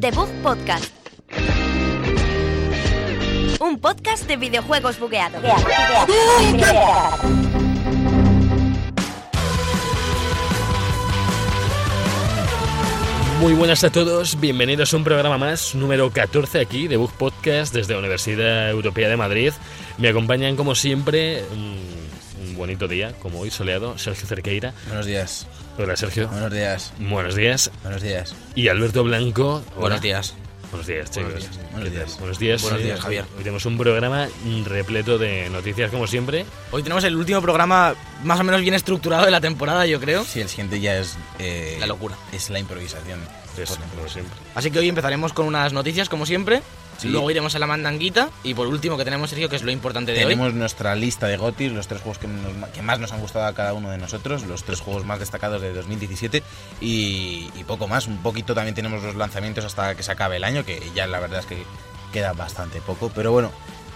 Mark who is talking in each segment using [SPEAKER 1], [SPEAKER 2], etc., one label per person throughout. [SPEAKER 1] The Bug Podcast. Un podcast de videojuegos bugueados.
[SPEAKER 2] Muy buenas a todos, bienvenidos a un programa más, número 14 aquí de Bug Podcast desde la Universidad Europea de Madrid. Me acompañan como siempre, mm, un bonito día, como hoy soleado, Sergio Cerqueira.
[SPEAKER 3] Buenos días.
[SPEAKER 2] Hola Sergio.
[SPEAKER 3] Buenos días.
[SPEAKER 2] Buenos días.
[SPEAKER 3] Buenos días.
[SPEAKER 2] Y Alberto Blanco. Hola.
[SPEAKER 3] Buenos días.
[SPEAKER 2] Buenos días, chicos.
[SPEAKER 4] pues,
[SPEAKER 3] Buenos días.
[SPEAKER 2] ¿Qué
[SPEAKER 3] Buenos
[SPEAKER 2] tal?
[SPEAKER 3] días.
[SPEAKER 2] Buenos días.
[SPEAKER 3] Buenos
[SPEAKER 2] eh,
[SPEAKER 3] días, Javier.
[SPEAKER 2] Hoy tenemos un programa repleto de noticias como siempre.
[SPEAKER 4] Hoy tenemos el último programa más o menos bien estructurado de la temporada, yo creo.
[SPEAKER 3] Sí, el siguiente ya es... eh,
[SPEAKER 4] La locura.
[SPEAKER 3] Es la improvisación.
[SPEAKER 2] Es,
[SPEAKER 3] Por-
[SPEAKER 2] Pues, como siempre.
[SPEAKER 4] Así que hoy empezaremos con unas noticias, como siempre.
[SPEAKER 3] Sí.
[SPEAKER 4] Luego iremos a la mandanguita. Y por último, que tenemos, Sergio, que es lo importante de hoy.
[SPEAKER 3] Tenemos nuestra lista de GOTIS, los tres juegos que, nos- que más nos han gustado a cada uno de nosotros, los tres juegos más destacados de 2017 y, y poco más. Un poquito también tenemos los lanzamientos hasta que se acabe el año, que ya la verdad es que queda bastante poco. Pero bueno,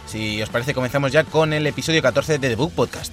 [SPEAKER 3] si os parece, comenzamos ya con el episodio 14 de The Book Podcast.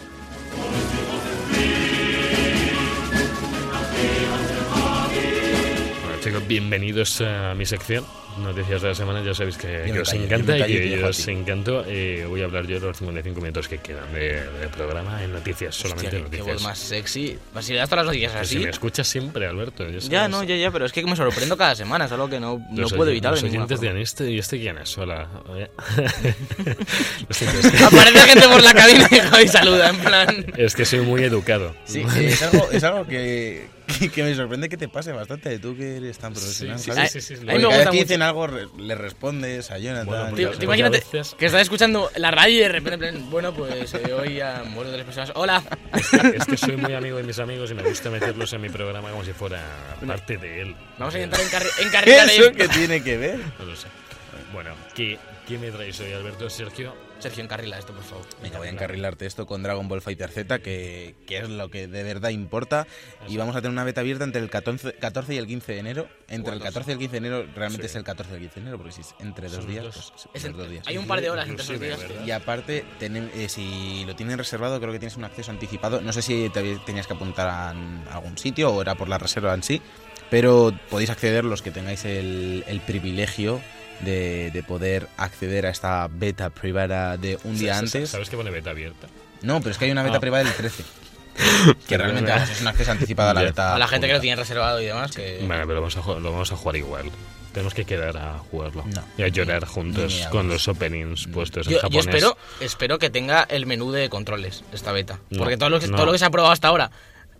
[SPEAKER 2] Bueno, chicos, bienvenidos a mi sección. Noticias de la semana, ya sabéis que, que
[SPEAKER 3] me
[SPEAKER 2] os
[SPEAKER 3] callo, yo
[SPEAKER 2] encanta
[SPEAKER 3] me
[SPEAKER 2] y
[SPEAKER 3] callo y te
[SPEAKER 2] que
[SPEAKER 3] dejo
[SPEAKER 2] yo
[SPEAKER 3] a
[SPEAKER 2] os
[SPEAKER 3] ti.
[SPEAKER 2] encanto. Eh, voy a hablar yo los 55 minutos que quedan de, de programa en noticias, solamente
[SPEAKER 4] Hostia, qué- qué
[SPEAKER 2] noticias.
[SPEAKER 4] voz más sexy. Pues Vas a ir hasta las noticias
[SPEAKER 2] Pero
[SPEAKER 4] así.
[SPEAKER 2] si me escuchas siempre, Alberto. Ya,
[SPEAKER 4] ya,
[SPEAKER 2] sabes.
[SPEAKER 4] no, ya, ya, pero es que me sorprendo cada semana, es algo que no, no
[SPEAKER 2] Los
[SPEAKER 4] puedo
[SPEAKER 2] oy-
[SPEAKER 4] evitar
[SPEAKER 2] Los
[SPEAKER 4] de ninguna
[SPEAKER 2] oyentes
[SPEAKER 4] forma.
[SPEAKER 2] dirán, ¿este, ¿y este quién es? Hola. Lo siento, es,
[SPEAKER 4] Aparece gente por la cabina y joder, saluda, en plan...
[SPEAKER 2] es que soy muy educado.
[SPEAKER 3] Sí, eh, es algo, es algo que, que- que me sorprende que te pase bastante, tú que eres tan profesional.
[SPEAKER 2] sí,
[SPEAKER 3] Javi.
[SPEAKER 2] sí, sí, sí, sí,
[SPEAKER 3] Porque
[SPEAKER 2] lo- A mí me
[SPEAKER 3] cada vez que
[SPEAKER 4] gusta mucho.
[SPEAKER 3] dicen algo, re- le respondes a Jonathan.
[SPEAKER 2] Bueno, porque-
[SPEAKER 4] Te,
[SPEAKER 2] Porque
[SPEAKER 4] te imagínate
[SPEAKER 2] a veces-
[SPEAKER 4] que estás escuchando la radio y de repente, en plan, bueno, pues eh, hoy han muerto tres personas. ¡Hola!
[SPEAKER 2] Es que soy muy amigo de mis amigos y me gusta meterlos en mi programa como si fuera parte de él.
[SPEAKER 4] Vamos a
[SPEAKER 2] Eh,
[SPEAKER 4] intentar encarri- encarrilar
[SPEAKER 3] ¿Eso
[SPEAKER 4] el...
[SPEAKER 3] qué tiene que ver?
[SPEAKER 2] No lo sé. Bueno, ¿qué, qué me traéis hoy, Alberto, Sergio?
[SPEAKER 4] Sergio, encarrila esto, por favor.
[SPEAKER 3] Venga, voy a encarrilarte esto con Dragon Ball Fighter Z, que, que es lo que de verdad importa. Y vamos a tener una beta abierta entre el 14, 14 y el 15 de enero. Entre el
[SPEAKER 4] Bueno,
[SPEAKER 3] 14 y el 15 de enero, realmente
[SPEAKER 2] sí.
[SPEAKER 3] es el 14 y el 15 de enero, porque si es entre
[SPEAKER 2] Son
[SPEAKER 3] dos
[SPEAKER 2] los
[SPEAKER 3] días,
[SPEAKER 2] dos.
[SPEAKER 3] pues,
[SPEAKER 4] Es
[SPEAKER 3] los
[SPEAKER 4] entre-
[SPEAKER 3] dos días.
[SPEAKER 4] Hay un par de horas entre
[SPEAKER 2] Inclusive,
[SPEAKER 4] los días.
[SPEAKER 2] ¿verdad?
[SPEAKER 3] Y aparte, tenem- eh, si lo tienen reservado, creo que tienes un acceso anticipado. No sé si te habías- tenías que apuntar a an- algún sitio o era por la reserva en sí, pero podéis acceder los que tengáis el, el privilegio de, de poder acceder a esta beta privada de un día
[SPEAKER 2] Sa- sa-
[SPEAKER 3] antes.
[SPEAKER 2] ¿Sabes que pone beta abierta?
[SPEAKER 3] No, pero es que hay una beta
[SPEAKER 2] Ah.
[SPEAKER 3] privada del 13. que realmente
[SPEAKER 2] Perdona.
[SPEAKER 3] vamos, es un acceso anticipado a la
[SPEAKER 2] Ya.
[SPEAKER 3] beta.
[SPEAKER 4] A la gente que lo
[SPEAKER 3] pública.
[SPEAKER 4] tiene reservado y demás, que...
[SPEAKER 2] Ah, Vale, pero vamos a, ju- lo vamos a jugar igual. Tenemos que quedar a jugarlo.
[SPEAKER 3] No.
[SPEAKER 2] Y a llorar juntos
[SPEAKER 3] Ni- ni
[SPEAKER 2] con
[SPEAKER 3] hables.
[SPEAKER 2] los openings puestos
[SPEAKER 4] Yo,
[SPEAKER 2] pues en
[SPEAKER 4] yo
[SPEAKER 2] japonés.
[SPEAKER 4] espero, espero que tenga el menú de controles esta beta.
[SPEAKER 2] No,
[SPEAKER 4] Porque todo lo, que,
[SPEAKER 2] no.
[SPEAKER 4] todo lo que se ha probado hasta ahora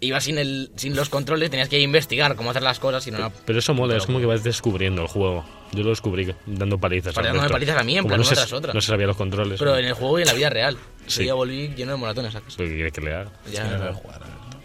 [SPEAKER 4] iba sin, el, sin los controles, tenías que investigar cómo hacer las cosas y no... no-
[SPEAKER 2] Pero eso mola,
[SPEAKER 4] Pero
[SPEAKER 2] es como que vas descubriendo el juego. Yo lo descubrí dando palizas. a
[SPEAKER 4] Para dándome
[SPEAKER 2] Alberto.
[SPEAKER 4] palizas a mí, en
[SPEAKER 2] Como
[SPEAKER 4] plan,
[SPEAKER 2] no
[SPEAKER 4] una
[SPEAKER 2] se-
[SPEAKER 4] tras otra.
[SPEAKER 2] No se sabía los controles.
[SPEAKER 4] Pero en el juego y en la vida real.
[SPEAKER 2] Sí.
[SPEAKER 4] Yo ya volví lleno de moratones, ¿sabes?
[SPEAKER 2] ¿Qué quiere que le haga?
[SPEAKER 4] Ya,
[SPEAKER 3] No sabe jugar, Alberto.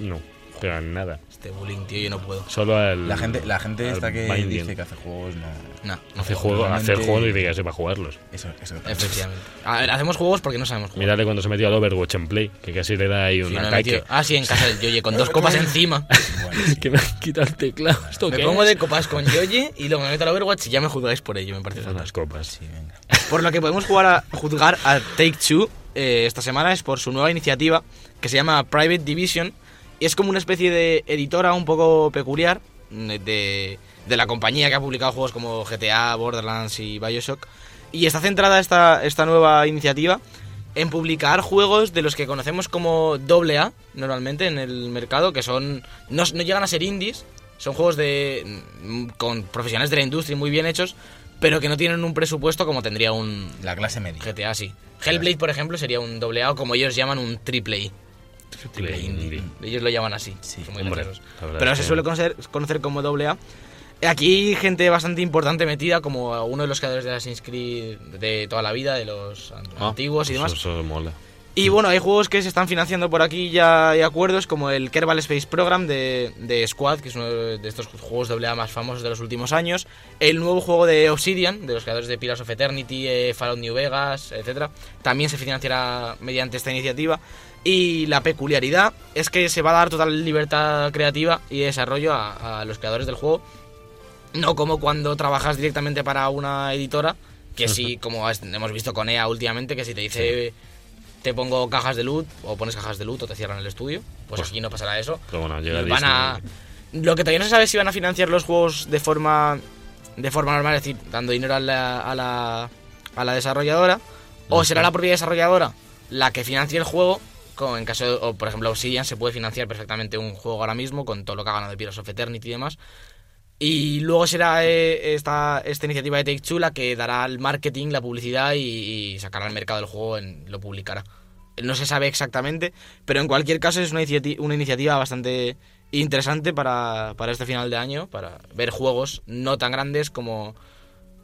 [SPEAKER 2] No, pero en nada.
[SPEAKER 4] este bullying, tío, yo no puedo.
[SPEAKER 2] Solo al.
[SPEAKER 3] La gente, la gente
[SPEAKER 2] al
[SPEAKER 3] esta que
[SPEAKER 2] Binding.
[SPEAKER 3] dice que hace juegos no.
[SPEAKER 4] No, no
[SPEAKER 2] Hace
[SPEAKER 4] puedo.
[SPEAKER 2] juego,
[SPEAKER 3] Realmente-
[SPEAKER 2] hacer juego y digas, para jugarlos.
[SPEAKER 3] Eso, eso que pasa.
[SPEAKER 4] Efectivamente. A ver, hacemos juegos porque no sabemos jugar.
[SPEAKER 2] Mírale cuando se metió al Overwatch en Play, que casi le da ahí un
[SPEAKER 4] Sí, no, no,
[SPEAKER 2] ataque.
[SPEAKER 4] tío. Ah, sí, en casa del Yoye, con dos copas encima.
[SPEAKER 3] Bueno, sí.
[SPEAKER 2] que me han quitado el teclado. ¿Esto
[SPEAKER 4] Me
[SPEAKER 2] qué
[SPEAKER 4] pongo
[SPEAKER 2] es?
[SPEAKER 4] de copas con Yoye y luego me meto al Overwatch y ya me juzgáis por ello, me parece
[SPEAKER 2] Son las
[SPEAKER 4] fantástico.
[SPEAKER 2] copas.
[SPEAKER 3] Sí, venga.
[SPEAKER 4] Por lo que podemos jugar a, juzgar a Take Two eh, esta semana es por su nueva iniciativa que se llama Private Division y es como una especie de editora un poco peculiar mm, de, de la compañía que ha publicado juegos como GTA, Borderlands y Bioshock. Y está centrada esta, esta nueva iniciativa en publicar juegos de los que conocemos como AA normalmente en el mercado, que son no, no llegan a ser indies, son juegos de mm, con profesionales de la industria muy bien hechos, pero que no tienen un presupuesto como tendría un
[SPEAKER 3] La clase media.
[SPEAKER 4] GTA, sí. Hellblade, por ejemplo, sería un doble A o como ellos llaman un triple I.
[SPEAKER 2] Play Indie.
[SPEAKER 4] Ellos lo llaman así.
[SPEAKER 3] Sí,
[SPEAKER 4] son muy
[SPEAKER 2] hombre,
[SPEAKER 4] graciosos.
[SPEAKER 2] la verdad
[SPEAKER 4] Pero
[SPEAKER 2] es
[SPEAKER 4] se
[SPEAKER 2] que-
[SPEAKER 4] suele conocer, conocer como doble A. Aquí gente bastante importante metida, como uno de los creadores de Assassin's Creed de toda la vida, de los an-
[SPEAKER 2] Ah,
[SPEAKER 4] antiguos y
[SPEAKER 2] pues
[SPEAKER 4] demás.
[SPEAKER 2] Eso, mola.
[SPEAKER 4] Y bueno, hay juegos que se están financiando por aquí ya hay acuerdos, como el Kerbal Space Program de, de Squad, que es uno de estos juegos AA más famosos de los últimos años. El nuevo juego de Obsidian, de los creadores de Pillars of Eternity, eh, Fallout New Vegas, etc. También se financiará mediante esta iniciativa. Y la peculiaridad es que se va a dar total libertad creativa y desarrollo a, a los creadores del juego. No como cuando trabajas directamente para una editora, que sí, como has- hemos visto con EA últimamente, que si te dice te pongo cajas de loot o pones cajas de loot o te cierran el estudio, pues,
[SPEAKER 2] Pues-
[SPEAKER 4] aquí no pasará eso.
[SPEAKER 2] Pero bueno, llega
[SPEAKER 4] van a,
[SPEAKER 2] Disney.
[SPEAKER 4] lo que todavía no se sabe es si van a financiar los juegos de forma de forma normal, es decir, dando dinero a la, a la, a la desarrolladora, o
[SPEAKER 2] Ujú.
[SPEAKER 4] será la propia desarrolladora la que financie el juego. Como en caso, de- o por ejemplo, Obsidian se puede financiar perfectamente un juego ahora mismo con todo lo que ha ganado de Pillars of Eternity y demás. Y luego será eh, esta, esta iniciativa de Take Two la que dará el marketing, la publicidad y, y sacará al mercado el juego, en, lo publicará. No se sabe exactamente, pero en cualquier caso es una, iniciati- una iniciativa bastante interesante para, para este final de año, para ver juegos no tan grandes como,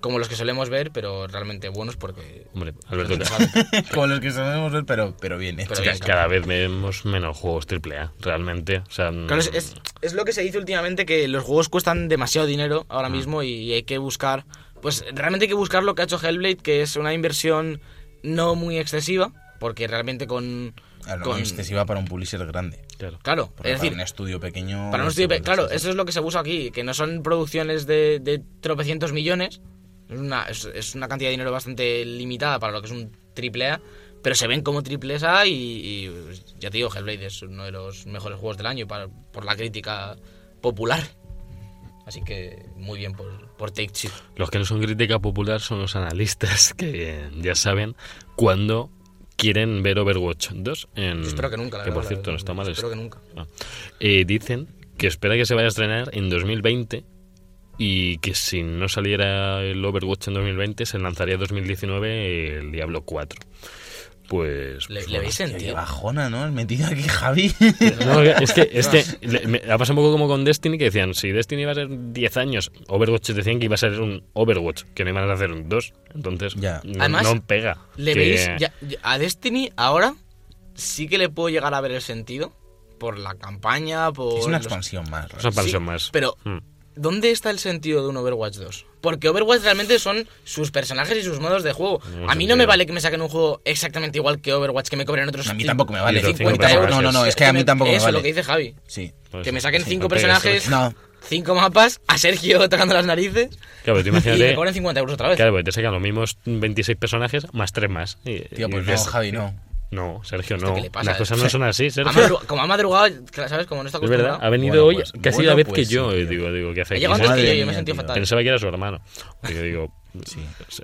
[SPEAKER 4] como los que solemos ver, pero realmente buenos porque...
[SPEAKER 2] Hombre, Alberto, ca-
[SPEAKER 3] Como los que sabemos ver, pero, pero bien hechos.
[SPEAKER 4] Pero
[SPEAKER 2] ca- cada vez vemos menos juegos AAA, realmente. O sea,
[SPEAKER 4] Claro, es, es- es lo que se dice últimamente, que los juegos cuestan demasiado dinero ahora mismo y hay que buscar, pues realmente hay que buscar lo que ha hecho Hellblade, que es una inversión no muy excesiva, porque realmente con...
[SPEAKER 3] Claro,
[SPEAKER 4] con-
[SPEAKER 3] Ah, excesiva para un publisher grande.
[SPEAKER 2] claro.
[SPEAKER 4] Claro,
[SPEAKER 3] Porque
[SPEAKER 4] es
[SPEAKER 3] para un
[SPEAKER 4] decir,
[SPEAKER 3] estudio pequeño.
[SPEAKER 4] para un
[SPEAKER 3] estudio
[SPEAKER 4] estudio pe- claro, eso es lo que se usa aquí, que no son producciones de, de tropecientos millones, es una, es, es una cantidad de dinero bastante limitada para lo que es un triple A, pero se ven como triples A y, y, pues, ya te digo, Hellblade es uno de los mejores juegos del año para- por la crítica popular. Así que muy bien por, por Take Two.
[SPEAKER 2] Los que no son crítica popular son los analistas que eh, ya saben cuándo quieren ver Overwatch 2. En,
[SPEAKER 4] Yo espero que nunca,
[SPEAKER 2] Mm,
[SPEAKER 4] la
[SPEAKER 2] Que
[SPEAKER 4] verdad,
[SPEAKER 2] por
[SPEAKER 4] la-
[SPEAKER 2] cierto, no está mal.
[SPEAKER 4] Espero que nunca.
[SPEAKER 2] Ah. Eh, dicen que espera que se vaya a estrenar en 2020 y que si no saliera el Overwatch en 2020 se lanzaría en 2019 el Diablo 4. Pues... pues
[SPEAKER 4] ¿Le, le
[SPEAKER 2] bueno.
[SPEAKER 4] veis
[SPEAKER 3] grande. Qué
[SPEAKER 4] sentido?
[SPEAKER 3] bajona, ¿no? El metido aquí, Javi.
[SPEAKER 2] No, es que, es que le- me- ha pasado un poco como con Destiny, que decían, si Destiny iba a ser 10 años, Overwatch decían que iba a ser un Overwatch, que no iban a hacer un 2. Entonces,
[SPEAKER 3] Ya.
[SPEAKER 2] No,
[SPEAKER 4] Además,
[SPEAKER 2] no pega.
[SPEAKER 4] ¿Le
[SPEAKER 2] que-
[SPEAKER 4] veis? ya- ya- a Destiny ahora sí que le puedo llegar a ver el sentido por la campaña, por...
[SPEAKER 3] Es una
[SPEAKER 4] los-
[SPEAKER 3] expansión más.
[SPEAKER 2] Una expansión
[SPEAKER 4] Sí,
[SPEAKER 2] más.
[SPEAKER 4] pero-
[SPEAKER 2] Mm.
[SPEAKER 4] ¿Dónde está el sentido de un Overwatch 2? Porque Overwatch realmente son sus personajes y sus modos de juego.
[SPEAKER 2] Ningún
[SPEAKER 4] A mí no me
[SPEAKER 2] sentido.
[SPEAKER 4] vale que me saquen un juego exactamente igual que Overwatch, que me cobren otros
[SPEAKER 3] A mí
[SPEAKER 4] cin-
[SPEAKER 3] tampoco me vale.
[SPEAKER 2] Y los
[SPEAKER 4] 50
[SPEAKER 2] cinco
[SPEAKER 4] euros.
[SPEAKER 3] No, no, no, es que a mí
[SPEAKER 4] me-
[SPEAKER 3] tampoco me
[SPEAKER 4] Eso, lo que
[SPEAKER 3] vale.
[SPEAKER 4] dice Javi.
[SPEAKER 3] Sí.
[SPEAKER 2] Pues
[SPEAKER 4] que me
[SPEAKER 2] sí,
[SPEAKER 4] saquen
[SPEAKER 2] sí,
[SPEAKER 4] cinco
[SPEAKER 2] no pega,
[SPEAKER 4] personajes.
[SPEAKER 2] eso es-
[SPEAKER 3] No,
[SPEAKER 4] Cinco mapas, a Sergio tocando las narices
[SPEAKER 2] Claro, tú
[SPEAKER 4] y me
[SPEAKER 2] Pues imagínate...
[SPEAKER 4] cobren 50 euros otra vez.
[SPEAKER 2] Claro, porque te sacan los mismos 26 personajes más 3 más. Y-
[SPEAKER 3] tío,
[SPEAKER 2] y
[SPEAKER 3] pues no,
[SPEAKER 2] dices,
[SPEAKER 3] Javi, no.
[SPEAKER 2] No, Sergio, no.
[SPEAKER 4] qué le pasa?
[SPEAKER 2] Las cosas no son así,
[SPEAKER 4] Ha
[SPEAKER 2] Sergio.
[SPEAKER 4] madru- como ha madrugado, ¿sabes? Como no está
[SPEAKER 2] Es verdad,
[SPEAKER 4] acostumbrado.
[SPEAKER 2] ha venido
[SPEAKER 3] Bueno,
[SPEAKER 2] hoy
[SPEAKER 3] pues,
[SPEAKER 2] casi
[SPEAKER 3] bueno,
[SPEAKER 2] la vez
[SPEAKER 3] pues
[SPEAKER 2] que yo.
[SPEAKER 3] sí,
[SPEAKER 2] y
[SPEAKER 3] tío.
[SPEAKER 2] digo, digo, ¿qué hace
[SPEAKER 4] Ha
[SPEAKER 2] aquí?
[SPEAKER 4] llegado antes
[SPEAKER 2] Madre
[SPEAKER 4] que yo,
[SPEAKER 3] mía,
[SPEAKER 4] yo me he sentido
[SPEAKER 3] tío.
[SPEAKER 4] fatal.
[SPEAKER 2] Pensaba pues que era su hermano. Y yo digo,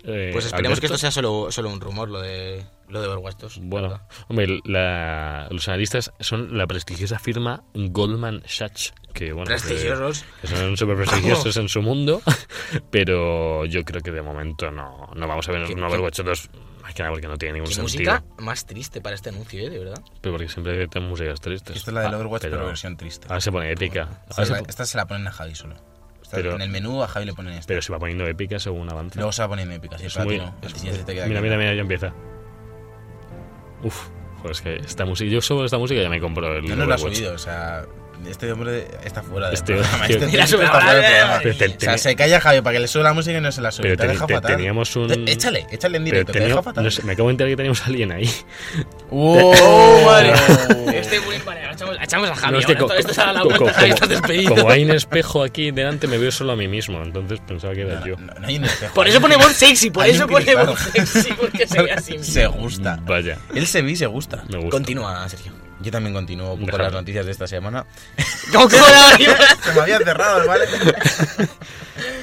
[SPEAKER 2] eh,
[SPEAKER 4] Pues esperemos que
[SPEAKER 2] Alberto.
[SPEAKER 4] esto sea solo, solo un rumor, lo de, lo de Overwatch 2.
[SPEAKER 2] Bueno,
[SPEAKER 4] ¿verdad?
[SPEAKER 2] hombre, la- los analistas son la prestigiosa firma Goldman Sachs, que bueno, pues,
[SPEAKER 4] Prestigiosos.
[SPEAKER 2] que- que son súper prestigiosos en su mundo, pero yo creo que de momento no, no vamos a ver
[SPEAKER 4] ¿Qué-
[SPEAKER 2] un Overwatch 2, más que nada porque no tiene ningún
[SPEAKER 4] Qué
[SPEAKER 2] sentido.
[SPEAKER 4] música más triste para este anuncio, ¿eh? De verdad.
[SPEAKER 2] Pero porque siempre hay músicas tristes.
[SPEAKER 3] Esta es la del
[SPEAKER 2] Ah,
[SPEAKER 3] Overwatch, pero versión triste.
[SPEAKER 2] Ahora se pone épica.
[SPEAKER 3] Esta
[SPEAKER 2] Ahora
[SPEAKER 3] es
[SPEAKER 2] se
[SPEAKER 3] la-
[SPEAKER 2] po-
[SPEAKER 3] Esta se la ponen a Javi solo. Esta-
[SPEAKER 2] Pero-
[SPEAKER 3] en el menú a Javi le ponen esta.
[SPEAKER 2] pero se va poniendo épica según avanza.
[SPEAKER 3] Luego se la ponen épica, sí,
[SPEAKER 2] Es
[SPEAKER 3] pero a ti
[SPEAKER 2] muy-
[SPEAKER 3] no. A
[SPEAKER 2] es
[SPEAKER 3] ti
[SPEAKER 2] muy-
[SPEAKER 3] ya se te queda
[SPEAKER 2] mira,
[SPEAKER 3] aquí.
[SPEAKER 2] mira, mira, ya empieza. Uf, joder, es que esta música, yo solo esta música ya me compro el
[SPEAKER 3] Yo no lo ha
[SPEAKER 2] Overwatch.
[SPEAKER 3] subido, o sea, este hombre está fuera de
[SPEAKER 2] Este-
[SPEAKER 3] programa. Este
[SPEAKER 2] Mira,
[SPEAKER 3] tío
[SPEAKER 4] sube-
[SPEAKER 3] está fuera de
[SPEAKER 4] Pero
[SPEAKER 3] programa.
[SPEAKER 2] te-
[SPEAKER 3] O sea,
[SPEAKER 2] te-
[SPEAKER 3] se calla Javi para que le suba la música y no se la sube.
[SPEAKER 2] Pero
[SPEAKER 3] te ha
[SPEAKER 2] teni-
[SPEAKER 3] dejado
[SPEAKER 2] te-
[SPEAKER 3] fatal.
[SPEAKER 2] teníamos un.
[SPEAKER 3] Te- Échale, échale en
[SPEAKER 2] pero
[SPEAKER 3] directo, te ha dejado
[SPEAKER 2] teníamos-
[SPEAKER 3] fatal.
[SPEAKER 2] no sé, me acabo de enterar que teníamos a alguien ahí.
[SPEAKER 3] ¡Oh,
[SPEAKER 4] Este bullying para echamos, echamos este a Javi.
[SPEAKER 2] No, es que
[SPEAKER 4] ahora,
[SPEAKER 2] co-
[SPEAKER 4] esto, esto se da la
[SPEAKER 2] co-
[SPEAKER 4] vuelta,
[SPEAKER 2] co-
[SPEAKER 4] Javi,
[SPEAKER 2] como-
[SPEAKER 4] estás despedido.
[SPEAKER 2] Como hay un espejo aquí delante, me veo solo a mí mismo. Entonces pensaba que era yo.
[SPEAKER 3] No, no hay un espejo.
[SPEAKER 4] Por eso pone voz sexy, por
[SPEAKER 3] Hay
[SPEAKER 4] eso
[SPEAKER 3] un
[SPEAKER 4] pone
[SPEAKER 3] cristal.
[SPEAKER 4] voz sexy, porque se ve así.
[SPEAKER 3] Se gusta.
[SPEAKER 2] Vaya,
[SPEAKER 3] Él se ve y se gusta.
[SPEAKER 2] me gusta.
[SPEAKER 4] Continúa, Sergio.
[SPEAKER 3] Yo también continúo con
[SPEAKER 2] Déjalo.
[SPEAKER 3] las noticias de esta semana.
[SPEAKER 4] ¿Cómo que no?
[SPEAKER 3] Se me había cerrado, ¿vale?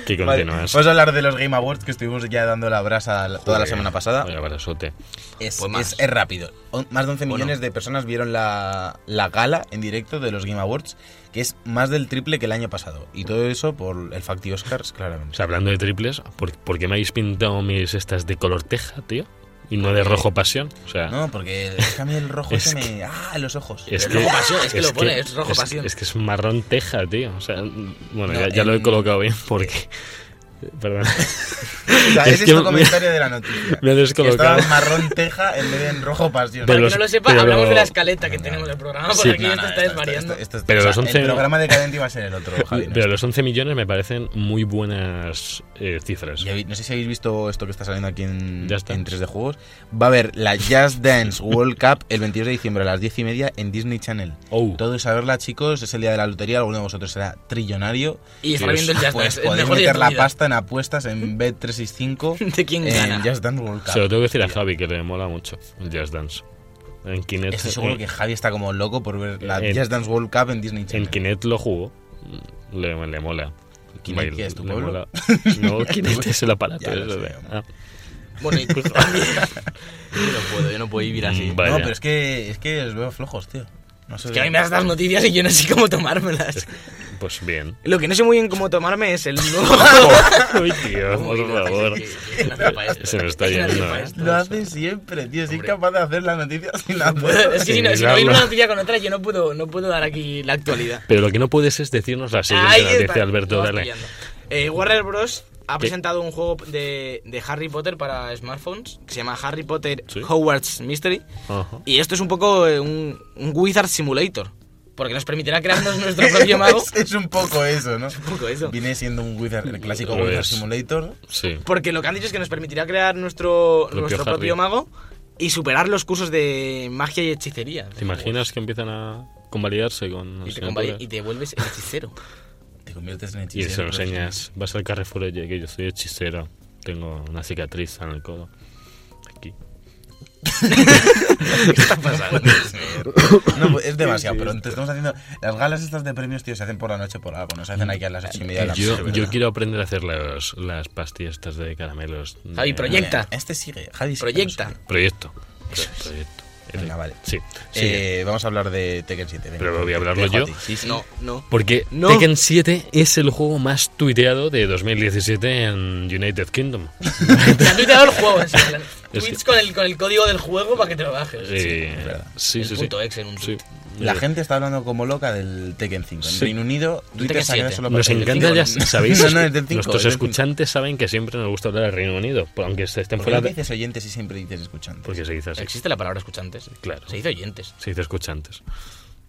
[SPEAKER 2] Que
[SPEAKER 3] Vale,
[SPEAKER 2] continúas.
[SPEAKER 3] Vamos a hablar de los Game Awards que estuvimos ya dando la brasa la- toda la semana pasada.
[SPEAKER 2] Vaya barasote.
[SPEAKER 3] Es,
[SPEAKER 4] Pues más.
[SPEAKER 3] es- es rápido. On- más de 11
[SPEAKER 4] Bueno.
[SPEAKER 3] millones de personas vieron la, la gala en directo de los Game Awards, que es más del triple que el año pasado. Y todo eso por el Facti Oscars,
[SPEAKER 2] O
[SPEAKER 3] claramente.
[SPEAKER 2] sea, hablando de triples, ¿por, por qué me habéis pintado mis estas de color teja, tío? Y no de rojo pasión. O sea,
[SPEAKER 3] No, porque es que a mí el rojo
[SPEAKER 2] Es
[SPEAKER 3] ese
[SPEAKER 2] que-
[SPEAKER 3] me... ¡Ah, los ojos!
[SPEAKER 2] es
[SPEAKER 4] Pero rojo pasión, es que lo pone, es rojo pasión.
[SPEAKER 2] Es que es marrón teja, tío. O sea, bueno,
[SPEAKER 3] No,
[SPEAKER 2] ya, ya lo he
[SPEAKER 3] en-
[SPEAKER 2] colocado bien porque. Perdón.
[SPEAKER 3] O sea,
[SPEAKER 2] Es
[SPEAKER 3] ese
[SPEAKER 2] que
[SPEAKER 3] es
[SPEAKER 2] me-
[SPEAKER 3] tu comentario de la noticia.
[SPEAKER 2] me he
[SPEAKER 3] que
[SPEAKER 2] descolocado.
[SPEAKER 3] estaba en marrón teja en vez de en rojo pasión.
[SPEAKER 2] Pero
[SPEAKER 4] Para
[SPEAKER 2] los-
[SPEAKER 4] que no lo sepa,
[SPEAKER 2] pero-
[SPEAKER 4] hablamos de la escaleta que tenemos del programa, porque
[SPEAKER 2] Sí.
[SPEAKER 4] aquí
[SPEAKER 3] No,
[SPEAKER 4] esto
[SPEAKER 3] no,
[SPEAKER 4] está
[SPEAKER 3] esto-
[SPEAKER 4] desvariando.
[SPEAKER 3] esto- esto- esto-
[SPEAKER 2] Pero
[SPEAKER 3] o sea,
[SPEAKER 2] los 11
[SPEAKER 3] El programa de Cadente iba a ser el otro, Javi.
[SPEAKER 2] Pero los 11 millones me parecen muy buenas eh, cifras.
[SPEAKER 3] Y habéis- no sé si habéis visto esto que está saliendo aquí en,
[SPEAKER 2] Ya está.
[SPEAKER 3] en 3D Juegos. Va a haber la Just Dance World Cup el 22 de diciembre a las 10 y media en Disney Channel.
[SPEAKER 2] Oh.
[SPEAKER 3] Todo es a verla, chicos. Es el día de la lotería. Alguno de vosotros será trillonario.
[SPEAKER 4] Y estar
[SPEAKER 2] Dios,
[SPEAKER 4] viendo el Just
[SPEAKER 3] Pues
[SPEAKER 4] Dance, el
[SPEAKER 3] podéis
[SPEAKER 4] mejor día de
[SPEAKER 3] meter
[SPEAKER 4] tu
[SPEAKER 3] la
[SPEAKER 4] vida.
[SPEAKER 3] pasta en apuestas en Bet365
[SPEAKER 4] ¿De quién
[SPEAKER 3] en
[SPEAKER 4] gana?
[SPEAKER 3] Just Dance World Cup.
[SPEAKER 2] Se lo tengo que decir a Javi, que le mola mucho el Just Dance. En Kinect,
[SPEAKER 3] Estoy Este seguro
[SPEAKER 2] eh,
[SPEAKER 3] que Javi está como loco por ver la
[SPEAKER 2] en-
[SPEAKER 3] Just Dance World Cup en Disney
[SPEAKER 2] en
[SPEAKER 3] Channel.
[SPEAKER 2] Kinect lo jugó. Mm, Le, le mola.
[SPEAKER 3] ¿Kinect
[SPEAKER 2] Bail-
[SPEAKER 3] qué es, tu
[SPEAKER 2] le
[SPEAKER 3] pueblo?
[SPEAKER 2] mola. No, Kinect es el aparato.
[SPEAKER 3] Ya lo
[SPEAKER 2] eso
[SPEAKER 3] sé,
[SPEAKER 2] de-
[SPEAKER 3] hombre.
[SPEAKER 2] ah,
[SPEAKER 5] Bueno, y también- yo no puedo, yo no puedo vivir así.
[SPEAKER 2] vaya.
[SPEAKER 3] No, pero es que, es que os veo flojos, tío. No sé
[SPEAKER 4] Es que a mí me das las noticias y yo no sé cómo tomármelas.
[SPEAKER 2] Pues bien.
[SPEAKER 5] Lo que no sé muy bien cómo tomarme es el nuevo.
[SPEAKER 2] Ay, tío, por favor.
[SPEAKER 4] no da pa' esto.
[SPEAKER 2] Se me está
[SPEAKER 4] Es que no da
[SPEAKER 2] yendo.
[SPEAKER 4] pa'
[SPEAKER 2] eh.
[SPEAKER 4] esto.
[SPEAKER 3] Lo hace siempre, tío. Es incapaz de hacer la noticia sin la puerta.
[SPEAKER 4] Es que si
[SPEAKER 2] Sin
[SPEAKER 4] no, si no hay
[SPEAKER 2] mirarlo.
[SPEAKER 4] una noticia con otra, yo no puedo, no puedo dar aquí la actualidad.
[SPEAKER 2] Pero lo que no puedes es decirnos la siguiente
[SPEAKER 4] Ahí
[SPEAKER 2] noticia,
[SPEAKER 4] está, lo
[SPEAKER 2] Alberto.
[SPEAKER 4] vas
[SPEAKER 2] Dale.
[SPEAKER 4] pillando.
[SPEAKER 5] Eh, Warner Bros. ha
[SPEAKER 2] ¿Qué?
[SPEAKER 5] presentado un juego de, de Harry Potter para smartphones que se llama Harry Potter
[SPEAKER 2] Sí.
[SPEAKER 5] Hogwarts Mystery.
[SPEAKER 2] Ajá.
[SPEAKER 5] Y esto es un poco eh, un, un Wizard Simulator. Porque nos permitirá crearnos nuestro propio mago.
[SPEAKER 3] Es, es un poco eso, ¿no?
[SPEAKER 5] Un poco eso.
[SPEAKER 3] Viene siendo un Wizard, el clásico
[SPEAKER 2] Lo
[SPEAKER 3] Wizard
[SPEAKER 2] es.
[SPEAKER 3] Simulator.
[SPEAKER 2] Sí.
[SPEAKER 5] Porque lo que han dicho es que nos permitirá crear nuestro
[SPEAKER 2] Propio
[SPEAKER 5] nuestro
[SPEAKER 2] Harry.
[SPEAKER 5] propio mago y superar los cursos de magia y hechicería.
[SPEAKER 2] ¿Te imaginas que empiezan a convalidarse con
[SPEAKER 5] Y te,
[SPEAKER 2] asignaturas?
[SPEAKER 5] convali- y te vuelves el hechicero.
[SPEAKER 3] Te conviertes en
[SPEAKER 2] Y
[SPEAKER 3] hechicero.
[SPEAKER 2] se lo
[SPEAKER 3] profesional.
[SPEAKER 2] enseñas. Vas al Carrefour y que yo soy hechicero. Tengo una cicatriz en el codo. Aquí.
[SPEAKER 3] No, pues es demasiado pronto. Estamos haciendo. Las galas estas de premios, tío, se hacen por la noche por algo. No se hacen aquí a las ocho y media de la
[SPEAKER 2] Mm. Yo,
[SPEAKER 3] noche.
[SPEAKER 2] yo quiero aprender a hacer las, las pastillas estas de caramelos. de-
[SPEAKER 4] Javi, proyecta.
[SPEAKER 3] Este sigue. Javi sigue.
[SPEAKER 4] Proyecta.
[SPEAKER 2] Proyecto. Pro- Proyecto.
[SPEAKER 3] Venga, vale.
[SPEAKER 2] Sí. sí.
[SPEAKER 3] Eh, vamos a hablar de Tekken 7. venga.
[SPEAKER 2] Pero voy a hablarlo
[SPEAKER 3] Dejo
[SPEAKER 2] yo.
[SPEAKER 3] ti. Sí, sí.
[SPEAKER 5] No, no.
[SPEAKER 2] Porque
[SPEAKER 5] No.
[SPEAKER 2] Tekken 7 es el juego más tuiteado de 2017 en United Kingdom.
[SPEAKER 4] Te han tuiteado el juego, en sí, en plan,
[SPEAKER 2] Es
[SPEAKER 4] Tweets
[SPEAKER 2] que-
[SPEAKER 4] con el, con el código del juego para que te lo bajes.
[SPEAKER 2] Eh,
[SPEAKER 3] verdad.
[SPEAKER 2] sí,
[SPEAKER 4] El
[SPEAKER 2] sí, sí.
[SPEAKER 4] punto exe en un
[SPEAKER 2] Sí.
[SPEAKER 3] La
[SPEAKER 2] Eh,
[SPEAKER 3] gente está hablando como loca del Tekken 5. En
[SPEAKER 2] Sí.
[SPEAKER 3] Reino Unido, Twitter
[SPEAKER 4] Tekken
[SPEAKER 3] se ha quedado
[SPEAKER 4] 7.
[SPEAKER 3] solo para
[SPEAKER 2] Nos
[SPEAKER 3] Tekken
[SPEAKER 2] encanta,
[SPEAKER 3] 5.
[SPEAKER 2] ya sabéis,
[SPEAKER 3] No, no, es del 5.
[SPEAKER 2] nuestros
[SPEAKER 3] es del 5.
[SPEAKER 2] escuchantes saben que siempre nos gusta hablar del Reino Unido, por- aunque se estén
[SPEAKER 3] ¿Por qué
[SPEAKER 2] fuera
[SPEAKER 3] no
[SPEAKER 2] de... Pues
[SPEAKER 3] dices oyentes y siempre dices escuchantes?
[SPEAKER 2] Porque se dice así,
[SPEAKER 4] ¿Existe la palabra escuchantes?
[SPEAKER 2] Claro.
[SPEAKER 4] Se dice oyentes.
[SPEAKER 2] se dice escuchantes.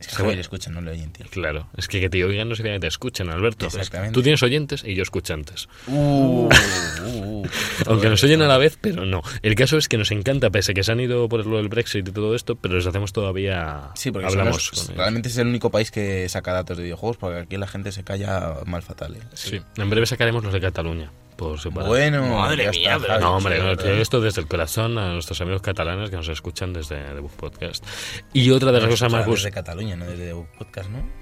[SPEAKER 3] es que Javier escucha, no le oyen, tío.
[SPEAKER 2] Claro, es que que te oigan no significa que te escuchen, Alberto.
[SPEAKER 3] Exactamente.
[SPEAKER 2] Tú tienes oyentes y yo escuchantes.
[SPEAKER 3] Uh, uh, uh.
[SPEAKER 2] Aunque nos oyen a la vez, pero no. El caso es que nos encanta, pese a que se han ido por lo del Brexit y todo esto, pero les hacemos todavía...
[SPEAKER 3] Sí, porque son
[SPEAKER 2] hablamos.
[SPEAKER 3] los-
[SPEAKER 2] con ellos.
[SPEAKER 3] realmente es el único país que saca datos de videojuegos, porque aquí la gente se calla mal fatal. ¿eh?
[SPEAKER 2] Sí. En breve sacaremos los de Cataluña, por separado.
[SPEAKER 3] Bueno,
[SPEAKER 5] Madre
[SPEAKER 3] ya
[SPEAKER 5] mía,
[SPEAKER 3] está,
[SPEAKER 5] pero-
[SPEAKER 3] Javi.
[SPEAKER 2] No, hombre,
[SPEAKER 3] Sí,
[SPEAKER 2] no,
[SPEAKER 3] ¿verdad?
[SPEAKER 2] tío, esto desde el corazón a nuestros amigos catalanes que nos escuchan desde The Book Podcast. Y otra de las
[SPEAKER 3] Nos
[SPEAKER 2] cosas más
[SPEAKER 3] escuchan
[SPEAKER 2] bus-
[SPEAKER 3] desde Cataluña, no desde The Book Podcast, ¿no?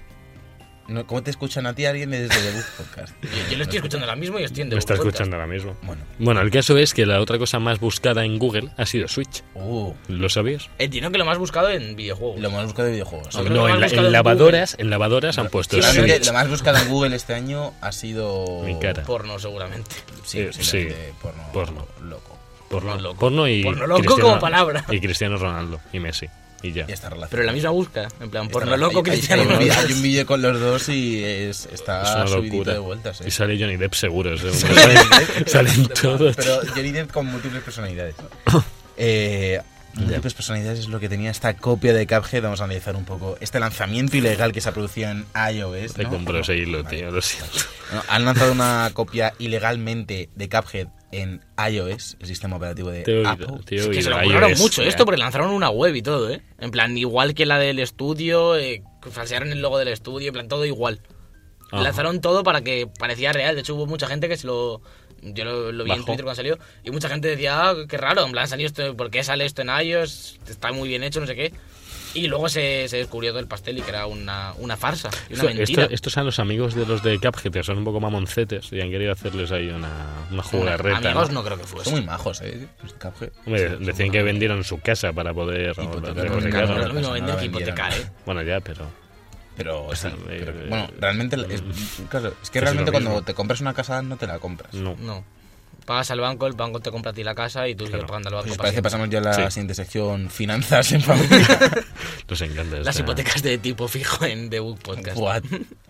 [SPEAKER 3] No, ¿Cómo te escuchan a ti alguien desde The Book Podcast?
[SPEAKER 4] Yo, yo lo estoy escuchando ahora mismo y estoy en
[SPEAKER 2] Me está escuchando ahora mismo.
[SPEAKER 3] Bueno,
[SPEAKER 2] Bueno, el caso es que la otra cosa más buscada en Google ha sido Switch.
[SPEAKER 3] uh,
[SPEAKER 2] ¿Lo sabías?
[SPEAKER 4] Entiendo que lo más buscado en videojuegos.
[SPEAKER 3] lo más buscado de videojuegos.
[SPEAKER 4] No,
[SPEAKER 2] No,
[SPEAKER 4] creo que lo
[SPEAKER 2] en,
[SPEAKER 4] más
[SPEAKER 2] la-
[SPEAKER 4] buscado
[SPEAKER 2] en
[SPEAKER 4] en
[SPEAKER 2] lavadoras, en lavadoras han puesto
[SPEAKER 4] Sí,
[SPEAKER 2] Switch.
[SPEAKER 3] Realmente, lo más buscado en Google este año ha sido.
[SPEAKER 2] Mi cara.
[SPEAKER 4] Porno, seguramente.
[SPEAKER 3] Sí,
[SPEAKER 2] Eh,
[SPEAKER 3] sí.
[SPEAKER 2] sí.
[SPEAKER 3] Porno,
[SPEAKER 2] Porno.
[SPEAKER 3] Loco.
[SPEAKER 2] Porno,
[SPEAKER 4] Porno loco.
[SPEAKER 2] porno y
[SPEAKER 4] Porno loco
[SPEAKER 2] Cristiano-
[SPEAKER 4] como palabra.
[SPEAKER 2] Y Cristiano Ronaldo y Messi. Y ya.
[SPEAKER 3] Y está relacionado.
[SPEAKER 5] Pero la misma busca, en plan,
[SPEAKER 3] Está
[SPEAKER 5] por lo
[SPEAKER 3] relacionado.
[SPEAKER 5] loco
[SPEAKER 3] Hay- hay-
[SPEAKER 5] Cristiano
[SPEAKER 3] hay un
[SPEAKER 5] Ronaldo.
[SPEAKER 3] vídeo- Hay un vídeo con los dos y es-
[SPEAKER 2] Es
[SPEAKER 3] está
[SPEAKER 2] una
[SPEAKER 3] subidito
[SPEAKER 2] locura.
[SPEAKER 3] de vueltas. ¿eh?
[SPEAKER 2] Y sale Johnny Depp seguro. ese hombre. Salen todos.
[SPEAKER 3] Pero Johnny Depp con múltiples personalidades. Eh, múltiples personalidades es lo que tenía esta copia de Cuphead. Vamos a analizar un poco este lanzamiento ilegal que se ha producido en iOS.
[SPEAKER 2] Te
[SPEAKER 3] ¿no?
[SPEAKER 2] compro ese hilo,
[SPEAKER 3] Vale.
[SPEAKER 2] tío. Lo siento.
[SPEAKER 3] No, han lanzado una copia ilegalmente de Cuphead en iOS, el sistema operativo de
[SPEAKER 2] Te he
[SPEAKER 3] Apple.
[SPEAKER 2] oído. Te he
[SPEAKER 4] Ah, Es que se
[SPEAKER 2] oído.
[SPEAKER 4] lo
[SPEAKER 2] iOS.
[SPEAKER 4] curaron mucho esto porque lanzaron una web y todo, ¿eh? En plan, igual que la del estudio, eh, falsearon el logo del estudio, en plan, todo igual.
[SPEAKER 2] Ajá.
[SPEAKER 4] Lanzaron todo para que parecía real. De hecho, hubo mucha gente que se lo. Yo lo, lo vi
[SPEAKER 2] Bajó.
[SPEAKER 4] en Twitter cuando salió. Y mucha gente decía, ah, qué raro, en plan, salió esto, ¿por qué sale esto en iOS? Está muy bien hecho, no sé qué. Y luego se, se descubrió todo el pastel y que era una, una farsa y una
[SPEAKER 2] Esto-
[SPEAKER 4] mentira.
[SPEAKER 2] esto- estos son los amigos de los de Cuphead, que son un poco mamoncetes y han querido hacerles ahí una, una jugarreta.
[SPEAKER 4] Amigos,
[SPEAKER 2] ¿no?
[SPEAKER 4] no creo que fuese.
[SPEAKER 3] Son muy majos, ¿eh? Los Cuphead.
[SPEAKER 2] Hombre, decían que vendieron su casa para poder
[SPEAKER 3] Hipotecar-
[SPEAKER 2] hipotecar,
[SPEAKER 4] No
[SPEAKER 3] no,
[SPEAKER 4] es
[SPEAKER 2] ¿no?
[SPEAKER 3] no,
[SPEAKER 4] lo
[SPEAKER 3] no
[SPEAKER 4] mismo vender que
[SPEAKER 3] vendieron.
[SPEAKER 4] hipotecar, ¿eh?
[SPEAKER 2] Bueno, ya, pero.
[SPEAKER 3] Pero sí,
[SPEAKER 2] eh,
[SPEAKER 3] pero-
[SPEAKER 2] eh,
[SPEAKER 3] bueno, realmente la- es, claro, es que
[SPEAKER 2] es lo
[SPEAKER 3] realmente cuando
[SPEAKER 2] mismo.
[SPEAKER 4] Mm.
[SPEAKER 3] te compras una casa no te la compras.
[SPEAKER 2] No.
[SPEAKER 4] No. Pagas al banco, el banco te compra a ti la casa y tú sigues
[SPEAKER 2] Claro.
[SPEAKER 4] pagando al banco.
[SPEAKER 3] Pues
[SPEAKER 4] para
[SPEAKER 3] parece
[SPEAKER 4] siempre.
[SPEAKER 3] pasamos ya a la
[SPEAKER 2] Sí.
[SPEAKER 3] siguiente sección, finanzas en familia.
[SPEAKER 2] Nos encanta
[SPEAKER 4] Las
[SPEAKER 2] esta-
[SPEAKER 4] hipotecas de tipo fijo en The Book Podcast.
[SPEAKER 3] What?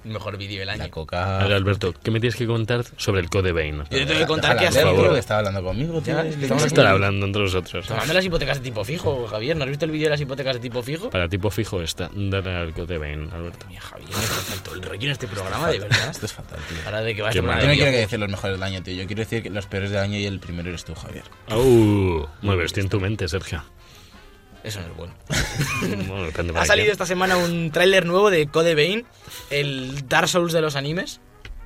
[SPEAKER 4] Mejor vídeo del
[SPEAKER 3] La
[SPEAKER 4] año.
[SPEAKER 2] A ver,
[SPEAKER 3] coca.
[SPEAKER 2] Alberto, ¿qué me tienes que contar sobre el Code Vein?
[SPEAKER 4] Yo te tengo que contar que
[SPEAKER 3] Déjala
[SPEAKER 4] has
[SPEAKER 3] hablar,
[SPEAKER 2] favor.
[SPEAKER 3] creo que estaba hablando conmigo. tío.
[SPEAKER 4] Ya,
[SPEAKER 3] Es que
[SPEAKER 4] ¿qué
[SPEAKER 2] Vamos
[SPEAKER 3] estamos
[SPEAKER 2] a
[SPEAKER 4] vas
[SPEAKER 2] estar
[SPEAKER 3] aquí.
[SPEAKER 2] hablando entre vosotros.
[SPEAKER 4] Tomando las hipotecas de tipo fijo, Javier. ¿No has visto el vídeo de las hipotecas de tipo fijo?
[SPEAKER 2] Para tipo fijo está. Dale al Code Vein, Alberto.
[SPEAKER 4] Mira, Javier, me está tanto el rollo en este programa, de verdad.
[SPEAKER 3] Esto es fatal, tío.
[SPEAKER 4] Ahora de que vas
[SPEAKER 2] Qué
[SPEAKER 4] a tomar
[SPEAKER 2] mal.
[SPEAKER 3] Yo no
[SPEAKER 4] el
[SPEAKER 3] quiero
[SPEAKER 4] vídeo.
[SPEAKER 3] que decir los mejores del año, tío. Yo quiero decir que los peores del año y el primero eres tú, Javier.
[SPEAKER 2] Uh, bueno, pero estoy en tu mente, Sergio.
[SPEAKER 4] Eso no es bueno.
[SPEAKER 2] Bueno, depende para
[SPEAKER 5] Ha salido
[SPEAKER 2] quién.
[SPEAKER 5] esta
[SPEAKER 4] Esta semana un tráiler nuevo de Code Vein, el Dark Souls de los animes.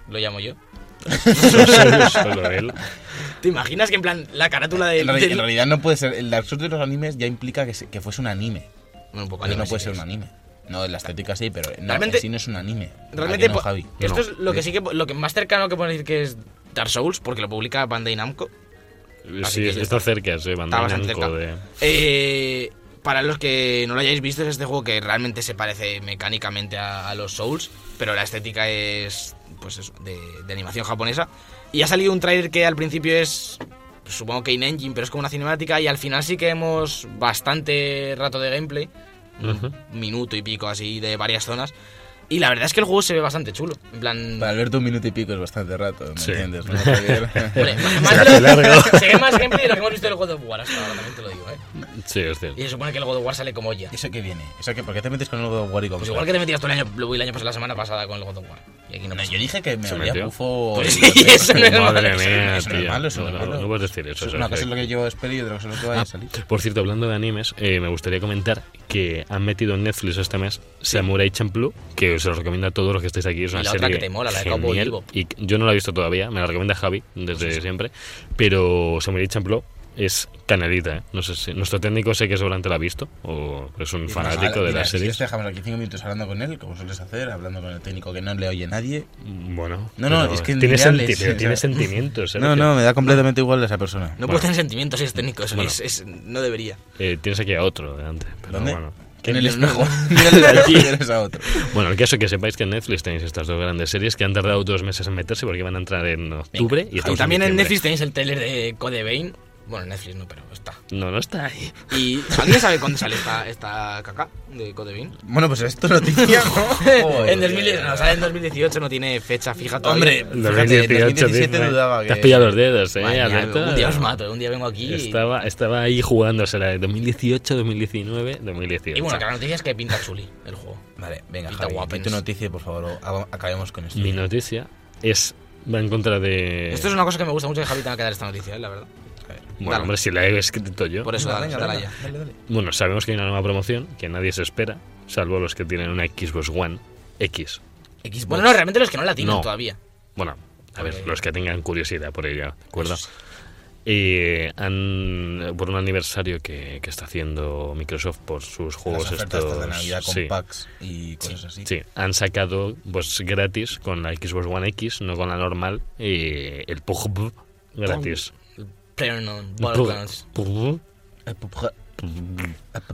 [SPEAKER 4] Lo llamo yo.
[SPEAKER 2] Solo- solo él.
[SPEAKER 5] ¿Te imaginas que en plan la carátula de...
[SPEAKER 4] Eh,
[SPEAKER 3] En, reali-
[SPEAKER 5] del-
[SPEAKER 3] en realidad no puede ser. El Dark Souls de los animes ya implica que, se- que fuese un anime.
[SPEAKER 4] Bueno, un poco
[SPEAKER 3] Pero
[SPEAKER 4] anime,
[SPEAKER 3] no puede
[SPEAKER 4] si
[SPEAKER 3] ser un
[SPEAKER 4] quieres.
[SPEAKER 3] anime. No, en la estética sí, pero no,
[SPEAKER 5] Realmente-
[SPEAKER 3] en sí no es un anime. ¿A
[SPEAKER 5] Realmente,
[SPEAKER 3] Ah, que no,
[SPEAKER 5] po-
[SPEAKER 3] Javi?
[SPEAKER 5] esto
[SPEAKER 2] No.
[SPEAKER 5] es lo que sí que...
[SPEAKER 4] pues, Lo que más cercano que puedo decir que es Dark Souls, porque lo publica Bandai Namco. Así
[SPEAKER 2] Sí,
[SPEAKER 4] que
[SPEAKER 2] está cerca, sí,
[SPEAKER 5] Está
[SPEAKER 2] Bandai
[SPEAKER 5] bastante cerca.
[SPEAKER 2] Namco de-
[SPEAKER 5] Eh, para los que no lo hayáis visto, es este juego que realmente se parece mecánicamente a, a los Souls, pero la estética es pues eso, de, de animación japonesa. Y ha salido un trailer que al principio es, supongo que in-engine, pero es como una cinemática, y al final sí que vemos bastante rato de gameplay,
[SPEAKER 2] Ujú.
[SPEAKER 5] un minuto y pico así de varias zonas. Y la verdad es que el juego se ve bastante chulo. En plan,
[SPEAKER 3] Para Alberto un minuto y pico es bastante rato, ¿me
[SPEAKER 2] Sí.
[SPEAKER 3] entiendes? ¿no, Javier?
[SPEAKER 4] Hombre, más
[SPEAKER 2] hace
[SPEAKER 4] de lo-
[SPEAKER 2] largo.
[SPEAKER 4] se ve más gameplay de lo que hemos visto del God of War hasta ahora, también te lo digo, ¿eh?
[SPEAKER 2] Sí, es cierto.
[SPEAKER 4] Y se supone que el God of War sale como ya.
[SPEAKER 3] ¿Eso qué viene? ¿Eso qué? ¿Por qué te metes con el God of War y con
[SPEAKER 4] Pues igual que te metías todo el año, lo vi el año pasado, la semana pasada con el God of War. Y aquí no
[SPEAKER 3] No,
[SPEAKER 4] pasa
[SPEAKER 3] yo dije que me
[SPEAKER 2] Se
[SPEAKER 3] olía
[SPEAKER 2] metió.
[SPEAKER 3] pufo.
[SPEAKER 4] Pues sí, eso no es malo.
[SPEAKER 2] Madre
[SPEAKER 3] Eso
[SPEAKER 2] mía,
[SPEAKER 3] no es
[SPEAKER 2] tío.
[SPEAKER 3] malo, eso
[SPEAKER 2] no,
[SPEAKER 3] no es
[SPEAKER 2] no,
[SPEAKER 3] malo.
[SPEAKER 2] no puedes decir eso.
[SPEAKER 3] Una
[SPEAKER 2] Sergio.
[SPEAKER 3] cosa es lo que yo espero y otra cosa es lo que vaya a salir.
[SPEAKER 2] Por cierto, hablando de animes, eh, me gustaría comentar que han metido en Netflix este mes Samurai Champloo, que se los recomiendo a todos los que estáis aquí. Es
[SPEAKER 4] Y
[SPEAKER 2] una
[SPEAKER 4] la
[SPEAKER 2] serie
[SPEAKER 4] otra que te mola, la de Cowboy
[SPEAKER 2] genial,
[SPEAKER 4] Bebop.
[SPEAKER 2] Y yo no la he visto todavía, me la recomienda Javi desde siempre. Pero Samurai Champloo es canelita, ¿eh? No sé si nuestro técnico sé que seguramente la ha visto o es un fanático de
[SPEAKER 3] Mira,
[SPEAKER 2] la
[SPEAKER 3] si
[SPEAKER 2] serie.
[SPEAKER 3] quieres te dejamos aquí cinco minutos hablando con él, como sueles hacer, hablando con el técnico que no le oye nadie.
[SPEAKER 2] Bueno,
[SPEAKER 3] No, no,
[SPEAKER 2] pero
[SPEAKER 3] es que ni
[SPEAKER 2] tiene,
[SPEAKER 3] le hables,
[SPEAKER 2] senti- pero
[SPEAKER 3] o
[SPEAKER 2] tiene
[SPEAKER 3] sea.
[SPEAKER 2] sentimientos. ¿eh?
[SPEAKER 3] No,
[SPEAKER 2] Sergio.
[SPEAKER 3] no, me da completamente igual a esa persona.
[SPEAKER 5] no
[SPEAKER 4] pues,
[SPEAKER 2] bueno.
[SPEAKER 5] puede tener sentimientos si es técnico, eso
[SPEAKER 2] Bueno.
[SPEAKER 5] es- es- no debería.
[SPEAKER 2] Eh, tienes aquí a otro de antes, pero
[SPEAKER 3] ¿Dónde?
[SPEAKER 2] bueno.
[SPEAKER 3] En el espejo. Mírale aquí eres a otro.
[SPEAKER 2] Bueno, el caso es que sepáis que en Netflix tenéis estas dos grandes series que han tardado dos meses en meterse porque van a entrar en octubre y,
[SPEAKER 5] Y
[SPEAKER 2] estamos
[SPEAKER 5] también en
[SPEAKER 2] diciembre.
[SPEAKER 5] Netflix
[SPEAKER 4] Tenéis el trailer de Code Vein. Bueno, Netflix no, pero está.
[SPEAKER 2] No, no está ahí.
[SPEAKER 5] Y ¿alguien sabe cuándo sale esta, esta caca de Codebein?
[SPEAKER 3] Bueno, pues esto es noticia. ¿no?
[SPEAKER 5] en 2018, no, sale en 2018, no tiene fecha fija todavía.
[SPEAKER 3] Hombre,
[SPEAKER 2] En
[SPEAKER 3] fíjate, en 2017
[SPEAKER 2] dice,
[SPEAKER 3] dudaba
[SPEAKER 2] Te has
[SPEAKER 3] que-
[SPEAKER 2] pillado los dedos, ¿eh,
[SPEAKER 4] Madre mía,
[SPEAKER 2] Alberto?
[SPEAKER 4] un día os mato, un día vengo aquí. y-
[SPEAKER 2] Estaba, estaba ahí jugándosela de 2018, 2019, 2018.
[SPEAKER 4] Y bueno, que la noticia es que pinta chuli el juego.
[SPEAKER 3] Vale, venga,
[SPEAKER 4] Quita
[SPEAKER 3] Javi, di
[SPEAKER 4] guapens.
[SPEAKER 3] tu noticia, y, por favor, o- acabemos con esto.
[SPEAKER 2] Mi noticia es... Va en contra de...
[SPEAKER 5] Esto es una cosa que me gusta mucho que Javi tenga que dar esta noticia, eh, la verdad.
[SPEAKER 2] Bueno,
[SPEAKER 5] dale.
[SPEAKER 2] hombre, si la he escrito yo.
[SPEAKER 4] e-
[SPEAKER 5] Por eso,
[SPEAKER 3] Venga,
[SPEAKER 5] dale,
[SPEAKER 3] venga,
[SPEAKER 5] dale
[SPEAKER 3] venga,
[SPEAKER 5] ya.
[SPEAKER 3] dale, dale.
[SPEAKER 2] Bueno, sabemos que hay una nueva promoción que nadie se espera, salvo los que tienen una Xbox One X.
[SPEAKER 4] Xbox. Bueno, no, realmente los que no la tienen
[SPEAKER 2] No.
[SPEAKER 4] todavía.
[SPEAKER 2] Bueno, a ver,
[SPEAKER 4] Ok.
[SPEAKER 2] los que tengan curiosidad por ella, ¿de acuerdo? Y eh, han, por un aniversario que, que está haciendo Microsoft por sus juegos
[SPEAKER 3] Las ofertas
[SPEAKER 2] estos.
[SPEAKER 3] de Navidad con
[SPEAKER 2] sí,
[SPEAKER 3] packs y cosas así.
[SPEAKER 2] sí, han sacado pues gratis con la Xbox One X, no con la normal, y el PUBG gratis.
[SPEAKER 4] Pero no, Borderlands.
[SPEAKER 2] PUBG.
[SPEAKER 3] Eh, pu- pu-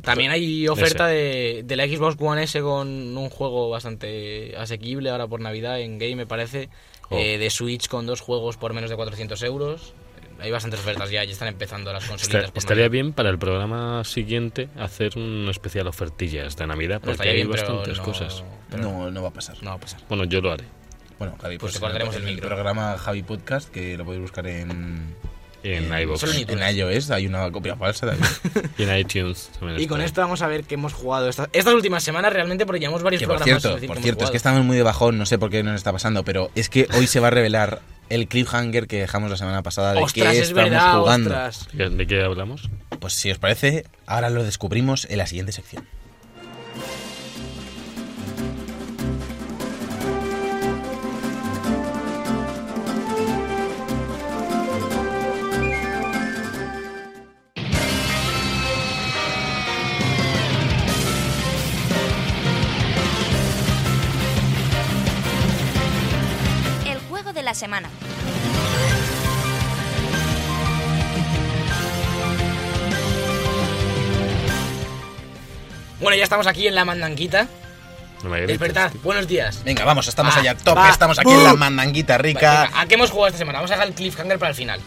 [SPEAKER 4] También hay oferta de, de la Xbox One S con un juego bastante asequible ahora por Navidad en game, me parece.
[SPEAKER 2] Oh.
[SPEAKER 4] Eh, de Switch con dos juegos por menos de 400 euros. Hay bastantes ofertas ya, ya están empezando
[SPEAKER 3] Este,
[SPEAKER 4] las
[SPEAKER 2] Esta-
[SPEAKER 4] consolitas. por
[SPEAKER 2] estaría
[SPEAKER 4] Navidad.
[SPEAKER 2] bien para el programa siguiente hacer una especial ofertillas de Navidad,
[SPEAKER 4] No,
[SPEAKER 2] porque
[SPEAKER 4] estaría
[SPEAKER 2] hay
[SPEAKER 4] bien, pero
[SPEAKER 2] bastantes
[SPEAKER 4] Pues no-
[SPEAKER 2] cosas.
[SPEAKER 3] No, no va a pasar.
[SPEAKER 4] No va a pasar.
[SPEAKER 2] Bueno, yo lo haré.
[SPEAKER 3] Bueno, Javi,
[SPEAKER 4] Pues
[SPEAKER 3] pues,
[SPEAKER 4] te cortaremos
[SPEAKER 3] en
[SPEAKER 4] el micro.
[SPEAKER 3] programa Javi Podcast, que lo podéis buscar en,
[SPEAKER 2] En
[SPEAKER 3] en,
[SPEAKER 2] iVoox
[SPEAKER 4] Eh, solo en
[SPEAKER 3] en iOS, hay una copia falsa también.
[SPEAKER 2] y en iTunes también
[SPEAKER 5] Y con
[SPEAKER 2] está.
[SPEAKER 5] esto vamos a ver qué hemos jugado. Esta,
[SPEAKER 4] Estas últimas semanas realmente porque llevamos varios
[SPEAKER 3] que por
[SPEAKER 4] programas.
[SPEAKER 3] cierto,
[SPEAKER 4] sin decir
[SPEAKER 3] por
[SPEAKER 4] que
[SPEAKER 3] cierto, es
[SPEAKER 4] hemos
[SPEAKER 3] que
[SPEAKER 4] jugado.
[SPEAKER 3] estamos muy de bajón, no sé por qué nos está pasando, pero es que hoy se va a revelar el cliffhanger que dejamos la semana pasada de
[SPEAKER 5] ostras,
[SPEAKER 3] qué
[SPEAKER 5] es
[SPEAKER 3] estamos
[SPEAKER 5] verdad,
[SPEAKER 3] jugando.
[SPEAKER 5] ostras.
[SPEAKER 2] ¿De qué hablamos?
[SPEAKER 3] Pues si os parece, ahora lo descubrimos en la siguiente sección.
[SPEAKER 1] El juego de la semana.
[SPEAKER 4] Bueno, ya estamos aquí en la mandanguita.
[SPEAKER 2] No me grites,
[SPEAKER 4] Despertad,
[SPEAKER 2] tío.
[SPEAKER 4] buenos días.
[SPEAKER 3] Venga, vamos, estamos
[SPEAKER 4] Va,
[SPEAKER 3] allá, tope,
[SPEAKER 4] Ah, va,
[SPEAKER 3] estamos aquí en la mandanguita rica.
[SPEAKER 4] Ah, Venga, ¿A qué hemos jugado esta semana? Vamos a dejar el cliffhanger para el final.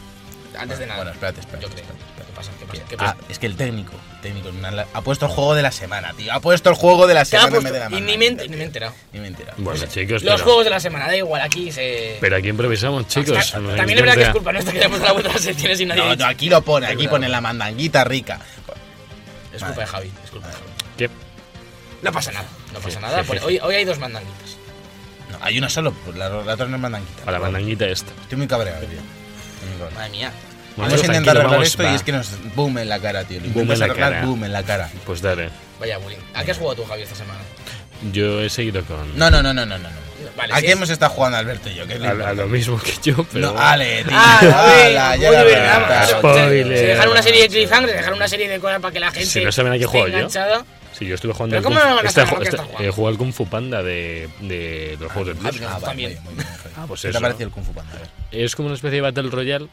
[SPEAKER 4] Antes de nada.
[SPEAKER 3] Bueno, espérate, espérate,
[SPEAKER 4] Yo creo.
[SPEAKER 3] espérate, espérate.
[SPEAKER 4] ¿Qué pasa? ¿Qué pasa? ¿Qué
[SPEAKER 3] Ah,
[SPEAKER 4] pasa?
[SPEAKER 3] es que el técnico, el técnico Hernán, ha puesto el juego de la semana, tío. Ha puesto el juego de la
[SPEAKER 4] ¿Qué ha
[SPEAKER 3] semana. en vez
[SPEAKER 4] puesto?
[SPEAKER 3] de la
[SPEAKER 4] Y
[SPEAKER 3] mano,
[SPEAKER 4] ni me,
[SPEAKER 3] tío.
[SPEAKER 4] ent- ni me he enterado.
[SPEAKER 3] Ni mentira.
[SPEAKER 2] Bueno, chicos,
[SPEAKER 4] Los
[SPEAKER 2] pero,
[SPEAKER 4] juegos de la semana, da igual, aquí se.
[SPEAKER 2] pero aquí
[SPEAKER 3] Ah,
[SPEAKER 2] improvisamos, chicos.
[SPEAKER 4] Ta-
[SPEAKER 2] No
[SPEAKER 4] También
[SPEAKER 2] hay
[SPEAKER 4] es verdad que es
[SPEAKER 2] sea-
[SPEAKER 4] culpa nuestra que le hemos dado la vuelta a las secciones y nadie. ha
[SPEAKER 3] No,
[SPEAKER 4] dicho.
[SPEAKER 3] no, aquí lo pone, aquí pone la mandanguita rica. Pues,
[SPEAKER 4] Es culpa de Javi, es culpa de Javi.
[SPEAKER 2] ¿Qué?
[SPEAKER 4] No pasa nada, no pasa
[SPEAKER 2] Sí,
[SPEAKER 4] nada.
[SPEAKER 2] sí,
[SPEAKER 4] pues
[SPEAKER 2] sí,
[SPEAKER 4] hoy, hoy hay dos mandanguitas.
[SPEAKER 3] No, hay una solo, pues la, la otra no es mandanguita.
[SPEAKER 2] A la mandanguita esta.
[SPEAKER 3] Estoy muy cabreado, tío. Estoy muy cabreado.
[SPEAKER 4] Madre mía.
[SPEAKER 2] Bueno,
[SPEAKER 3] vamos a
[SPEAKER 2] tranquilo,
[SPEAKER 3] intentar arreglar
[SPEAKER 2] vamos,
[SPEAKER 3] esto
[SPEAKER 2] va.
[SPEAKER 3] y es que nos boom en la cara, tío. Lo
[SPEAKER 2] Boom en
[SPEAKER 3] intentas
[SPEAKER 2] la
[SPEAKER 3] arreglar,
[SPEAKER 2] cara.
[SPEAKER 3] boom en la cara.
[SPEAKER 2] Pues dale.
[SPEAKER 4] Vaya bullying. ¿A qué has jugado tú, Javi, esta semana?
[SPEAKER 2] Yo he seguido con.
[SPEAKER 3] No, no, no, no, no, no.
[SPEAKER 4] Vale,
[SPEAKER 3] ¿A
[SPEAKER 4] sí
[SPEAKER 3] qué
[SPEAKER 4] es-
[SPEAKER 3] hemos estado jugando Alberto y yo? ¿Qué es lo
[SPEAKER 2] A, a lo mismo que yo, pero.
[SPEAKER 3] No, Ale, tío.
[SPEAKER 4] Ah,
[SPEAKER 3] ala,
[SPEAKER 4] la
[SPEAKER 3] ya
[SPEAKER 4] muy
[SPEAKER 3] la
[SPEAKER 2] verdad,
[SPEAKER 4] divertida, macho.
[SPEAKER 3] verdad.
[SPEAKER 2] spoiler.
[SPEAKER 4] Se dejaron una serie de cliffhangers, se dejaron una serie de cosas para que la gente.
[SPEAKER 2] Si no saben a qué
[SPEAKER 4] esté
[SPEAKER 2] juego yo.
[SPEAKER 4] enganchada.
[SPEAKER 2] Sí, yo estuve jugando.
[SPEAKER 4] ¿Pero
[SPEAKER 2] al
[SPEAKER 4] cómo
[SPEAKER 2] Kung-
[SPEAKER 4] no van a
[SPEAKER 2] esta-
[SPEAKER 4] saber lo que
[SPEAKER 2] esta-
[SPEAKER 4] estás jugando?
[SPEAKER 2] eh, jugué al Kung Fu Panda de, de, de los juegos del Plus.
[SPEAKER 3] Ah, vale,
[SPEAKER 4] También.
[SPEAKER 3] muy bien, muy bien, Javi.
[SPEAKER 2] Ah, pues
[SPEAKER 3] ¿Qué te
[SPEAKER 2] eso.
[SPEAKER 3] ha parecido el Kung Fu Panda? A ver.
[SPEAKER 2] Es como una especie de Battle Royale,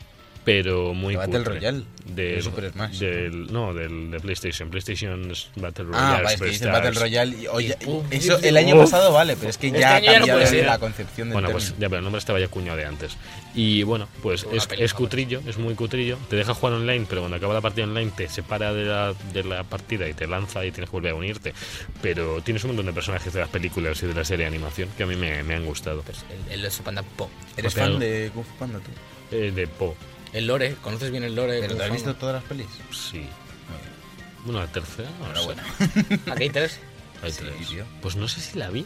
[SPEAKER 2] pero muy
[SPEAKER 3] ¿De Battle
[SPEAKER 2] cutre.
[SPEAKER 3] Royale?
[SPEAKER 2] Del,
[SPEAKER 3] De Super Smash.
[SPEAKER 2] Del, no, del de PlayStation. PlayStation es Battle Royale.
[SPEAKER 3] Ah, vale, es que dice
[SPEAKER 2] Superstars.
[SPEAKER 3] Battle Royale. y- oye,
[SPEAKER 4] Pum,
[SPEAKER 3] eso
[SPEAKER 4] pum,
[SPEAKER 3] el año
[SPEAKER 2] pum.
[SPEAKER 3] pasado vale, pero es que
[SPEAKER 4] Este
[SPEAKER 3] ya ha
[SPEAKER 4] año ya no
[SPEAKER 3] cambiado
[SPEAKER 4] puede ser.
[SPEAKER 3] la concepción del
[SPEAKER 2] Bueno, pues
[SPEAKER 3] término.
[SPEAKER 2] ya, pero el nombre estaba ya cuñado de antes. Y bueno, pues
[SPEAKER 4] Una
[SPEAKER 2] es,
[SPEAKER 4] película,
[SPEAKER 2] es cutrillo, es muy cutrillo. Te deja jugar online, pero cuando acaba la partida online te separa de la, de la partida y te lanza y tienes que volver a unirte. Pero tienes un montón de personajes de las películas y de la serie de animación que a mí me, me han gustado.
[SPEAKER 4] Pues el, el oso panda po.
[SPEAKER 3] ¿Eres
[SPEAKER 2] pero-
[SPEAKER 3] fan de Kung Fu Panda tú?
[SPEAKER 2] Eh, de Po,
[SPEAKER 4] El lore, ¿conoces bien el lore?
[SPEAKER 3] ¿Pero
[SPEAKER 4] Kung
[SPEAKER 3] te has
[SPEAKER 4] Fu
[SPEAKER 3] visto todas las pelis?
[SPEAKER 2] sí.
[SPEAKER 3] Muy bien.
[SPEAKER 2] Bueno, la tercera, no sé.
[SPEAKER 3] Enhorabuena.
[SPEAKER 4] Panda? Aquí hay tres.
[SPEAKER 2] Hay
[SPEAKER 3] Sí,
[SPEAKER 2] tres.
[SPEAKER 3] tío.
[SPEAKER 2] Pues no sé si la vi.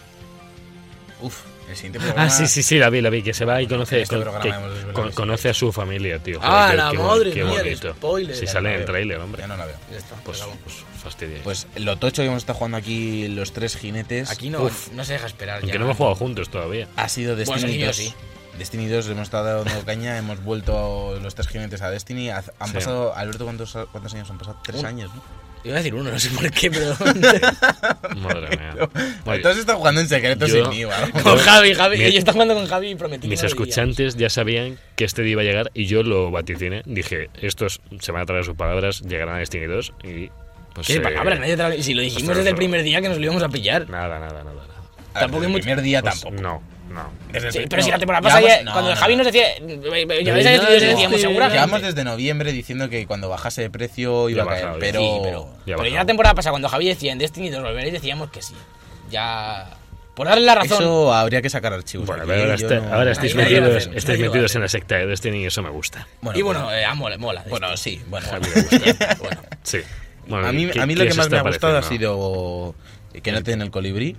[SPEAKER 3] Uf, el siguiente programa.
[SPEAKER 2] Ah, sí, sí, sí, la vi, la vi, que se va y conoce,
[SPEAKER 3] este
[SPEAKER 2] con-
[SPEAKER 3] programa
[SPEAKER 2] que-
[SPEAKER 3] hemos desvelado
[SPEAKER 2] con-
[SPEAKER 3] eso.
[SPEAKER 2] conoce a su familia, tío.
[SPEAKER 4] Ah,
[SPEAKER 2] qué-
[SPEAKER 4] la
[SPEAKER 2] qué-
[SPEAKER 4] madre
[SPEAKER 2] qué
[SPEAKER 4] mía, de
[SPEAKER 2] bonito.
[SPEAKER 4] spoiler.
[SPEAKER 2] Si
[SPEAKER 4] Ya
[SPEAKER 2] sale
[SPEAKER 3] la
[SPEAKER 2] en el
[SPEAKER 3] veo.
[SPEAKER 2] tráiler, hombre.
[SPEAKER 3] Ya no la veo.
[SPEAKER 4] Ya está,
[SPEAKER 2] Pues,
[SPEAKER 4] pues,
[SPEAKER 2] pues fastidia.
[SPEAKER 3] Pues lo tocho que hemos estado jugando aquí, los tres jinetes.
[SPEAKER 4] Aquí no, no se deja esperar.
[SPEAKER 2] Aunque
[SPEAKER 4] ya.
[SPEAKER 2] no hemos jugado juntos todavía.
[SPEAKER 3] Ha sido
[SPEAKER 4] Bueno,
[SPEAKER 3] Destiny
[SPEAKER 4] sí,
[SPEAKER 3] 2.
[SPEAKER 4] sí.
[SPEAKER 3] Destiny 2 le hemos estado dando caña, hemos vuelto los tres jinetes a Destiny. Ha- Han
[SPEAKER 2] Sí.
[SPEAKER 3] pasado, Alberto, ¿cuántos, ¿cuántos años han pasado? Tres
[SPEAKER 4] Un- Ah.
[SPEAKER 3] años, ¿no?
[SPEAKER 4] Iba a decir uno, no sé por qué, pero.
[SPEAKER 2] Madre mía. Muy bien.
[SPEAKER 3] Entonces está jugando en secreto
[SPEAKER 2] Yo-
[SPEAKER 3] sin mí, ¿vale?
[SPEAKER 4] con Javi, Javi.
[SPEAKER 2] Mi-
[SPEAKER 4] Yo estaba jugando con Javi y prometí. que
[SPEAKER 2] Mis
[SPEAKER 4] no lo diría.
[SPEAKER 2] escuchantes ya sabían que este día iba a llegar y yo lo vaticiné. Dije, estos se van a traer sus palabras, llegarán a Destiny 2 y... Pues,
[SPEAKER 4] ¿Qué
[SPEAKER 2] eh,
[SPEAKER 4] palabra? Nadie te la- Si lo dijimos
[SPEAKER 2] Ostras,
[SPEAKER 4] desde el
[SPEAKER 2] no.
[SPEAKER 4] primer día que nos lo íbamos a pillar.
[SPEAKER 2] Nada, nada, nada. nada.
[SPEAKER 4] Tampoco
[SPEAKER 3] Tampoco el
[SPEAKER 4] hay
[SPEAKER 3] primer día
[SPEAKER 2] Pues,
[SPEAKER 3] tampoco.
[SPEAKER 2] No, no.
[SPEAKER 3] Desde el
[SPEAKER 4] Sí,
[SPEAKER 3] pri-
[SPEAKER 4] pero si
[SPEAKER 3] no,
[SPEAKER 4] la temporada pasada,
[SPEAKER 3] llevamos-
[SPEAKER 4] ya-
[SPEAKER 3] no,
[SPEAKER 4] cuando
[SPEAKER 3] no,
[SPEAKER 4] Javi
[SPEAKER 3] no.
[SPEAKER 4] nos decía. mm, eh, Ya veis a
[SPEAKER 2] no,
[SPEAKER 4] Destiny,
[SPEAKER 2] no,
[SPEAKER 4] decíamos
[SPEAKER 2] sí.
[SPEAKER 4] seguramente.
[SPEAKER 3] Llevamos desde noviembre diciendo que cuando bajase de precio iba
[SPEAKER 2] Ya
[SPEAKER 3] a
[SPEAKER 2] ha
[SPEAKER 3] caer,
[SPEAKER 2] bajado, ya.
[SPEAKER 3] pero...
[SPEAKER 4] Sí, pero,
[SPEAKER 2] Ya
[SPEAKER 4] pero ya
[SPEAKER 2] bajado.
[SPEAKER 4] la temporada pasada, cuando Javi decía en Destiny 2 volveréis, decíamos que sí. Ya. Por darle la razón.
[SPEAKER 3] Eso habría que sacar archivos.
[SPEAKER 2] Bueno,
[SPEAKER 3] aquí,
[SPEAKER 2] pero ahora,
[SPEAKER 3] Pues yo
[SPEAKER 2] está-
[SPEAKER 3] no-
[SPEAKER 2] ahora estáis
[SPEAKER 4] Ahí nadie lo
[SPEAKER 2] metidos,
[SPEAKER 4] hace,
[SPEAKER 2] estáis
[SPEAKER 4] nadie lo
[SPEAKER 2] metidos
[SPEAKER 4] hace.
[SPEAKER 2] en la secta de Destiny y eso me gusta.
[SPEAKER 4] y bueno, eh, ah, mola, mola.
[SPEAKER 3] bueno, sí, bueno.
[SPEAKER 2] A mí
[SPEAKER 3] bueno.
[SPEAKER 2] me gusta. Sí. Bueno,
[SPEAKER 3] a mí,
[SPEAKER 2] ¿qué-
[SPEAKER 3] a mí lo
[SPEAKER 2] qué
[SPEAKER 3] que
[SPEAKER 2] se
[SPEAKER 3] más me
[SPEAKER 2] está
[SPEAKER 3] ha gustado ha
[SPEAKER 2] pareciendo?
[SPEAKER 3] sido que no te den el colibrí